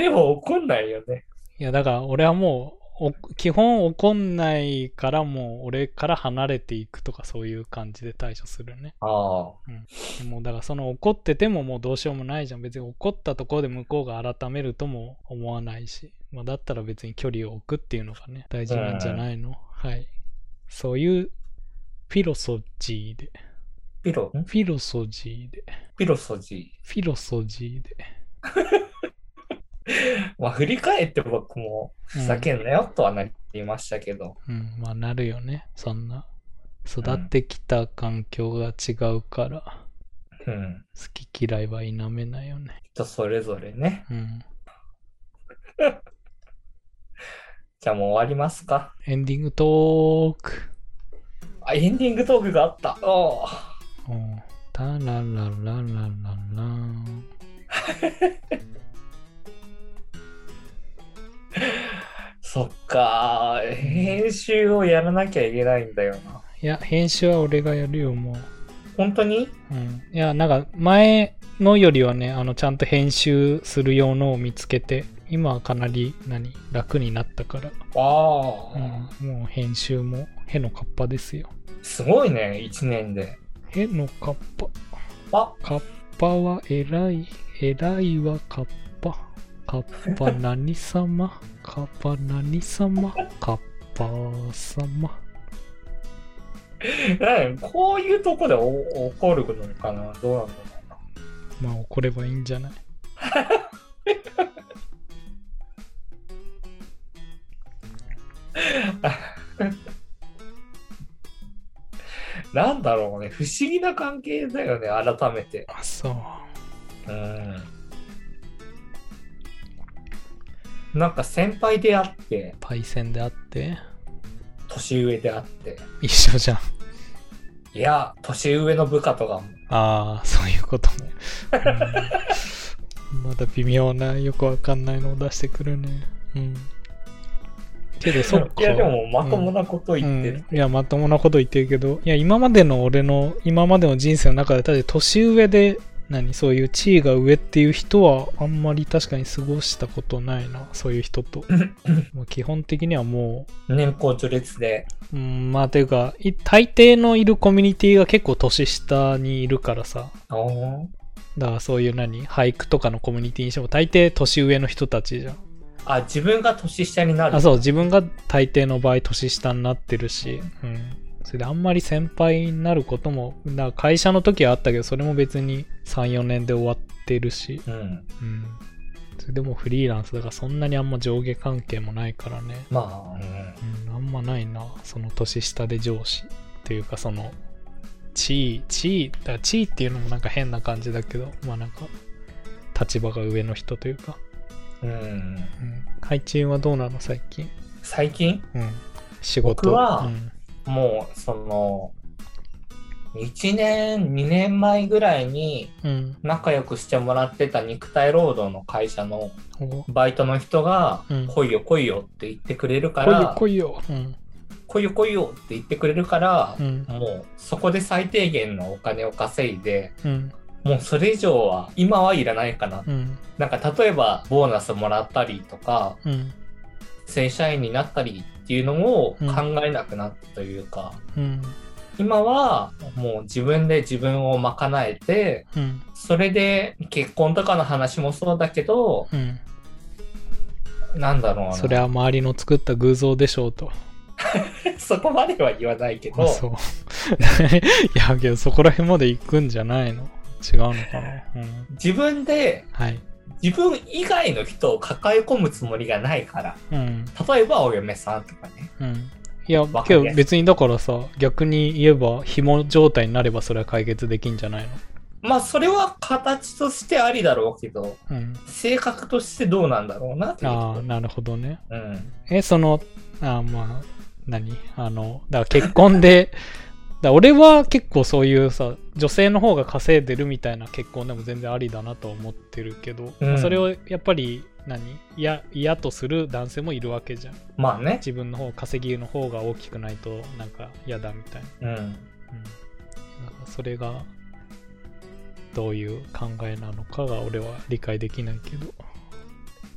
S2: でも怒んないよね。
S1: いや、だから俺はもう、お基本怒んないからもう俺から離れていくとかそういう感じで対処するね。
S2: ああ、
S1: でもうだからその怒っててももうどうしようもないじゃん。別に怒ったところで向こうが改めるとも思わないし。まあ、だったら別に距離を置くっていうのがね、大事なんじゃないの、はい。そういうフィロソジーで。
S2: ピロ、
S1: フ
S2: ん
S1: ィロソジーで。
S2: ピロソジー。
S1: フィロソジーで。
S2: まあ、振り返って僕もふざけんなよとはなりましたけど。
S1: うん、まあなるよね。そんな。育ってきた環境が違うから、
S2: うん。
S1: 好き嫌いは否めないよね。
S2: 人それぞれね。
S1: うん。
S2: じゃあもう終わりますか。
S1: エンディングトーク。
S2: あ、エンディングトークがあった。おー
S1: うん。タララララララン。
S2: そっかー。編集をやらなきゃいけないんだよな。
S1: いや、編集は俺がやるよ、もう。
S2: 本当に
S1: うん、いやなんか前のよりはねあのちゃんと編集する用のを見つけて今はかなり何楽になったから、
S2: ああ、
S1: うん、もう編集もへのかっぱですよ
S2: すごいね、1年で。
S1: へのかっぱ
S2: あ、
S1: かっぱは偉い偉いはかっぱかっぱ何様かっぱ何様かっぱ様
S2: なんかこういうとこでお怒るのかなどうなんだろうな。
S1: まあ怒ればいいんじゃない
S2: なんだろうね、不思議な関係だよね、改めて。
S1: あそう
S2: うん。なんか先輩であって、
S1: パイセンであって
S2: 年上であって、
S1: 一緒じゃん [laughs]
S2: いや、年上の部下とかも、
S1: ああ、そういうことね。うんまだ微妙な、よくわかんないのを出してくるね。うん。けど、そっか。
S2: [laughs] いや、でもまともなこと言ってる。
S1: うんいや、まともなこと言ってるけど、いや、今までの俺の、今までの人生の中で、確かに年上で、何、そういう地位が上っていう人は、あんまり確かに過ごしたことないな、そういう人
S2: [laughs]
S1: と。もう基本的にはも
S2: 年功序列で。
S1: う、うん、まあ、ていうか、い大抵のいるコミュニティが結構年下にいるからさ。
S2: あー
S1: だからそういう何俳句とかのコミュニティにしても大抵年上の人たちじゃん。
S2: あ、自分が年下になる。
S1: あそう自分が大抵の場合年下になってるし、うん、それであんまり先輩になることもなんか会社の時はあったけどそれも別に34年で終わってるし、
S2: うん。
S1: うん、それでもうフリーランスだからそんなにあんま上下関係もないからね、
S2: まあ、うん。
S1: うん、あんまないなその年下で上司っていうかその地位地位だから地位っていうのもなんか変な感じだけどまあなんか立場が上の人というか
S2: うん、
S1: うん、配置はどうなの最近、
S2: 最近
S1: うん、仕事
S2: 僕は
S1: うん
S2: もうその1年2年前ぐらいに
S1: うん
S2: 仲良くしてもらってた肉体労働の会社の
S1: お
S2: バイトの人が
S1: うん
S2: 「来いよ来いよ」って言ってくれるか
S1: 来いよ
S2: ら
S1: 来いよ、うん
S2: 「来いよ来いよ」って言ってくれるから
S1: うん
S2: もうそこで最低限のお金を稼いで
S1: うん
S2: もうそれ以上は今はいらないかな
S1: うん
S2: なんか例えばボーナスもらったりとか
S1: うん
S2: 正社員になったりっていうのを考えなくなったというか。
S1: うん
S2: 今はもう自分で自分を賄えて
S1: うん
S2: それで結婚とかの話もそうだけど
S1: うん
S2: なんだろうな
S1: それは周りの作った偶像でしょうと
S2: [laughs] そこまでは言わないけ
S1: あ
S2: ど
S1: そう [laughs] いやけどそこら辺まで行くんじゃないの違うのかな、うん、
S2: 自分で
S1: はい
S2: 自分以外の人を抱え込むつもりがないから
S1: うん
S2: 例えばお嫁さんとかね
S1: うんいや
S2: わか
S1: け
S2: りや
S1: ど
S2: すい
S1: 別にだからさ逆に言えば紐状態になればそれは解決できんじゃない
S2: まあそれは形としてありだろうけど
S1: のうん
S2: 性格としてどうなんだろうなっていうと
S1: あ
S2: こ
S1: あなるほどね
S2: ろうん
S1: え、その、あまあ、何あの、だから結婚で、 [laughs] だから俺は結構そういうさ、女性の方が稼いでるみたいな結婚でも全然ありだなとは思ってるけど、
S2: うん
S1: それをやっぱり何嫌嫌とする男性もいるわけじゃん。
S2: まあね
S1: 自分の方、稼ぎの方が大きくないとなんか嫌だみたいな。
S2: うん
S1: うん、なんかそれが、どういう考えなのかが俺は理解できないけど。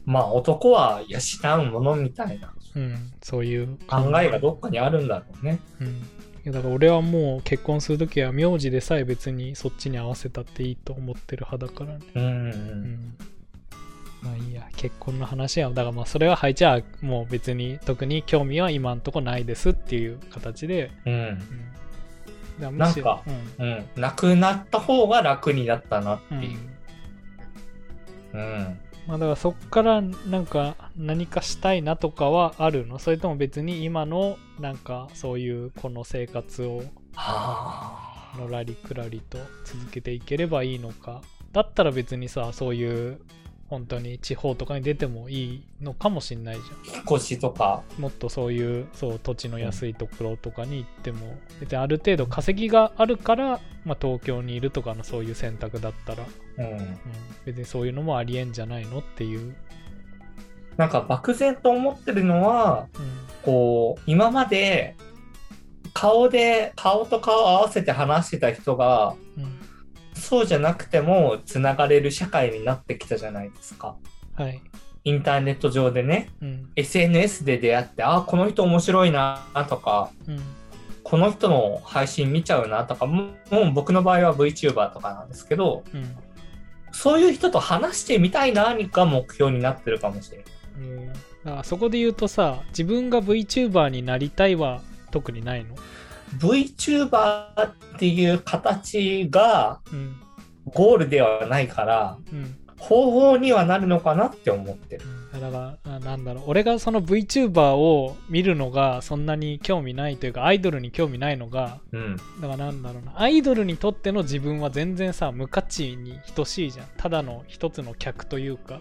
S2: まあ男は養うものみたいな
S1: うん、そういう
S2: 考えがどっかにあるんだろうね。
S1: うん、いやだから俺はもう結婚するときは名字でさえ別にそっちに合わせたっていいと思ってる派だからね。
S2: うんう。
S1: うんん。まあいいや、結婚の話は、だからまあそれははい、じゃあもう別に特に興味は今んとこないですっていう形で、
S2: うん。
S1: うん。だらむしろ
S2: なんかうん。なくなった方が楽になったなっ
S1: う
S2: て
S1: ん。う。
S2: いうんうん。
S1: まあだからそっからなんか何かしたいなとかはあるのそれとも別に今のなんかそういうこの生活を
S2: はあ。
S1: のらりくらりと続けていければいいのかだったら別にさそういう本当に地方とかに出てもいいのかもしんないじ
S2: 引っ越しとか。
S1: ゃんもっとそういうそう土地の安いところとかに行っても別にある程度稼ぎがあるから、まあ、東京にいるとかのそういう選択だったら、うん、
S2: うん。
S1: 別にそういうのもありえんじゃないのっていう、
S2: なんか漠然と思ってるのは、
S1: う
S2: こう、今まで顔で、顔と顔を合わせて話してた人が、
S1: んうん、
S2: そうじゃなくてもつながれる社会になってきたじゃないですか。
S1: はい、
S2: インターネット上でね、
S1: うん、
S2: SNS で出会って、ああ、この人面白いなとか、
S1: うん、
S2: この人の配信見ちゃうなとか、もうもう僕の場合は VTuber とかなんですけど、
S1: うん、
S2: そういう人と話してみたいなが目標になってるかもしれない。
S1: うん、だからそこで言うとさ自分が VTuber になりたいは特にないの、
S2: VTuber っていう形が
S1: うん
S2: ゴールではないから、
S1: うん、
S2: 方法にはなるのかなって思ってる。
S1: うんだからあなんだろう俺がその VTuber を見るのがそんなに興味ないというかアイドルに興味ないのが
S2: うん。
S1: だからなんだろうなアイドルにとっての自分は全然さ無価値に等しいじゃんただの一つの客というか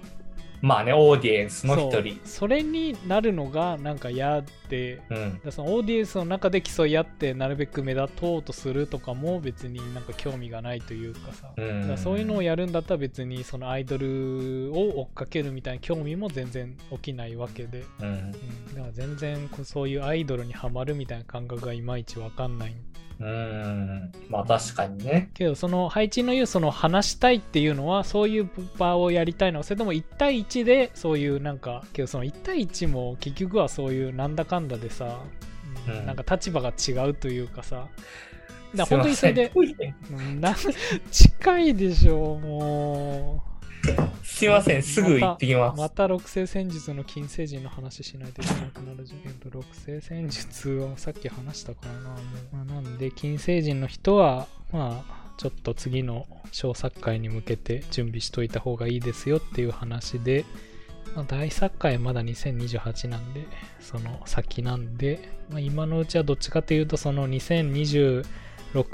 S2: まあね、オーディエンスの一
S1: そう
S2: 人。
S1: それになるのがなんか嫌で
S2: うん
S1: だからそのオーディエンスの中で競い合ってなるべく目立とうとするとかも別になんか興味がないというかさ、
S2: うん
S1: だからそういうのをやるんだったら別にそのアイドルを追っかけるみたいな興味も全然起きないわけで、
S2: うん
S1: うんだから全然こうそういうアイドルにはまるみたいな感覚がいまいちわかんない
S2: うんまあ確かにね。
S1: けどその配置の言うその話したいっていうのはそういう場をやりたいのそれとも1対1でそういうなんかけどその1対1も結局はそういうなんだかんだでさ、うん
S2: うん
S1: なんか立場が違うというか [laughs] さだから本
S2: すいま
S1: 当にそ
S2: せ
S1: れ
S2: ん
S1: で
S2: トイレ
S1: うんな近いでしょも
S2: すいません、すぐ行ってき
S1: う
S2: ます。
S1: また六星戦術の金星人の話しないといけなくなるじゃんえっと六星戦術はさっき話したからなもう、まあなんで金星人の人はまあちょっと次の小作会に向けて準備しといた方がいいですよっていう話で、まあ大作会はまだ2028なんでその先なんで、まあ今のうちはどっちかというとその2026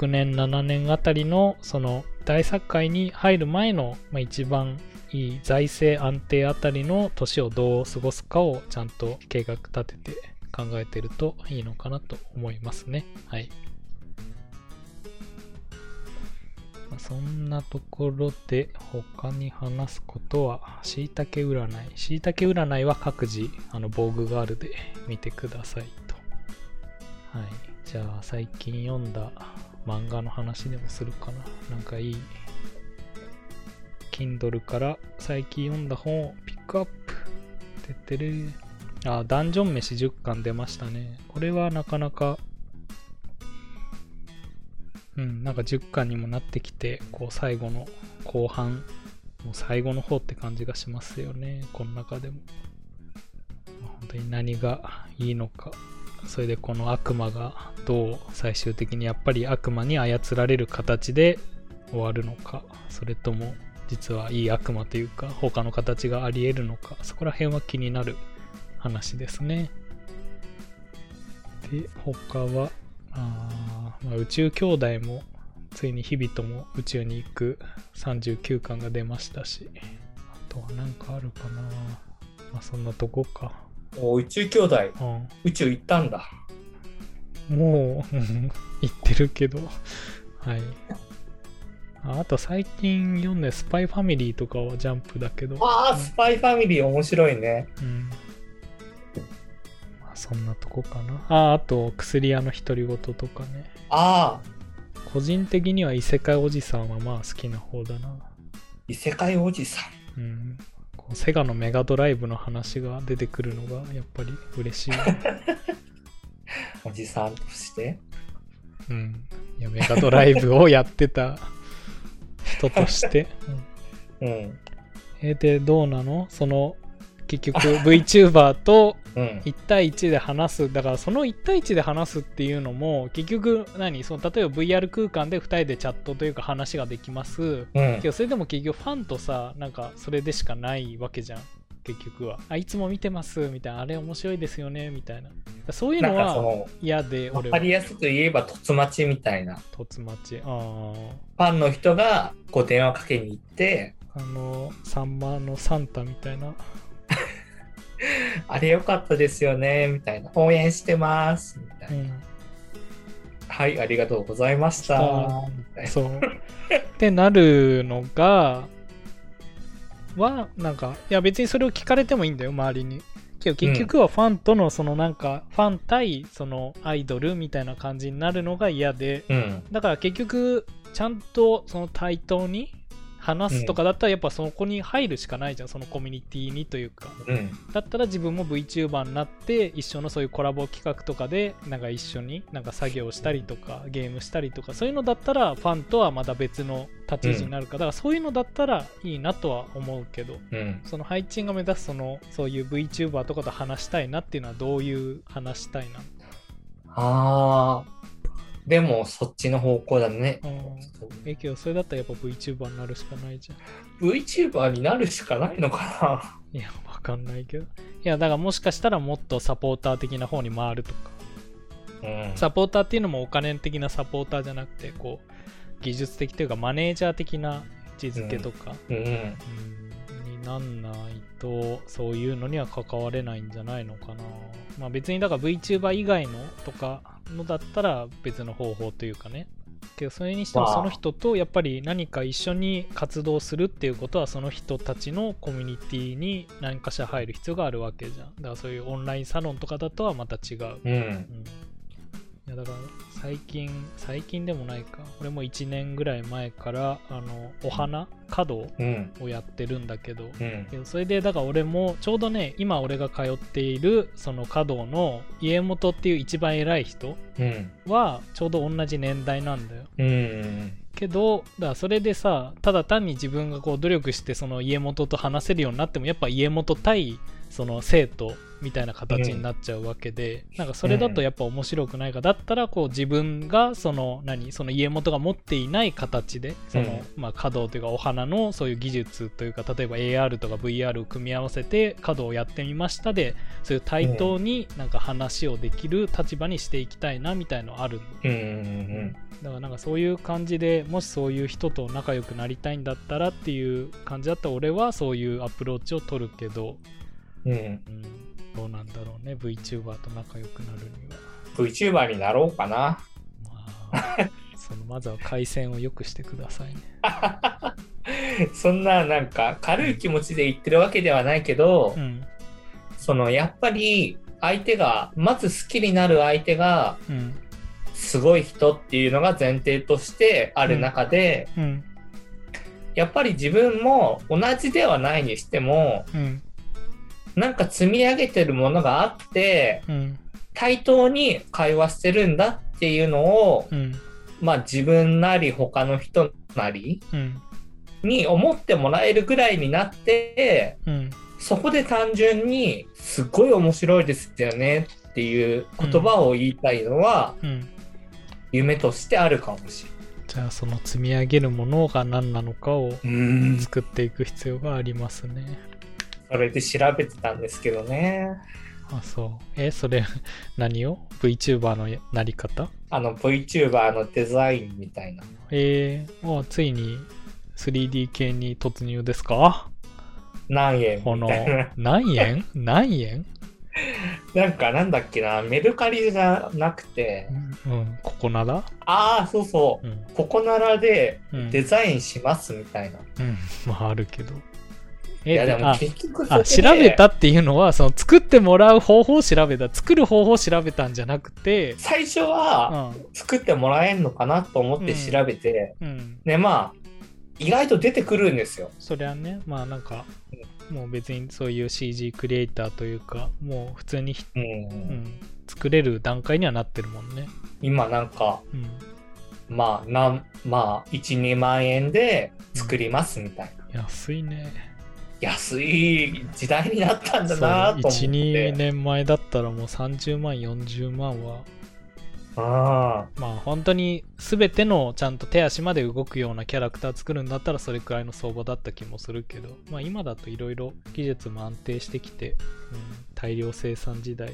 S1: 年7年あたりのその大作会に入る前の、まあ、一番いい財政安定あたりの年をどう過ごすかをちゃんと計画立てて考えてるといいのかなと思いますね。はい。まあそんなところで他に話すことは、しいたけ占い。しいたけ占いは各自、あの、防具ガールで見てくださいと。はい。じゃあ、最近読んだ漫画の話でもするかな。なんかいい Kindle から最近読んだ本をピックアップ。てってれーあ、ダンジョン飯10巻出ましたね。これはなかなか、うん、なんか10巻にもなってきて、こう最後の後半、もう最後の方って感じがしますよね。この中でも。まあ本当に何がいいのか。それでこの悪魔がどう最終的にやっぱり悪魔に操られる形で終わるのかそれとも実はいい悪魔というか他の形があり得るのかそこら辺は気になる話ですねで他はあー、まあ、宇宙兄弟もついに日々とも宇宙に行く39巻が出ましたしあとは何かあるかなまあそんなとこか
S2: お宇宙兄弟、
S1: うん
S2: 宇宙行ったんだ。
S1: もう、 [laughs] うん言ってるけど。はい。ああと最近読んでスパイファミリーとかはジャンプだけど。
S2: ああ、スパイファミリー面白いね。
S1: うん。まあそんなとこかな。ああ、あと薬屋の独り言とかね。
S2: ああ、
S1: 個人的には異世界おじさんはまあ好きな方だな。
S2: 異世界おじさん。
S1: うん。こうセガのメガドライブの話が出てくるのがやっぱり嬉 [laughs] しい。
S2: おじさんとして。
S1: うん。いや、メガドライブをやってた人として。
S2: うん。
S1: え、で、どうなのその、結局 VTuber と
S2: うん。
S1: 1対1で話す。だからその1対1で話すっていうのも、結局何その例えば VR 空間で2人でチャットというか話ができます。
S2: うん
S1: け。どそれでも結局ファンとさなんかそれでしかないわけじゃん結局はあいつも見てますみたいなあれ面白いですよねみたいなそういう
S2: なん
S1: の
S2: かそ
S1: は
S2: の、
S1: 嫌で
S2: わ
S1: 俺
S2: か
S1: は
S2: りやすく言えば、とつまちみたいな。フ
S1: とつまちあー
S2: ァンの人が、こう、電話かけに行って、
S1: あのサンマのサンタみたいな
S2: あれ良かったですよね、みたいな。応援してます、みたいうな。
S1: ん
S2: はい、ありがとうございまし
S1: あ
S2: た。みたいな。
S1: そうってなるのがはなんかいや別にそれを聞かれてもいいんだよ周りにけど結局はファンとのそのなんかファン対そのアイドルみたいな感じになるのが嫌で
S2: うん。
S1: だから結局ちゃんとその対等に話すとかだったらやっぱそこに入るしかないじゃん、そのコミュニティにというか
S2: うん。
S1: だったら自分も VTuber になって一緒のそういうコラボ企画とかでなんか一緒になんか作業したりとかゲームしたりとかそういうのだったらファンとはまた別の立ち位置になるから、だからそういうのだったらいいなとは思うけど
S2: うん。
S1: その配置が目指すそのそういう VTuber とかと話したいなっていうのはどういう話したいな
S2: ああ。でも、そっちの方向だね。
S1: うんえけどそれだったらやっぱ VTuber になるしかないじゃん
S2: VTuber になるしかないのか
S1: いや、わかんないけど。いや、だからもしかしたらもっとサポーター的な方に回るとか。
S2: な。うん
S1: サポーターっていうのもお金的なサポーターじゃなくて、こう、技術的というかマネージャー的な位置づけとか、
S2: うん。
S1: うんになんないと、そういうのには関われないんじゃないのかな。まあ別にだから VTuber 以外のとかのだったら別の方法というかね。けどそれにしても
S2: まあ
S1: その人とやっぱり何か一緒に活動するっていうことはその人たちのコミュニティに何かしら入る必要があるわけじゃん。だからそういうオンラインサロンとかだとはまた違う。
S2: うん。
S1: うんいやだから最近最近でもないか俺も1年ぐらい前からあのお花華道
S2: うん。
S1: をやってるんだけど
S2: うん。
S1: けどそれでだから俺もちょうどね今俺が通っているその華道の家元っていう一番偉い人
S2: うん。
S1: はちょうど同じ年代なんだよ
S2: うん。
S1: けどだからそれでさただ単に自分がこう努力してその家元と話せるようになってもやっぱ家元対その生徒みたいな形になっちゃうわけで、なんかそれだとやっぱ面白くないかだったらこう自分がその何その家元が持っていない形でその、まあ、稼働というかお花のそういう技術というか例えば AR とか VR を組み合わせて稼働をやってみましたでそういう対等になんか話をできる立場にしていきたいなみたいのあるの
S2: うん。うん。
S1: だからなんかそういう感じでもしそういう人と仲良くなりたいんだったらっていう感じだったら俺はそういうアプローチを取るけど、
S2: うん。
S1: うん、どうなんだろうね VTuber と仲良くなるには
S2: VTuber になろうかな。
S1: まあそのまずは回線を良くしてくださいね
S2: そんななんか軽い気持ちで言ってるわけではないけど、
S1: うん
S2: そのやっぱり相手がまず好きになる相手が
S1: うん
S2: すごい人っていうのが前提としてある中で、
S1: うん
S2: やっぱり自分も同じではないにしても
S1: うん
S2: なんか積み上げてるものがあって
S1: うん
S2: 対等に会話してるんだっていうのを、
S1: うん
S2: まあ自分なり他の人なり
S1: うん
S2: に思ってもらえるぐらいになって
S1: うん
S2: そこで単純にすごい面白いですよねっていう言葉を言いたいのは
S1: うん
S2: 夢としてあるかもし
S1: じゃあその積み上げるものが何なのかを
S2: れない。うん
S1: 作っていく必要がありますね、
S2: それで調べてたんですけどね。
S1: あそうえそれ何を VTuber のなり方
S2: あの VTuber のデザインみたいな。
S1: えー、もうついに 3D 系に突入ですか
S2: 何円
S1: こ
S2: み [laughs]
S1: の
S2: たいな。
S1: 何円何円
S2: なんかなんだっけな、メルカリじゃなくて
S1: う、ん、うんここなら
S2: ああ、そうそうう、
S1: ん、
S2: ここならで
S1: うん、
S2: デザインしますみたいな。
S1: うん、まああるけど。
S2: い
S1: え
S2: やでも
S1: あ
S2: 結局
S1: あ
S2: そ
S1: 調
S2: こで
S1: べたっていうのはその作ってもらう方法を調べた作る方法を調べたんじゃなくて
S2: 最初
S1: うん
S2: は作ってもらえんのかなと思って調べて、
S1: うん
S2: ねまあ意外と出てくるんですよ。
S1: そりゃねまあなんかもう別にそういう CG クリエイターというかもう普通にひ、
S2: うん
S1: うん、作れる段階にはなってるもんね
S2: 今なんか、
S1: うん
S2: まあ、なんまあ、1、2万円で作りますみたいな。
S1: 安いね
S2: 安い時代になったんだ
S1: そう
S2: なと思って。
S1: 12年前だったらもう30万40万は
S2: あ
S1: まあ本当に全てのちゃんと手足まで動くようなキャラクター作るんだったらそれくらいの相場だった気もするけどまあ今だといろいろ技術も安定してきて、うん大量生産時代い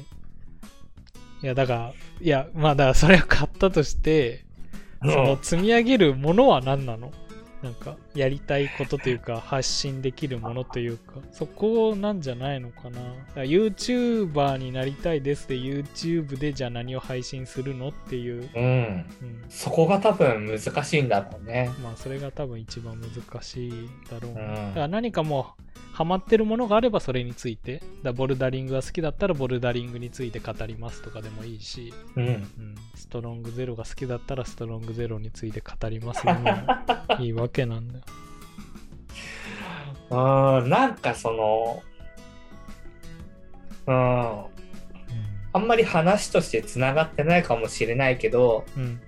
S1: やだからいやまあだからそれを買ったとして
S2: あ。
S1: そ
S2: うん
S1: の積み上げるものは何なのなんかやりたいことというか発信できるものというかそこなんじゃないのかなだから YouTuber になりたいですって YouTube でじゃあ何を配信するのっていう、
S2: う
S1: う
S2: ん。
S1: ん、
S2: そこが多分難しいんだろうね。
S1: まあそれが多分一番難しいだろうね、
S2: うん
S1: だから何かもうハマってるものがあればそれについてだからボルダリングが好きだったらボルダリングについて語りますとかでもいいし、
S2: うん。
S1: うん、ストロングゼロが好きだったらストロングゼロについて語りますで [laughs] もいいわけなんだよ、
S2: うん、なんかその、うん。あんまり話としてつながってないかもしれないけど、
S1: うんうん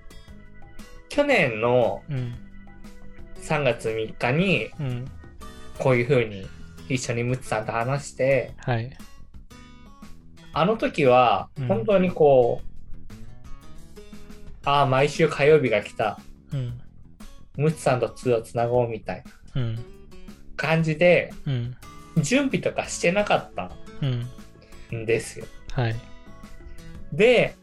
S2: 去年の
S1: うん
S2: 3月3日に
S1: うん
S2: こういう風に一緒にムツさんと話して、
S1: はい
S2: あの時は
S1: うん
S2: 本当にこう、ああ、毎週火曜日が来た。
S1: うん
S2: ムツさんと2をつなごうみたいな
S1: うん
S2: 感じで、
S1: うん
S2: 準備とかしてなかった
S1: うん
S2: んですよ。
S1: はい
S2: で、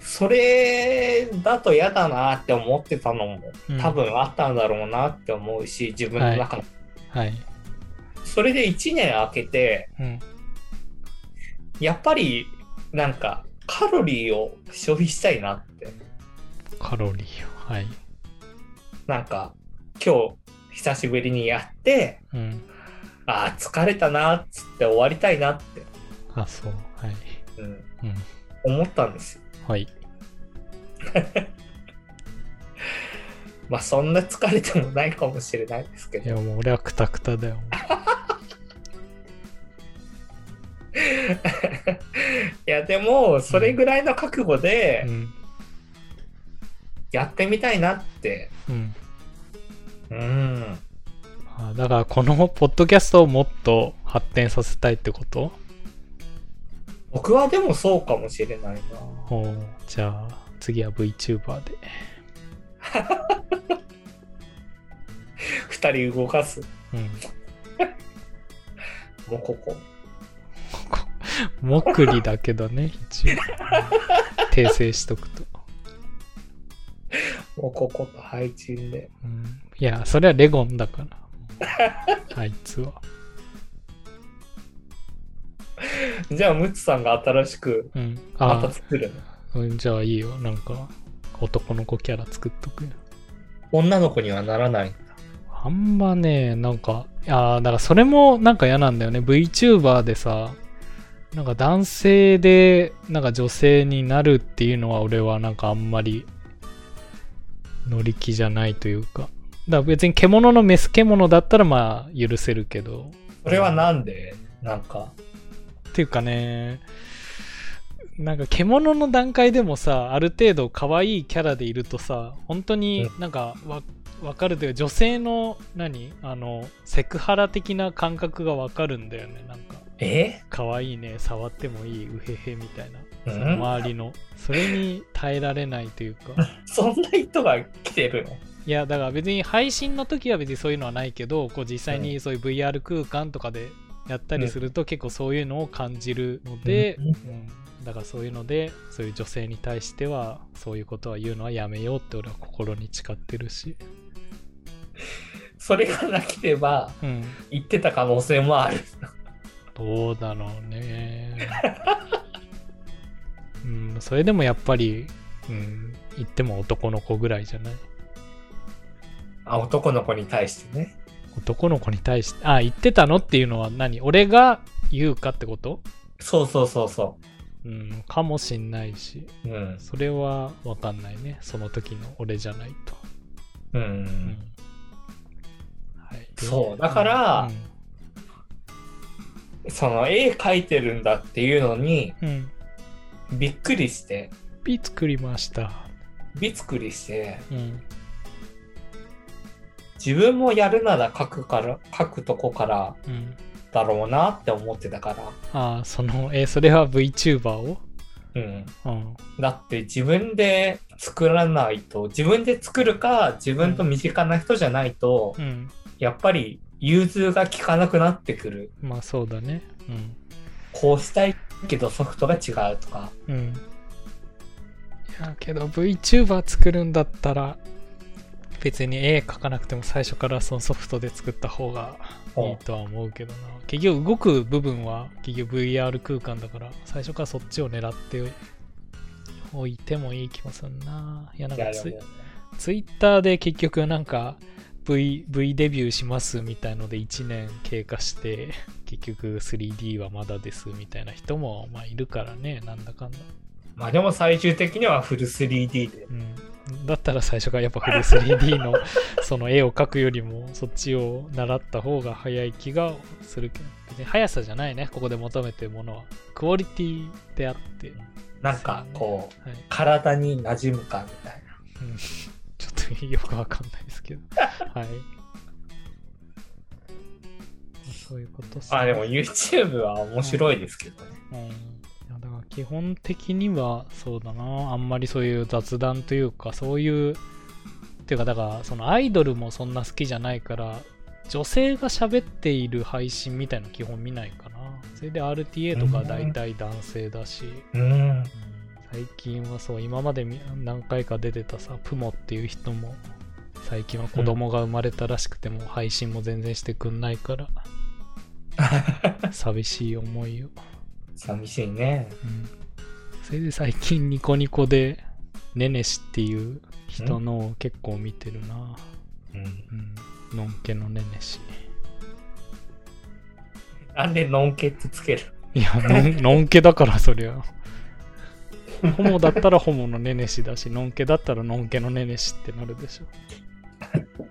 S2: それだと嫌だなって思ってたのも
S1: うん
S2: 多分あったんだろうなって思うし、自分の中の。
S1: はい
S2: それで1年空けて、
S1: うん
S2: やっぱりなんかカロリーを消費したいなって。
S1: カロリーをはい
S2: なんか今日久しぶりにやって、
S1: うん
S2: ああ、疲れたなっつって終わりたいなって、
S1: あそうはい
S2: うん、
S1: うん
S2: 思ったんですよ。
S1: はい
S2: まあそんな疲れてもないかもしれないですけ
S1: い
S2: ど。
S1: やもう俺はクタクタだ [laughs] よ。
S2: いやでもそれぐらいの覚悟
S1: う
S2: で
S1: ん。
S2: やってみたいなって。
S1: うん。
S2: うん。
S1: あだからこのポッドキャストをもっと発展させたいってこと
S2: 僕はでもそうかもしれないな。
S1: おうじゃあ次は VTuber で。
S2: 二人動かす。
S1: うん。
S2: もうここ。
S1: もくりだけどね、一応。訂正しとくと。
S2: もうここと配置で。
S1: うん、いや、それはレゴンだから。あいつは。
S2: じゃあムツさんが新しく
S1: うん。
S2: また
S1: あ、
S2: 作るの。
S1: うんじゃあいいよ。なんか、男の子キャラ作っとくよ。
S2: 女の子にはならない。
S1: あんまね、なんか、ああ、だからそれもなんか嫌なんだよね。VTuber でさ、なんか男性で、なんか女性になるっていうのは俺はなんかあんまり乗り気じゃないというか。だから別に獣のメス獣だったらまあ許せるけど。
S2: それはなんでなんか。
S1: っていうかね、なんか獣の段階でもさ、ある程度可愛いキャラでいるとさ、本当になんかわ、わかるというか、女性の何あの、セクハラ的な感覚がわかるんだよね、なんか。
S2: え
S1: 可愛いね、触ってもいい、うへへみたいな。
S2: うん
S1: その周りの。それに耐えられないというか。
S2: そんな人が来てるの
S1: いやだから別に配信の時は別にそういうのはないけどこう実際にそういう VR 空間とかでやったりすると結構そういうのを感じるので、
S2: う
S1: うんんだからそういうのでそういう女性に対してはそういうことは言うのはやめようって俺は心に誓ってるし、
S2: それがなければ
S1: うん、
S2: 行ってた可能性もある。
S1: どうだろうねうんそれでもやっぱり、うん、言っても男の子ぐらいじゃない
S2: あ、男の子に対してね。
S1: 男の子に対してあ言ってたのっていうのは何俺が言うかってこと
S2: そうそうそうそ
S1: うん、かもしんないし、
S2: う。うん。
S1: それはわかんないね。その時の俺じゃないと。う
S2: う。
S1: んんはい。
S2: そうだからその絵描いてるんだっていうのに
S1: うん、うん。
S2: びっくりして、
S1: ピ作りました。
S2: びっくりして、
S1: うん。
S2: 自分もやるなら描くから、描くとこから
S1: うん。
S2: だろうなって思ってたから。
S1: ああ、その、えーそれは VTuber を
S2: うん。
S1: うん。
S2: だって自分で作らないと、自分で作るか、自分と身近な人じゃないと、
S1: うん。
S2: やっぱり融通が効かなくなってくる。
S1: まあそうだね。
S2: こうしたいけどソフトが違うとか。
S1: うん。うん。いや、けど VTuber 作るんだったら、別に絵描かなくても最初からそのソフトで作った方がいいとは思うけどな。結局動く部分は結局 VR 空間だから、最初からそっちを狙っておいてもいい気もするな。いや、なん
S2: い
S1: か
S2: や
S1: つ
S2: で
S1: い
S2: も
S1: ツイッターで結局なんか V, v デビューしますみたいので1年経過して結局 3D はまだですみたいな人もまあいるからねなんだかんだ、
S2: まあでも最終的にはフル 3D で。
S1: うん、だったら最初からやっぱフル 3D の [laughs] その絵を描くよりもそっちを習った方が早い気がするけど別に速さじゃないねここで求めてるものはクオリティであって
S2: なんかこう、
S1: う、はい
S2: 体に馴染むかみたいな。
S1: うん [laughs] ちょっとよくわかんないですけど。はい。そういうことっすね
S2: あ、でも YouTube は面白いですけどね。
S1: うんいやだから基本的にはそうだな。あんまりそういう雑談というか、そういう、っていうか、だから、そのアイドルもそんな好きじゃないから、女性が喋っている配信みたいの基本見ないかな。それで RTA とか大体男性だし。
S2: うん。
S1: 最近はそう今までみ何回か出てたさプモっていう人も最近は子供が生まれたらしくても、配信も全然してくんないから寂しい思いを、
S2: 寂しいね。
S1: うん、それで最近ニコニコでねねしっていう人のを結構見てるな、
S2: うん。
S1: うん、のんけのねねし
S2: なんでのんけってつける
S1: いやのんのんけだからそりゃホモだったらホモのねねしだし、のんけだったらのんけのねねしってなるでしょ。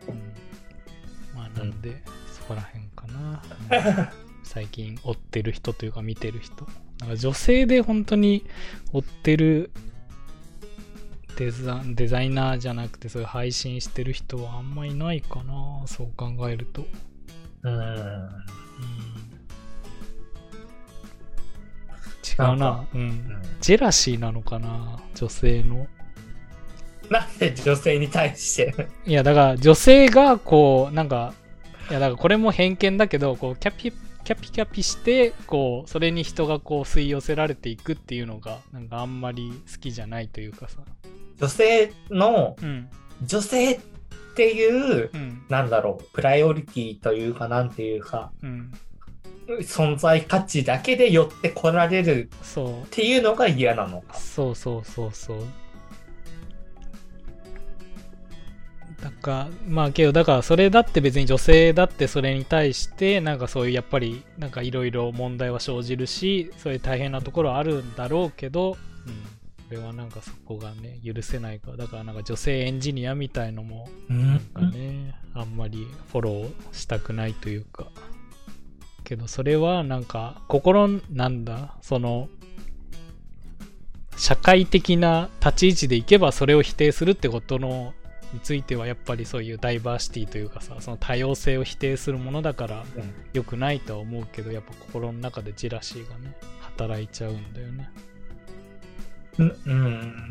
S1: うん、まあなんで、そこら辺かな。うん最近追ってる人というか見てる人。なんか女性で本当に追ってるデザデザイナーじゃなくて、そういう配信してる人はあんまいないかな、そう考えると。
S2: うん。
S1: うん違う
S2: なん
S1: な
S2: か。
S1: うんジェラシーなのかな女性の。
S2: なんで女性に対して。 [laughs]
S1: いや、だから女性がこう、なんか、いや、だからこれも偏見だけど、こう、キャピ、キャピキャピして、こう、それに人がこう吸い寄せられていくっていうのが、なんかあんまり好きじゃないというかさ。
S2: 女性の、
S1: うん、
S2: 女性っていう、
S1: うん、
S2: なんだろう、プライオリティというか、なんていうか、
S1: うん。
S2: 存在価値だけで寄ってこられる
S1: そう。
S2: っていうのが嫌なのか。
S1: そうそうそうそうだからまあけどだからそれだって別に女性だってそれに対してなんかそういうやっぱりなんかいろいろ問題は生じるしそういう大変なところはあるんだろうけど、うん、これはなんかそこがね許せないからだからなんか女性エンジニアみたいのも
S2: うん
S1: なんかね、あんまりフォローしたくないというか。けどそれはなんか心なんだその社会的な立ち位置でいけばそれを否定するってことのについてはやっぱりそういうダイバーシティというかさその多様性を否定するものだから良くないとは思うけどやっぱ心の中でジェラシーがね働いちゃうんだよね。
S2: うん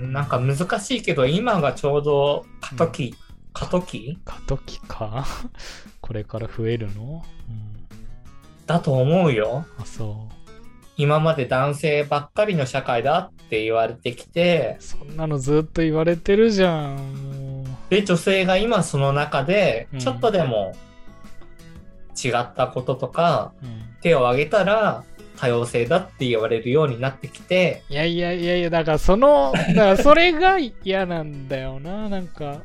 S2: うん、なんか難しいけど、今がちょうど過渡期、過渡期
S1: 過渡期か [laughs] これから増えるの、うん、
S2: だと思うよ。
S1: あそう。
S2: 今まで男性ばっかりの社会だって言われてきて、
S1: そんなのずっと言われてるじゃん。もう
S2: で、女性が今その中で
S1: うん、
S2: ちょっとでも違ったこととか、
S1: うん
S2: 手を挙げたら多様性だって言われるようになってきて、
S1: いやいやいやいや、だからその、 [laughs] だからそれが嫌なんだよな、なんか。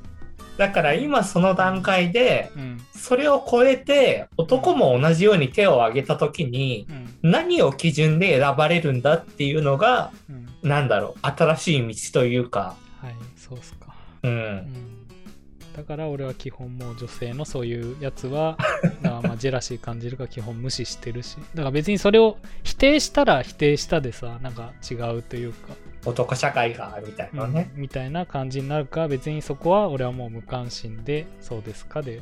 S2: だから今その段階で、
S1: うん。
S2: それを超えて男も同じように手を挙げた時に、
S1: うん。
S2: 何を基準で選ばれるんだっていうのが、
S1: うん。
S2: なんだろう、新しい道というか、
S1: はい、そうっすか。
S2: う、
S1: うんん。だから俺は基本もう女性のそういうやつは [laughs] だからまあジェラシー感じるから基本無視してるしだから別にそれを否定したら否定したでさなんか違うというか、
S2: 男社会が、みたいな
S1: うん
S2: ね。
S1: みたいな感じになるから別にそこは俺はもう無関心でそうですかで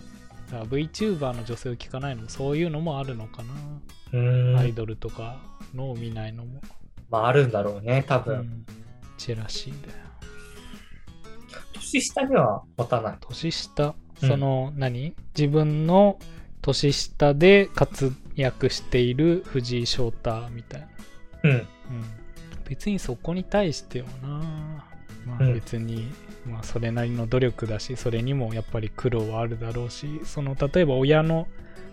S1: だから VTuber の女性を聞かないのもそういうのもあるのかな、
S2: うーん。
S1: アイドルとかのを見ないのも、
S2: まあ、あるんだろうね、多
S1: う
S2: 分。
S1: ん、ジェラシーだよ
S2: 年下には持たない。
S1: 年下
S2: うん
S1: その、何自分の年下で活躍している藤井翔太みたいな、
S2: うん。
S1: うん、別にそこに対してはなまあ
S2: うん
S1: 別に、まあそれなりの努力だしそれにもやっぱり苦労はあるだろうしその例えば親の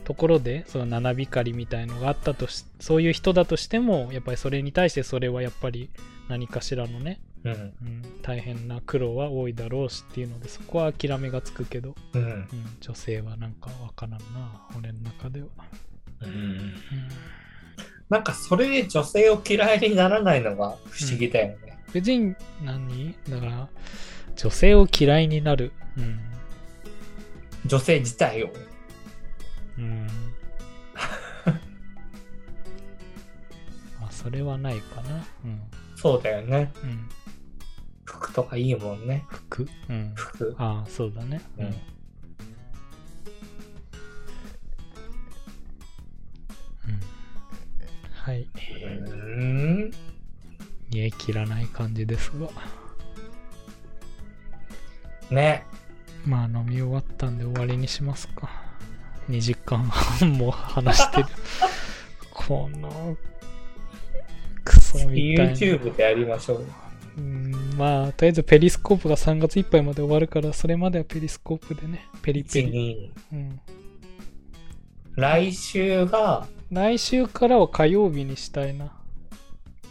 S1: ところでその七光りみたいのがあったとしそういう人だとしてもやっぱりそれに対してそれはやっぱり何かしらのね
S2: うん。
S1: うん、大変な苦労は多いだろうしっていうのでそこは諦めがつくけど、
S2: うん。
S1: うん、女性はなんかわからんな俺の中では、
S2: う
S1: う
S2: ん。
S1: ん、
S2: なんか、それで女性を嫌いにならないのが不思議だよね。
S1: 別に何だから女性を嫌いになるうん、
S2: 女性自体を。
S1: うん、 [laughs] まあそれはないかなうん、
S2: そうだよね。
S1: うん、
S2: 服とかいいもんね。
S1: 服、うん、
S2: 服。
S1: ああそうだね
S2: うん
S1: はい
S2: うん。
S1: 煮え切らない感じですが
S2: ね。
S1: まあ飲み終わったんで終わりにしますか2時間半も話してるこのクソみたいな
S2: YouTube でやりましょう。
S1: うんまあとりあえずペリスコープが3月いっぱいまで終わるからそれまではペリスコープでねペリペ
S2: 1、
S1: リ、
S2: 2。
S1: うん、
S2: 来週が、
S1: 来週からは火曜日にしたいな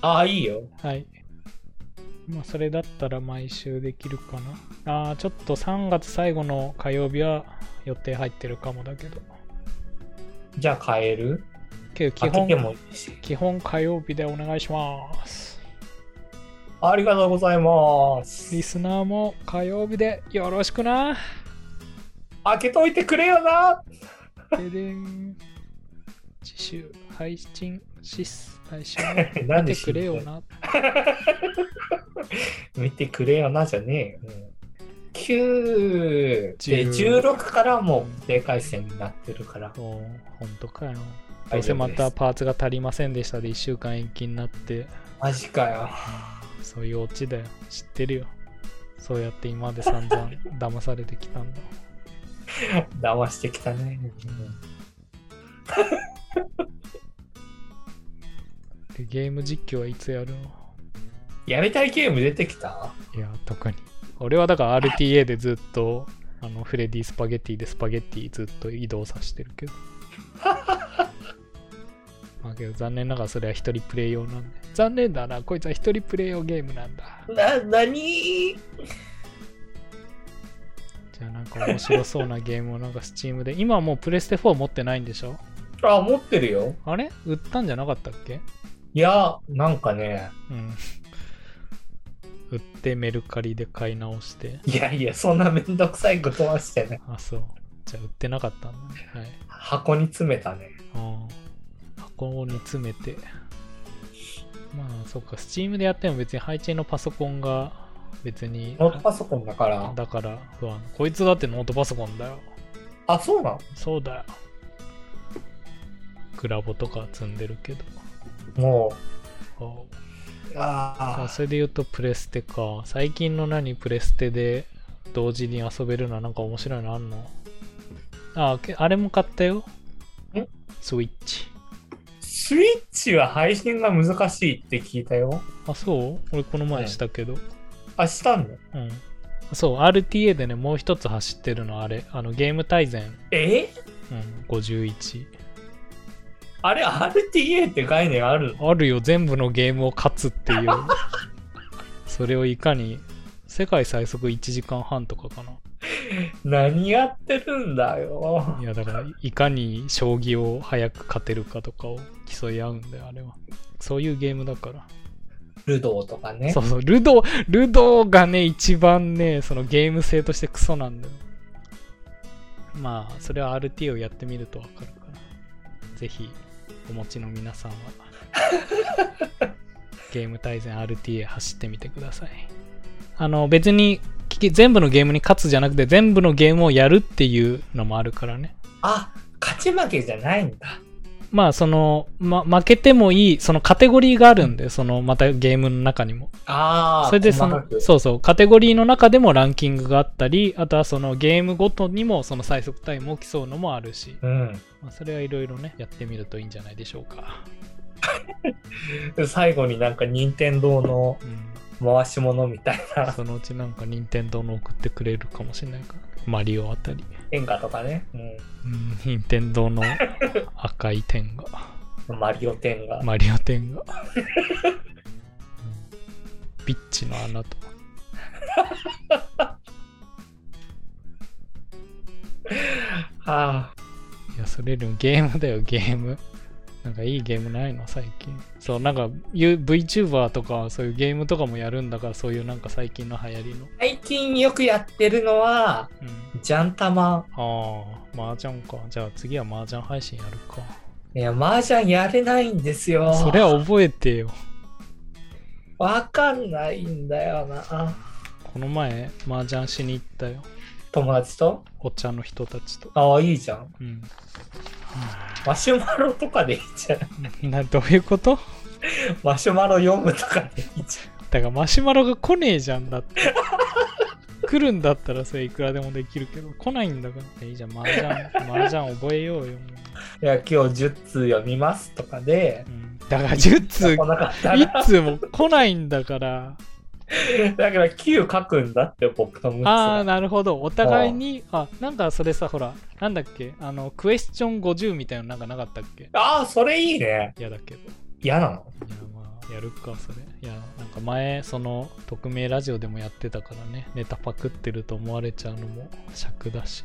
S2: ああ、いいよ。
S1: はい。まあ、それだったら毎週できるかな。ああ、ちょっと3月最後の火曜日は予定入ってるかもだけど。
S2: じゃあ変える
S1: けど基
S2: 開けて
S1: 本、
S2: もいいし。
S1: 基本火曜日でお願いします。
S2: ありがとうございます
S1: リ。スナーも火曜日でよろしくな。
S2: 開けといてくれよな
S1: ででん。次週配信シス。来週も
S2: なん
S1: 見
S2: で
S1: てくれよな。
S2: 見てくれよなじゃねえよ。うん9で
S1: 10
S2: 16からもう警戒線になってるから。
S1: おお、ほんとかよ。どうせまたパーツが足りませんでしたで1週間延期になって。
S2: マジかよ。
S1: そういうオチだよ。知ってるよ。そうやって今まで散々騙されてきたんだ。
S2: 騙してきたね。
S1: で、ゲーム実況はいつやるの
S2: やりたいゲーム出てきた
S1: いや、特に。俺はだから RTA でずっと、あの、フレディスパゲティでスパゲティずっと移動させてるけど。 [laughs] まあけど残念ながらそれは一人プレイ用なんで。残念だな、こいつは一人プレイ用ゲームなんだ。
S2: な、なに
S1: じゃあなんか面白そうなゲームをなんか Steam で。今はもうプレステ4持ってないんでしょ
S2: あ、持ってるよ。
S1: あれ売ったんじゃなかったっけ
S2: いや、なんかね、
S1: うん。売ってメルカリで買い直して。
S2: いやいや、そんなめんどくさいことはしてね。
S1: あ、そう。じゃあ売ってなかったんだね。はい。
S2: 箱に詰めたね。
S1: ああ。箱に詰めて。まあ、そっか。Steam でやっても別に配置のパソコンが別に。
S2: ノートパソコンだから。
S1: だから不安。こいつだってノートパソコンだよ。
S2: あ、そうなの
S1: そうだよ。グラボとか積んでるけど。
S2: も
S1: ああ
S2: う、あ
S1: あ
S2: あ、
S1: それで言うとプレステか最近の何プレステで同時に遊べるのはなんか面白いのあんのあけあれも買ったよ
S2: ん
S1: スイッチ
S2: スイッチは配信が難しいって聞いたよ。
S1: あそう俺この前したけど
S2: あ、したの
S1: うん、そう RTA でねもう一つ走ってるのあれあのゲーム大全、
S2: え
S1: うん、51
S2: あれ RTA って概念あるの
S1: あるよ全部のゲームを勝つっていう [laughs] それをいかに世界最速1時間半とかかな
S2: 何やってるんだよ
S1: い。やだからいかに将棋を早く勝てるかとかを競い合うんだよあれはそういうゲームだか
S2: ルドーとからね
S1: そ。うそうルドールドーがね一番ねそのゲーム性としてクソなんだよまあ、それは RT をやってみるとわかるから、ぜひ、お持ちの皆さんは、ゲーム対戦 RT へ走ってみてください。あの、別に、聞き全部のゲームに勝つじゃなくて、全部のゲームをやるっていうのもあるからね。
S2: あ、勝ち負けじゃないんだ。
S1: まあ、その、ま、負けてもいい、そのカテゴリーがあるんで、その、またゲームの中にも。
S2: ああ、
S1: それでその
S2: 細かく
S1: そうそうカテゴリーの中でもランキングがあったりあとはそのゲームごとにもその最速タイムを競うのもあるし、
S2: う
S1: まあ、それはいろいろねやってみるといいんじゃないでしょうか、
S2: ん。最後になんか任天堂の
S1: うん、
S2: 回し物みたいな
S1: そのうちなんか任天堂の送ってくれるかもしれないからマリオあたり
S2: 変化とかね。う
S1: うん任天堂の赤い点が
S2: ん。マリオ展が。
S1: マリオ点が、う
S2: [laughs]
S1: ん、ビッチの穴とか
S2: ああ。
S1: いや、それよりもゲームだよ、ゲーム。 [laughs] なんかいいゲームないの、最近。そう、なんかゆ VTuber とか、そういうゲームとかもやるんだから、そういうなんか最近の流行りの。
S2: 最近よくやってるのは、
S1: うん、
S2: ジャンタマ。
S1: ああ、麻雀か。じゃあ次は麻雀配信やるか。
S2: いや、麻雀やれないんですよ。
S1: それは覚えてよ。
S2: わかんないんだよな。
S1: この前、麻雀しに行ったよ。
S2: 友達と
S1: お茶の人たちと。
S2: ああ、いいじゃん。
S1: うん。 [laughs]
S2: マシュマロとかでいいじゃん。
S1: などういうこと
S2: マシュマロ読むとかでいいじ
S1: だからマシュマロが来ねえじゃんだって。 [laughs] 来るんだったらそれいくらでもできるけど、来ないんだから。いいじゃん、麻雀、麻雀覚えようよ。もう
S2: ゃん。いや、今日10通読みますとかで
S1: う、んだから10通、 [laughs]
S2: 来なかったら、
S1: 1通も来ないんだ [laughs] から。
S2: だから9書くんだって、僕と6つ
S1: ああ、
S2: が。
S1: なるほど。お互いに、あ、なんかそれさ、ほら、なんだっけ、あの、クエスチョン50みたいなのなんかなかったっけ
S2: ああ、それいいね。
S1: 嫌だけど。い
S2: 嫌なの
S1: や、まあ、やるか、それ。いや、なんか前、その、匿名ラジオでもやってたからね、ネタパクってると思われちゃうのも尺だし。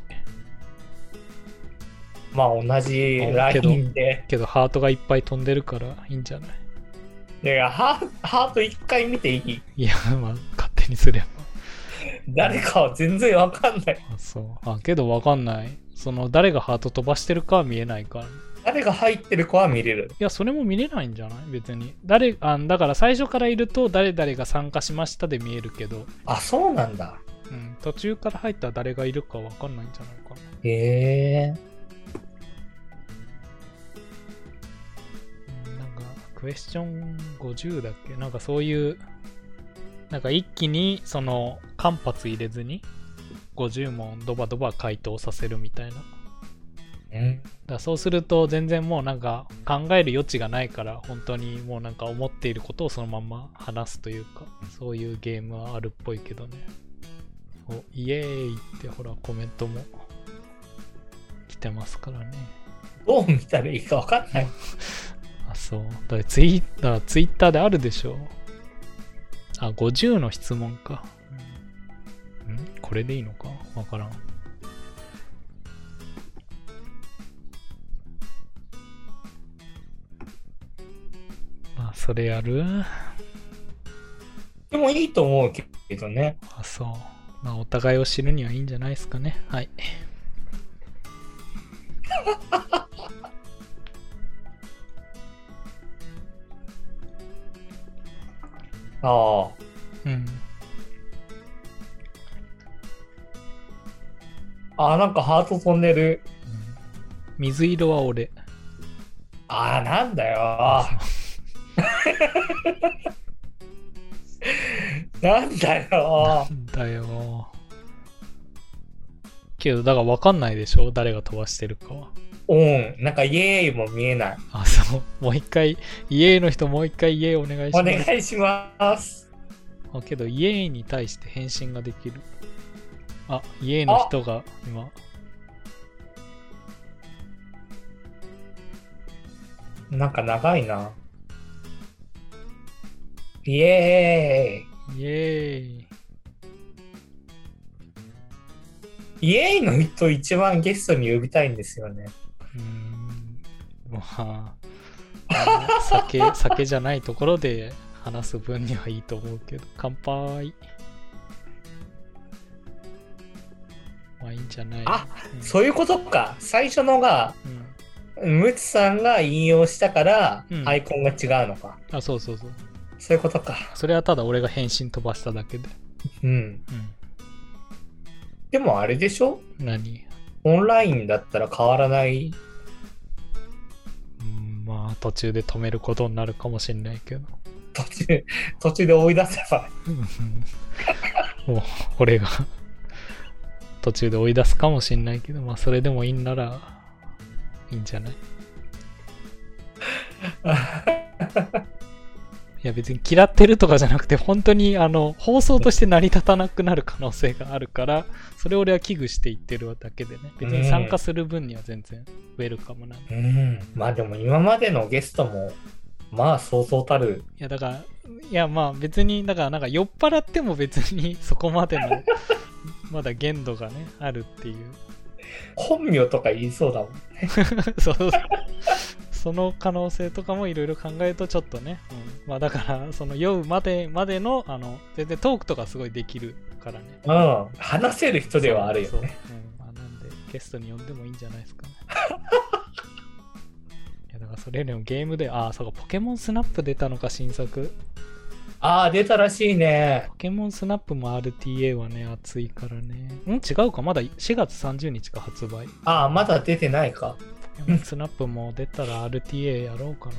S2: まあ、同じラインで。
S1: けど、ハートがいっぱい飛んでるからいいんじゃない
S2: いや、ハーハート1回見ていい
S1: いや、まあ、勝手にすれば。
S2: 誰かは全然わかんない。
S1: あ、そう。あ、けどわかんない。その、誰がハート飛ばしてるかは見えないからね。
S2: 誰が入ってる子は見れる。
S1: いや、それも見れないんじゃない別に。誰あだから最初からいると、誰々が参加しましたで見えるけど、
S2: あ、そうなんだ。
S1: うん、途中から入ったら誰がいるかわかんないんじゃないかな。
S2: へえ。
S1: うんなんか、クエスチョン50だっけなんかそういう、なんか一気に、その、間髪入れずに、50問ドバドバ回答させるみたいな。だか
S2: うん
S1: らそうすると、全然もうなんか、考える余地がないから、本当にもうなんか思っていることをそのまま話すというか、そういうゲームはあるっぽいけどね。おイエーイってほら、コメントも来てますからね。
S2: どう見たらいいかわかんない。
S1: あ、そう。だからツイだからツイッターであるでしょ。あ、50の質問か。うんんこれでいいのかわからん。まあ、それやる
S2: でもいいと思うけどね。
S1: あ、そう。まあ、お互いを知るにはいいんじゃないですかね。はい。
S2: ああ。
S1: うん。
S2: ああ、なんかハート飛んでる。
S1: 水色は俺。
S2: ああ、なんだよ。なんだよ。
S1: だよ。けど、だから分かんないでしょ誰が飛ばしてるかは。
S2: うん。なんかイエーイも見えない。
S1: あ、そう。もう一回、家の人もう一回家お願いし
S2: お
S1: ます。
S2: 願いします。
S1: あけど、家に対して返信ができる。あ、家の人が今。
S2: なんか長いな。イエ
S1: イエーイ。
S2: ーイ。イエーイの人一番ゲストに呼びたいんですよね。
S1: うーん。まあ、あの酒、
S2: [laughs]
S1: 酒じゃないところで話す分にはいいと思うけど、乾杯。まあ、がいいんじゃない
S2: あ、
S1: うん
S2: そういうことか。最初のが、
S1: うん
S2: ムツさんが引用したから
S1: う、ん
S2: アイコンが違うのか。
S1: あ、そうそうそう。
S2: そういうことか。
S1: それはただ俺が返信飛ばしただけで。
S2: うん。
S1: うん。
S2: でもあれでしょ
S1: 何
S2: オンラインだったら変わらない。
S1: うんまあ途中で止めることになるかもしれないけど。
S2: 途中、途中で追い出せば。
S1: [laughs] もう俺が途中で追い出すかもしれないけど、まあそれでもいいんならいいんじゃないい [laughs] や別に嫌ってるとかじゃなくて本当にあの放送として成り立たなくなる可能性があるからそれを俺は危惧して言ってるだけでね別に参加する分には全然ウェルカムなんで
S2: うん。まあでも今までのゲストも、まあそうそうたる。
S1: いやだからいやまあ別にだからなんか酔っ払っても別に [laughs] そこまでのまだ限度がねあるっていう
S2: 本名とか言いそうだもん。
S1: そう [laughs] その可能性とかもいろいろ考えるとちょっとね、うんまあだからその酔うまでまでのあの全然トークとかすごいできるからね
S2: うん。話せる人ではあるよ
S1: そう
S2: ね。
S1: そううんまあ、なんでゲストに呼んでもいいんじゃないですかねいやだからそれよりもゲームでああそうかポケモンスナップ出たのか新作
S2: ああ、出たらしいね。
S1: ポケモンスナップも RTA はね、熱いからね。ん違うか、まだ4月30日か発売。
S2: ああ、まだ出てないか。
S1: ポケモンスナップも出たら RTA やろうかな。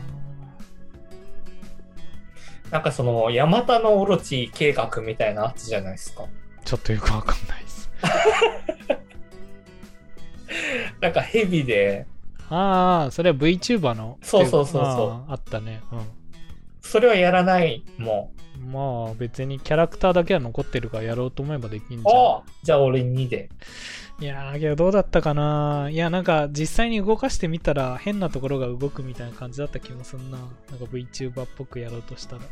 S2: なんかその、ヤマタのオロチ計画みたいなやつじゃないですか。
S1: ちょっとよくわかんないです。
S2: なんかヘビで、
S1: ああ、それは VTuber の。
S2: そうそうそうそう
S1: あーあったね。
S2: それはやらないも
S1: うん。まあ別にキャラクターだけは残ってるからやろうと思えばできん
S2: ん。
S1: じゃ
S2: あじゃあ俺2で。
S1: ん。いやー、けどどうだったかないや、なんか実際に動かしてみたら変なところが動くみたいな感じだった気もすんな。なんか VTuber っぽくやろうとしたら。
S2: へ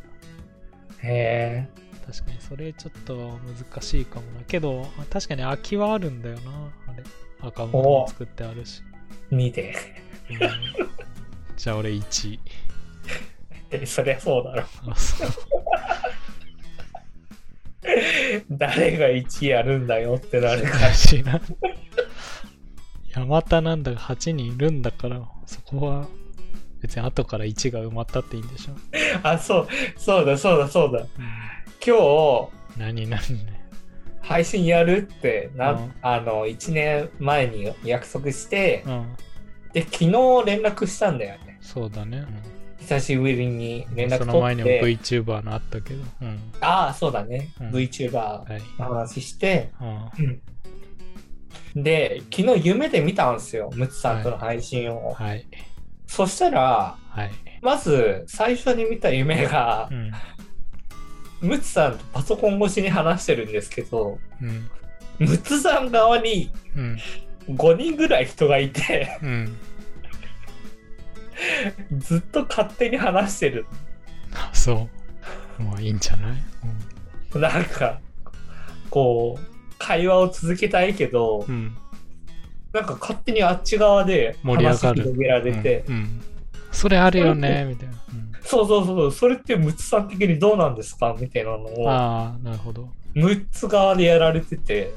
S2: え。
S1: 確かにそれちょっと難しいかもなけどあ確かに空きはあるんだよなあれアカウントも作ってあるし、
S2: 2で。
S1: うんじゃあ俺1
S2: えそりゃそうだろ。
S1: あそう
S2: 誰が1やるんだよってなるか
S1: 難しいな山田なんだが8人いるんだからそこは別に後から1が埋まったっていいんでしょ、
S2: ら。あ、そう、そうだ、そうだ、そうだ。今日、
S1: 何何ね
S2: 配信やるってな、
S1: うん
S2: あの、1年前に約束して、
S1: うん
S2: で、昨日連絡したんだよね。
S1: そうだね、
S2: 久しぶりに
S1: うん
S2: 連絡取って。
S1: その前にも VTuber のあったけど、うん
S2: ああ、そうだね。
S1: うん
S2: VTuber
S1: はい
S2: の話して、
S1: うん
S2: で、昨日夢で見たんですよ。ムツさんとの配信を。
S1: はい
S2: そしたら、
S1: はい、
S2: まず最初に見た夢が
S1: う、ん
S2: ムツさんとパソコン越しに話してるんですけど、
S1: うん
S2: ムツさん側に
S1: うん
S2: 5人ぐらい人がいて、
S1: うん
S2: ずっと勝手に話してる。
S1: あ [laughs] そう。まあいいんじゃない、
S2: なんか、こう、会話を続けたいけど
S1: う、ん、
S2: なんか勝手にあっち側で
S1: 盛り上
S2: 話
S1: がる
S2: 広げられて、
S1: うん。うんそれあるよね、みたいな。
S2: そうそうそう、それってムツさん的にどうなんですかみたいなの
S1: うん、
S2: を、
S1: ああ、なるほど。
S2: ムツ側でやられてて、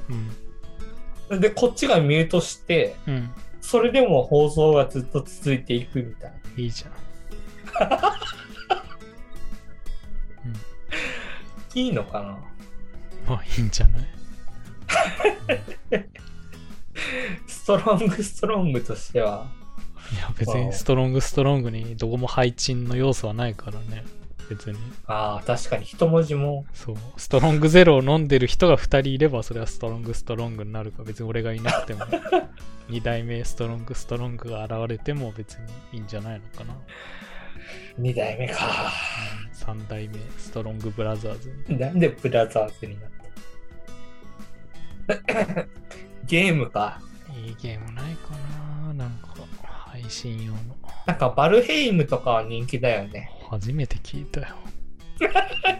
S1: うん。
S2: で、こっちがミュートして、
S1: うん。
S2: それでも放送がずっと続いていくみたいな。
S1: いいじゃん。
S2: いいのかな
S1: まあいいんじゃない
S2: ストロングストロングとしては。
S1: いや、別にストロングストロングにどこも配置の要素はないからね。別に。
S2: ああ、確かに一文字も。
S1: そう。ストロングゼロを飲んでる人が2人いれば、それはストロングストロングになるか。別に俺がいなく [laughs] ても。2代目ストロングストロングが現れても別にいいんじゃないのかな。
S2: 二代目か。
S1: 3代目ストロングブラザーズに。
S2: なんでブラザーズになった [coughs] ゲームか。
S1: いいゲームないかななんか、配信用の。
S2: なんかバルヘイムとかは人気だよね。
S1: 初めて聞いたよ。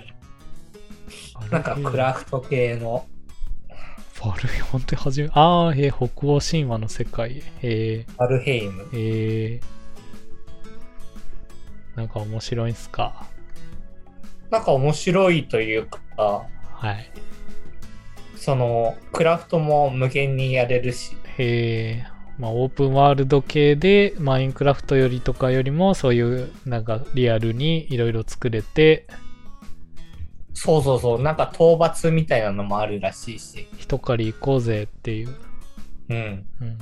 S2: [laughs] なんかクラフト系の。
S1: 悪い、本当に初め。ああ、えー、北欧神話の世界。え
S2: バルヘイム。
S1: ー、えー、なんか面白いんすか。
S2: なんか面白いというか、
S1: はい。
S2: その、クラフトも無限にやれるし、
S1: へえ、まあ、オープンワールド系で、マインクラフトよりとかよりも、そういう、なんか、リアルにいろいろ作れて、
S2: そうそうそう、なんか討伐みたいなのもあるらしいし、
S1: 一狩り行こうぜっていう。
S2: うん。
S1: うん。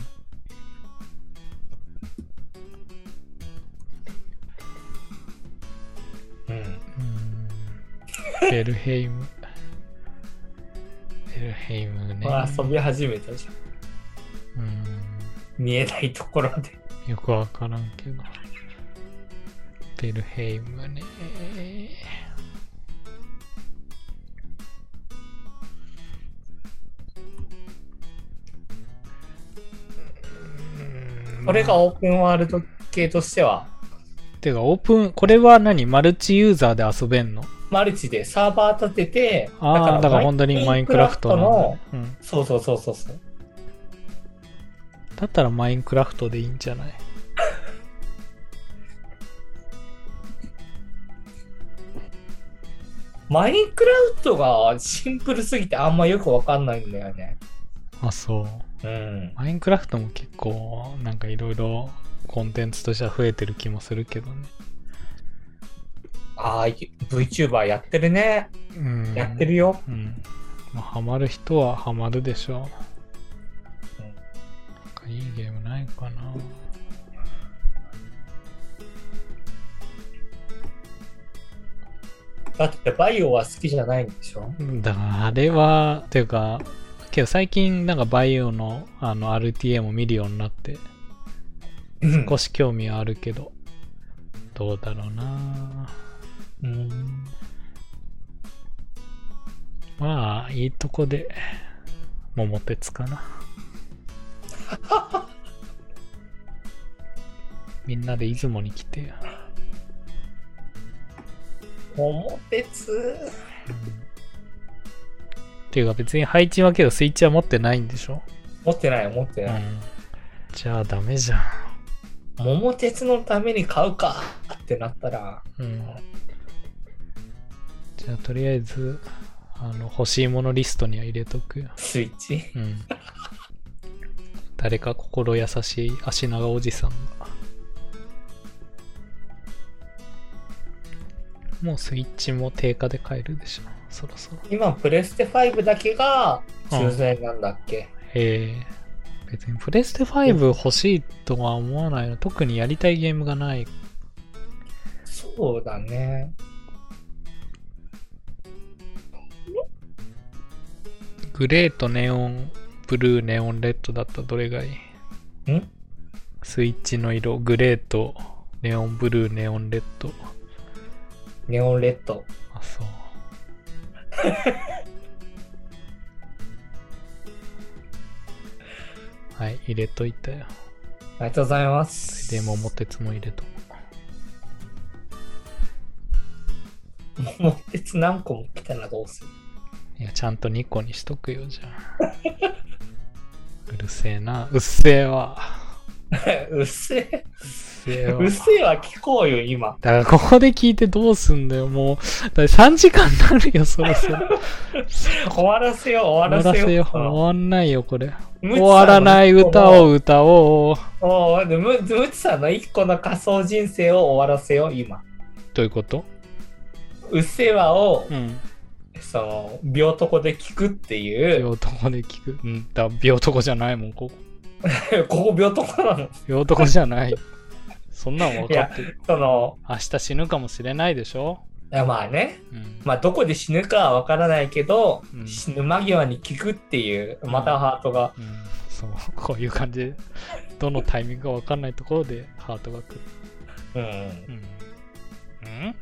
S2: うん。
S1: うん。ベルヘイム。ベルヘイムね。
S2: まあ、遊び始めたじゃん。
S1: うん。
S2: 見えないところで。
S1: よくわからんけど。ベルヘイムね。
S2: これがオープンワールド系としては、
S1: てか、オープン、これは何マルチユーザーで遊べんの
S2: マルチでサーバー立てて、
S1: ああ、だから本当にマインクラフトなんだ
S2: マインクラ
S1: ね、うん。
S2: フトの、そうそうそうそうそう。
S1: だったらマインクラフトでいいんじゃない
S2: マインクラフトがシンプルすぎてあんまよくわかんないんだよね。
S1: あ、そう。
S2: うん。
S1: マインクラフトも結構なんかいろいろコンテンツとしては増えてる気もするけどね。
S2: ああ、VTuber やってるね。
S1: うん、
S2: やってるよ。
S1: うん。まあ、ハマる人はハマるでしょう。
S2: うん
S1: なんかいいゲームないかな。
S2: だってバイオは好きじゃないんでしょ
S1: だからあれは、ていうか、けど最近なんかバイオのあの RTA も見るようになって、
S2: うん
S1: 少し興味はあるけど、どうだろうな。
S2: うん。
S1: まあ、いいとこで、桃鉄か [laughs] な。みんなで出雲に来てよ。
S2: 桃鉄。
S1: っていうか別に配置はけどスイッチは持ってないんでしょ、
S2: 持ってない、持って
S1: う
S2: ない。
S1: ん、じゃあダメじゃん。
S2: 桃鉄のために買うかってなったら、
S1: うん。じゃあとりあえず、あの、欲しいものリストには入れとくよ。
S2: スイッチ。
S1: うん。誰か心優しい足長おじさんが。もうスイッチも定価で買えるでしょ、そろそろ。
S2: 今、プレステ5だけが抽選なんだっけ、
S1: えー、別にプレステ5欲しいとは思わないの。特にやりたいゲームがない。
S2: そうだね。
S1: グレーとネオン、ブルー、ネオン、レッドだったらどれがいい
S2: ん
S1: スイッチの色、グレーとネオン、ブルー、ネオン、レッド。
S2: ネオンレッド。
S1: あ、
S2: [laughs]
S1: そう。はい、入れといたよ。
S2: ありがとうございます。
S1: で、桃鉄も入れとこ
S2: 桃鉄何個も来たらどうする [laughs]
S1: う。いや、ちゃんと2個にしとくよ、じゃあ。うるせえな。うっせえわ。
S2: うっせ
S1: う
S2: え。
S1: っせえわ。
S2: うっせえは聞こうよ、今。
S1: だからここで聞いてどうすんだよ、もう。だ3時間になるよ、そろそろ。
S2: 終わらせよう、 [laughs] 終わ
S1: 終わ
S2: ら
S1: ら
S2: せ
S1: せ
S2: よ
S1: よ
S2: う。。
S1: 終わんないよ、これ。
S2: うん
S1: 終わらない歌。を歌おう。
S2: ムツさんの一個のおうでムムツさんの一個の仮想人生を終わらせよう、今。
S1: どういうこと
S2: うっせえわを、
S1: うん。
S2: その、病床で聞くっていう。
S1: 病床で聞く。うん、だ、病床じゃないもん、ここ。
S2: [laughs] ここ病床なの。
S1: 病床じゃない。そんなん分かってる。
S2: その、
S1: 明日死ぬかもしれないでしょ
S2: いやまあね。
S1: うん。
S2: まあ、どこで死ぬかはわからないけど、
S1: うん
S2: 死ぬ間際に聞くっていう、またハートが、
S1: うん、そう、 [laughs] こういう感じで、どのタイミングか分かんないところでハートが来る。
S2: うん、うん、
S1: うん。うん、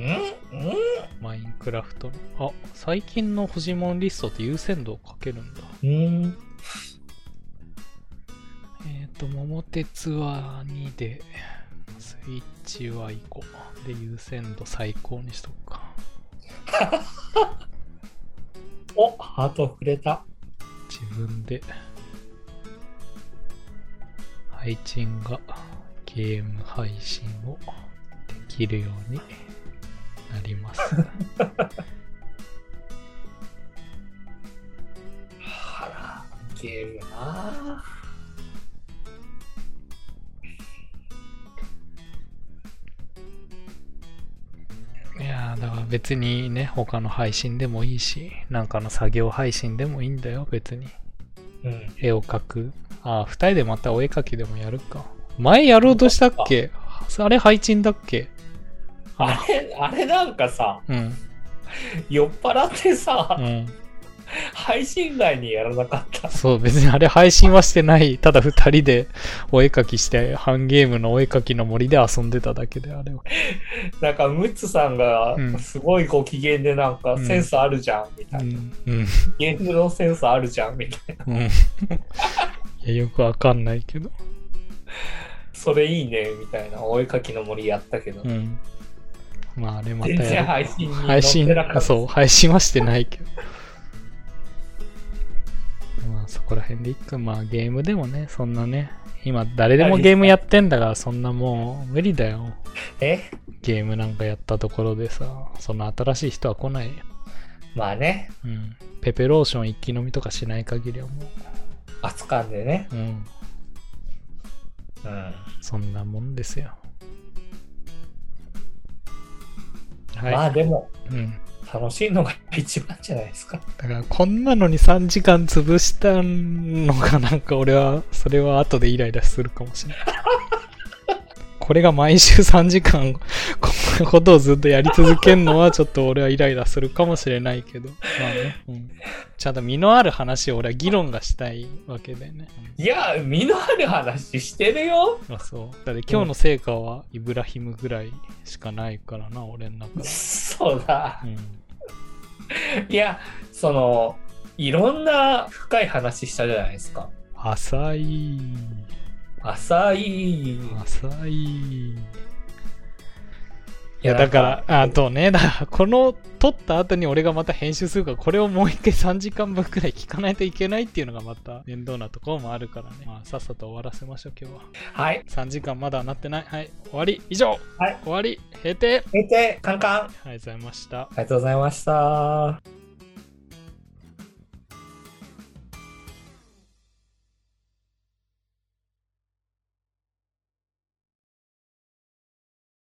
S1: うん
S2: うん、
S1: マインクラフトの。あ、最近の欲しいものリストって優先度をかけるんだ。
S2: うん、
S1: えっ、と、桃鉄は2で、スイッチは1個。で、優先度最高にしとくか。
S2: お、ハート触れた。
S1: 自分で。配信がゲーム配信をできるように [laughs] なります。
S2: ゲームなぁ
S1: いやーだから別にね、他の配信でもいいし、なんかの作業配信でもいいんだよ、別に。
S2: うん。
S1: 絵を描く。あー、二人でまたお絵描きでもやるか。前やろうとしたっけあれ配信だっけ
S2: あ
S1: あ、
S2: れ、あれなんかさ、
S1: うん、
S2: 酔っ払ってさ、
S1: うん。
S2: 配信外にやらなかった。
S1: そう、別にあれ配信はしてない。ただ二人でお絵描きして、ハンゲームのお絵描きの森で遊んでただけで、あれは。
S2: なんか、ムッツさんが
S1: うん
S2: すごいご機嫌でなんか、
S1: うん
S2: センスあるじゃん、みた
S1: う
S2: いな。
S1: ん。うん。
S2: ゲームのセンスあるじゃん、みたいな。 [laughs]
S1: うん。いや、よくわかんないけど。
S2: それいいね、みたいな。お絵描きの森やったけど
S1: う。ん。まあ、あれまた
S2: 全然
S1: や
S2: 配信に
S1: る。
S2: 載
S1: 配
S2: って
S1: 信
S2: なかっ、た。
S1: そう、配信はしてないけど。まあ、そこら辺でいっか。まあ、ゲームでもね、そんなね、今、誰でもゲームやってんだから、そんなもう無理だよ。
S2: え
S1: ゲームなんかやったところでさ、その新しい人は来ないよ。
S2: まあね、
S1: うん。ペペローション一気飲みとかしない限りはも
S2: 扱うんでね。
S1: う、うん。
S2: うん。
S1: そんなもんですよ。はい。
S2: まあでも、
S1: うん。
S2: 楽しいのが一番じゃないですか。
S1: だから、こんなのに3時間潰したのが、なんか俺は、それは後でイライラするかもしれない。 [laughs] これが毎週3時間、こんなことをずっとやり続けるのは、ちょっと俺はイライラするかもしれないけど、まあね、うん。ちゃんと身のある話を俺は議論がしたいわけだよね。うん
S2: いや、身のある話してるよ。
S1: まあそう。だって今日の成果はイブラヒムぐらいしかないからな、俺の中で。
S2: そうだ
S1: う。ん。
S2: いや、その、いろんな深い話したじゃないですか。
S1: 浅い。
S2: 浅い。い
S1: 浅い。いや、だから、あとね、だからこの撮った後に俺がまた編集するから、これをもう一回3時間分くらい聞かないといけないっていうのがまた面倒なところもあるからね。まあ、さっさと終わらせましょう、今日は。
S2: はい。
S1: 3時間まだなってない。はい、終わり。以上。
S2: はい
S1: 終わり。閉廷。
S2: 見て、カンカン。あ
S1: ありがとうございました。
S2: りがとうございました。